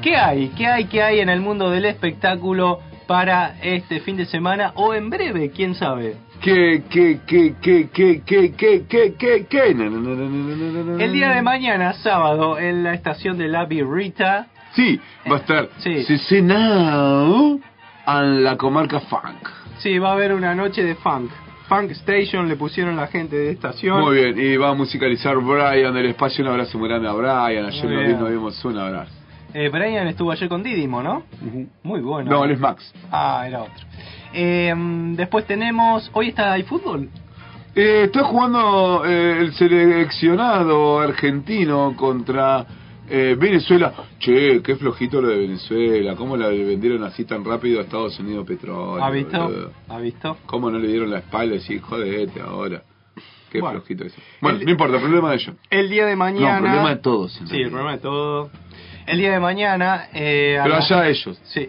[SPEAKER 4] ¿Qué hay? ¿Qué hay? ¿Qué hay en el mundo del espectáculo para este fin de semana o en breve? ¿Quién sabe?
[SPEAKER 3] ¿Qué, qué, qué, qué, qué, qué, qué, qué, qué, qué? Na, na, na, na, na, na, na, na.
[SPEAKER 4] El día de mañana, sábado, en la estación de La Birrita,
[SPEAKER 3] Sí, va a estar. Se cenao a la comarca funk.
[SPEAKER 4] sí, va a haber una noche de funk. Funk Station le pusieron la gente de estación.
[SPEAKER 3] Muy bien, y va a musicalizar Brian del espacio. Un abrazo muy grande a Brian. Ayer
[SPEAKER 4] Muy
[SPEAKER 3] nos
[SPEAKER 4] bien.
[SPEAKER 3] vi- nos vimos un abrazo.
[SPEAKER 4] Eh, Brian estuvo ayer con Didimo, ¿no? Muy bueno.
[SPEAKER 3] No, él es Max.
[SPEAKER 4] Ah, era otro. Eh, después tenemos... ¿Hoy está hay fútbol?
[SPEAKER 3] Eh, está jugando eh, el seleccionado argentino contra eh, Venezuela. Che, qué flojito lo de Venezuela. ¿Cómo la vendieron así tan rápido a Estados Unidos Petróleo?
[SPEAKER 4] ¿Ha visto?
[SPEAKER 3] boludo?
[SPEAKER 4] ¿Ha visto?
[SPEAKER 3] ¿Cómo no le dieron la espalda? Sí, jodete ahora. Qué
[SPEAKER 4] Bueno.
[SPEAKER 3] flojito eso. Bueno, no importa, problema de ellos.
[SPEAKER 4] El día de mañana...
[SPEAKER 3] No, problema de todos. en
[SPEAKER 4] Sí,
[SPEAKER 3] realidad.
[SPEAKER 4] el problema de todo. El día de mañana... eh, a
[SPEAKER 3] Pero
[SPEAKER 4] la-
[SPEAKER 3] allá ellos.
[SPEAKER 4] Sí.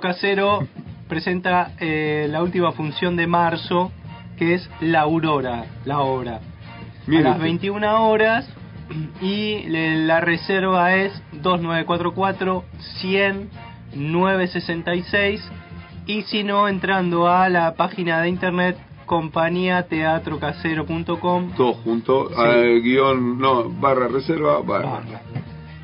[SPEAKER 4] Casero presenta eh, la última función de marzo, que es La Aurora, la obra.
[SPEAKER 3] Mire
[SPEAKER 4] a las
[SPEAKER 3] usted.
[SPEAKER 4] 21 horas y le- la reserva es 2944 100 966 y si no entrando a la página de internet compañíateatrocasero.com
[SPEAKER 3] Todos juntos. eh, guión, no, barra reserva, barra.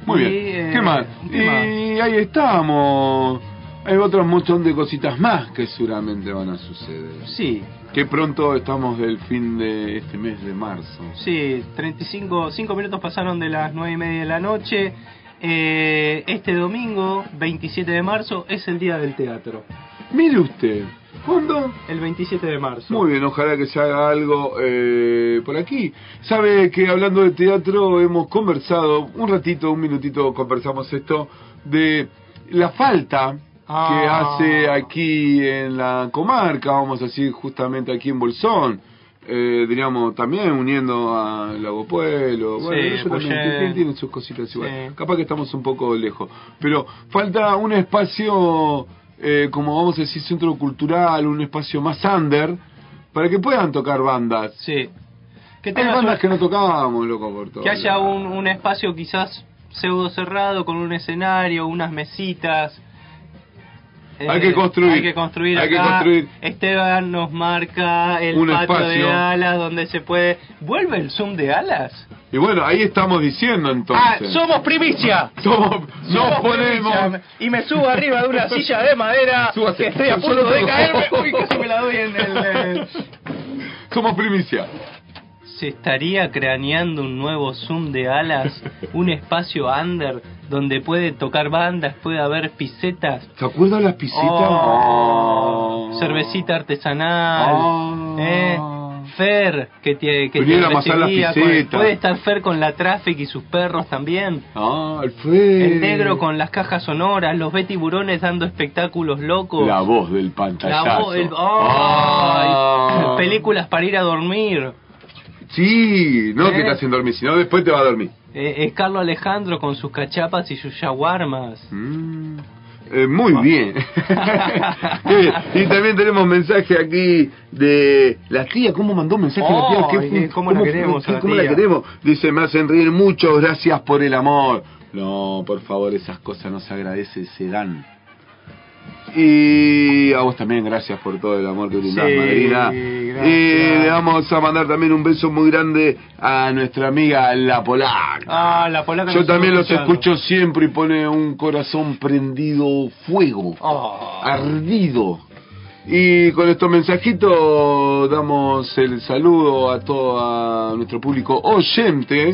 [SPEAKER 3] Muy bien.
[SPEAKER 4] Y, eh,
[SPEAKER 3] ¿Qué más?
[SPEAKER 4] ¿qué
[SPEAKER 3] y ahí estamos. Hay otro montón de cositas más que seguramente van a suceder.
[SPEAKER 4] Sí,
[SPEAKER 3] Que pronto estamos del fin de este mes de marzo.
[SPEAKER 4] Sí, 35 cinco minutos pasaron de las 9 y media de la noche. Eh, este domingo, 27 de marzo, es el día del teatro.
[SPEAKER 3] Mire usted. ¿Cuándo?
[SPEAKER 4] El 27 de marzo.
[SPEAKER 3] Muy bien, ojalá que se haga algo eh, por aquí. Sabe que hablando de teatro hemos conversado, un ratito, un minutito conversamos esto, de la falta
[SPEAKER 4] Ah.
[SPEAKER 3] que hace aquí en la comarca, vamos a decir justamente aquí en Bolsón. Eh, diríamos también uniendo a Lago Pueblo, bueno,
[SPEAKER 4] Sí,
[SPEAKER 3] eso también,
[SPEAKER 4] Pollén.
[SPEAKER 3] tiene- tiene sus cositas igual.
[SPEAKER 4] Sí.
[SPEAKER 3] Capaz que estamos un poco lejos, pero falta un espacio, eh, como vamos a decir, centro cultural, un espacio más under, para que puedan tocar bandas.
[SPEAKER 4] Sí. Que,
[SPEAKER 3] Hay
[SPEAKER 4] tenga
[SPEAKER 3] bandas
[SPEAKER 4] suerte,
[SPEAKER 3] que no tocábamos, loco, por todo.
[SPEAKER 4] Este que haya un, un espacio quizás pseudo cerrado con un escenario, unas mesitas. Eh,
[SPEAKER 3] Hay que construir.
[SPEAKER 4] Hay que construir.
[SPEAKER 3] Hay que
[SPEAKER 4] acá.
[SPEAKER 3] construir.
[SPEAKER 4] Esteban nos marca el
[SPEAKER 3] Un
[SPEAKER 4] patio de
[SPEAKER 3] espacio.
[SPEAKER 4] Alas donde se puede. ¿Vuelve el Zoom de Alas?
[SPEAKER 3] Y bueno, ahí estamos diciendo
[SPEAKER 4] ¡Ah!
[SPEAKER 3] entonces.
[SPEAKER 4] ¡Somos primicia!
[SPEAKER 3] Somos- nos
[SPEAKER 4] Somos
[SPEAKER 3] ponemos.
[SPEAKER 4] primicia. Y me subo arriba de una silla de madera
[SPEAKER 3] Súbase.
[SPEAKER 4] que estoy a punto de caerme. Uy, casi me la doy en el. eh,
[SPEAKER 3] Somos primicia.
[SPEAKER 4] ¿Se estaría craneando un nuevo Zoom de alas? ¿Un espacio under donde puede tocar bandas, puede haber pisetas?
[SPEAKER 3] ¿Te acuerdas las pisitas?
[SPEAKER 4] Oh, cervecita artesanal. ¿eh? Fer, que, tie- que
[SPEAKER 3] Venía
[SPEAKER 4] te
[SPEAKER 3] Oh. a amasar las
[SPEAKER 4] recibía
[SPEAKER 3] pisetas.
[SPEAKER 4] puede estar Fer con la Traffic y sus perros también.
[SPEAKER 3] Ah, el Fred.
[SPEAKER 4] El negro con las cajas sonoras, los betiburones dando espectáculos locos.
[SPEAKER 3] La voz del
[SPEAKER 4] La
[SPEAKER 3] pantallazo. Ah.
[SPEAKER 4] voz, el- ¡Ay! Películas para ir a dormir.
[SPEAKER 3] Sí, no
[SPEAKER 4] ¿Eh?
[SPEAKER 3] que te hacen dormir, sino después te va a dormir.
[SPEAKER 4] Eh, es Carlos Alejandro con sus cachapas y sus yaguarmas.
[SPEAKER 3] Eh, muy bien. Eh, y también tenemos mensaje aquí de la tía. ¿Cómo mandó mensaje la
[SPEAKER 4] Oh,
[SPEAKER 3] tía?
[SPEAKER 4] eh, ¿cómo la queremos a la
[SPEAKER 3] cómo la
[SPEAKER 4] tía?
[SPEAKER 3] queremos? Dice, me hacen reír mucho, gracias por el amor. No, por favor, esas cosas no se agradecen, se dan. Y a vos también, gracias por todo el amor que brindás,
[SPEAKER 15] Sí,
[SPEAKER 3] madrina.
[SPEAKER 15] gracias.
[SPEAKER 3] Y le vamos a mandar también un beso muy grande a nuestra amiga La Polar.
[SPEAKER 4] Ah, la polaca.
[SPEAKER 3] Yo
[SPEAKER 4] nos
[SPEAKER 3] también los
[SPEAKER 4] está escuchando.
[SPEAKER 3] escucho siempre y pone un corazón prendido fuego,
[SPEAKER 4] Oh.
[SPEAKER 3] ardido. Y con estos mensajitos damos el saludo a todo a nuestro público oyente.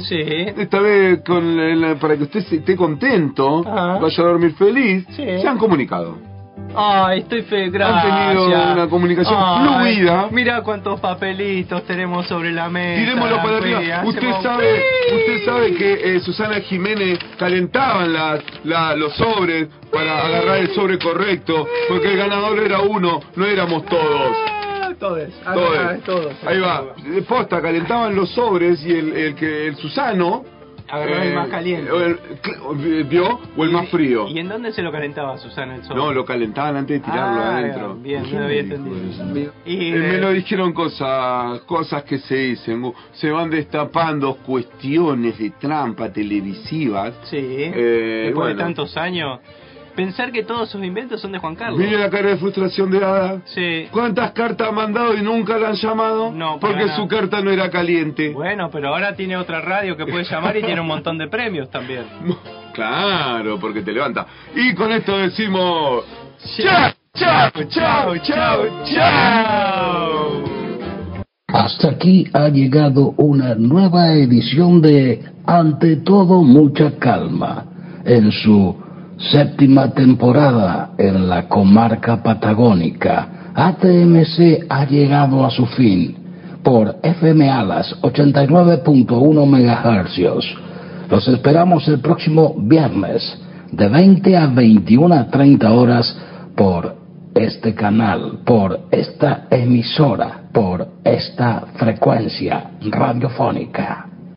[SPEAKER 3] Esta vez con el- para que usted se- esté contento,
[SPEAKER 4] Ah.
[SPEAKER 3] vaya a dormir feliz,
[SPEAKER 4] Sí.
[SPEAKER 3] se han comunicado.
[SPEAKER 4] Ay, estoy fe, gracias.
[SPEAKER 3] tenido una comunicación fluida.
[SPEAKER 4] Mira cuántos papelitos tenemos sobre la mesa.
[SPEAKER 3] Tirémoslo para arriba.
[SPEAKER 4] Fede,
[SPEAKER 3] Usted
[SPEAKER 4] hacemos-
[SPEAKER 3] sabe, usted sabe que eh, Susana Jiménez calentaban las- la- los sobres para agarrar el sobre correcto, porque el ganador era uno, no éramos todos.
[SPEAKER 4] Ah, Todos, ah,
[SPEAKER 3] Todos.
[SPEAKER 4] todos.
[SPEAKER 3] Ahí va. Eh, Posta, calentaban los sobres y el, el que el Susano eh,
[SPEAKER 4] Agarró el más caliente.
[SPEAKER 3] o el- cl- vio o el más frío.
[SPEAKER 4] ¿Y en dónde se lo calentaba Susana el sol?
[SPEAKER 3] No, lo calentaban antes de tirarlo
[SPEAKER 4] Ah,
[SPEAKER 3] adentro.
[SPEAKER 4] Bien, no había entendido. Y
[SPEAKER 3] Eh, me
[SPEAKER 4] de-
[SPEAKER 3] lo dijeron cosas, cosas que se dicen, se van destapando cuestiones de trampa televisivas.
[SPEAKER 4] Sí,
[SPEAKER 3] Eh,
[SPEAKER 4] después
[SPEAKER 3] bueno.
[SPEAKER 4] de tantos años. Pensar que todos sus inventos son de Juan Carlos.
[SPEAKER 3] Mire la cara de frustración de Ada.
[SPEAKER 4] Sí.
[SPEAKER 3] ¿Cuántas cartas ha mandado y nunca la han llamado?
[SPEAKER 4] No, para
[SPEAKER 3] porque
[SPEAKER 4] nada.
[SPEAKER 3] su carta no era caliente.
[SPEAKER 4] Bueno, pero ahora tiene otra radio que puede llamar y tiene un montón de premios también.
[SPEAKER 3] Claro, porque te levanta. Y con esto decimos... ¡Chao, chao, chao, chao, chao!
[SPEAKER 1] Hasta aquí ha llegado una nueva edición de Ante todo mucha calma en su séptima temporada en la comarca patagónica. ATMC ha llegado a su fin por FM Alas 89.1 MHz. Los esperamos el próximo viernes de 20 a 21 a 30 horas por este canal, por esta emisora, por esta frecuencia radiofónica.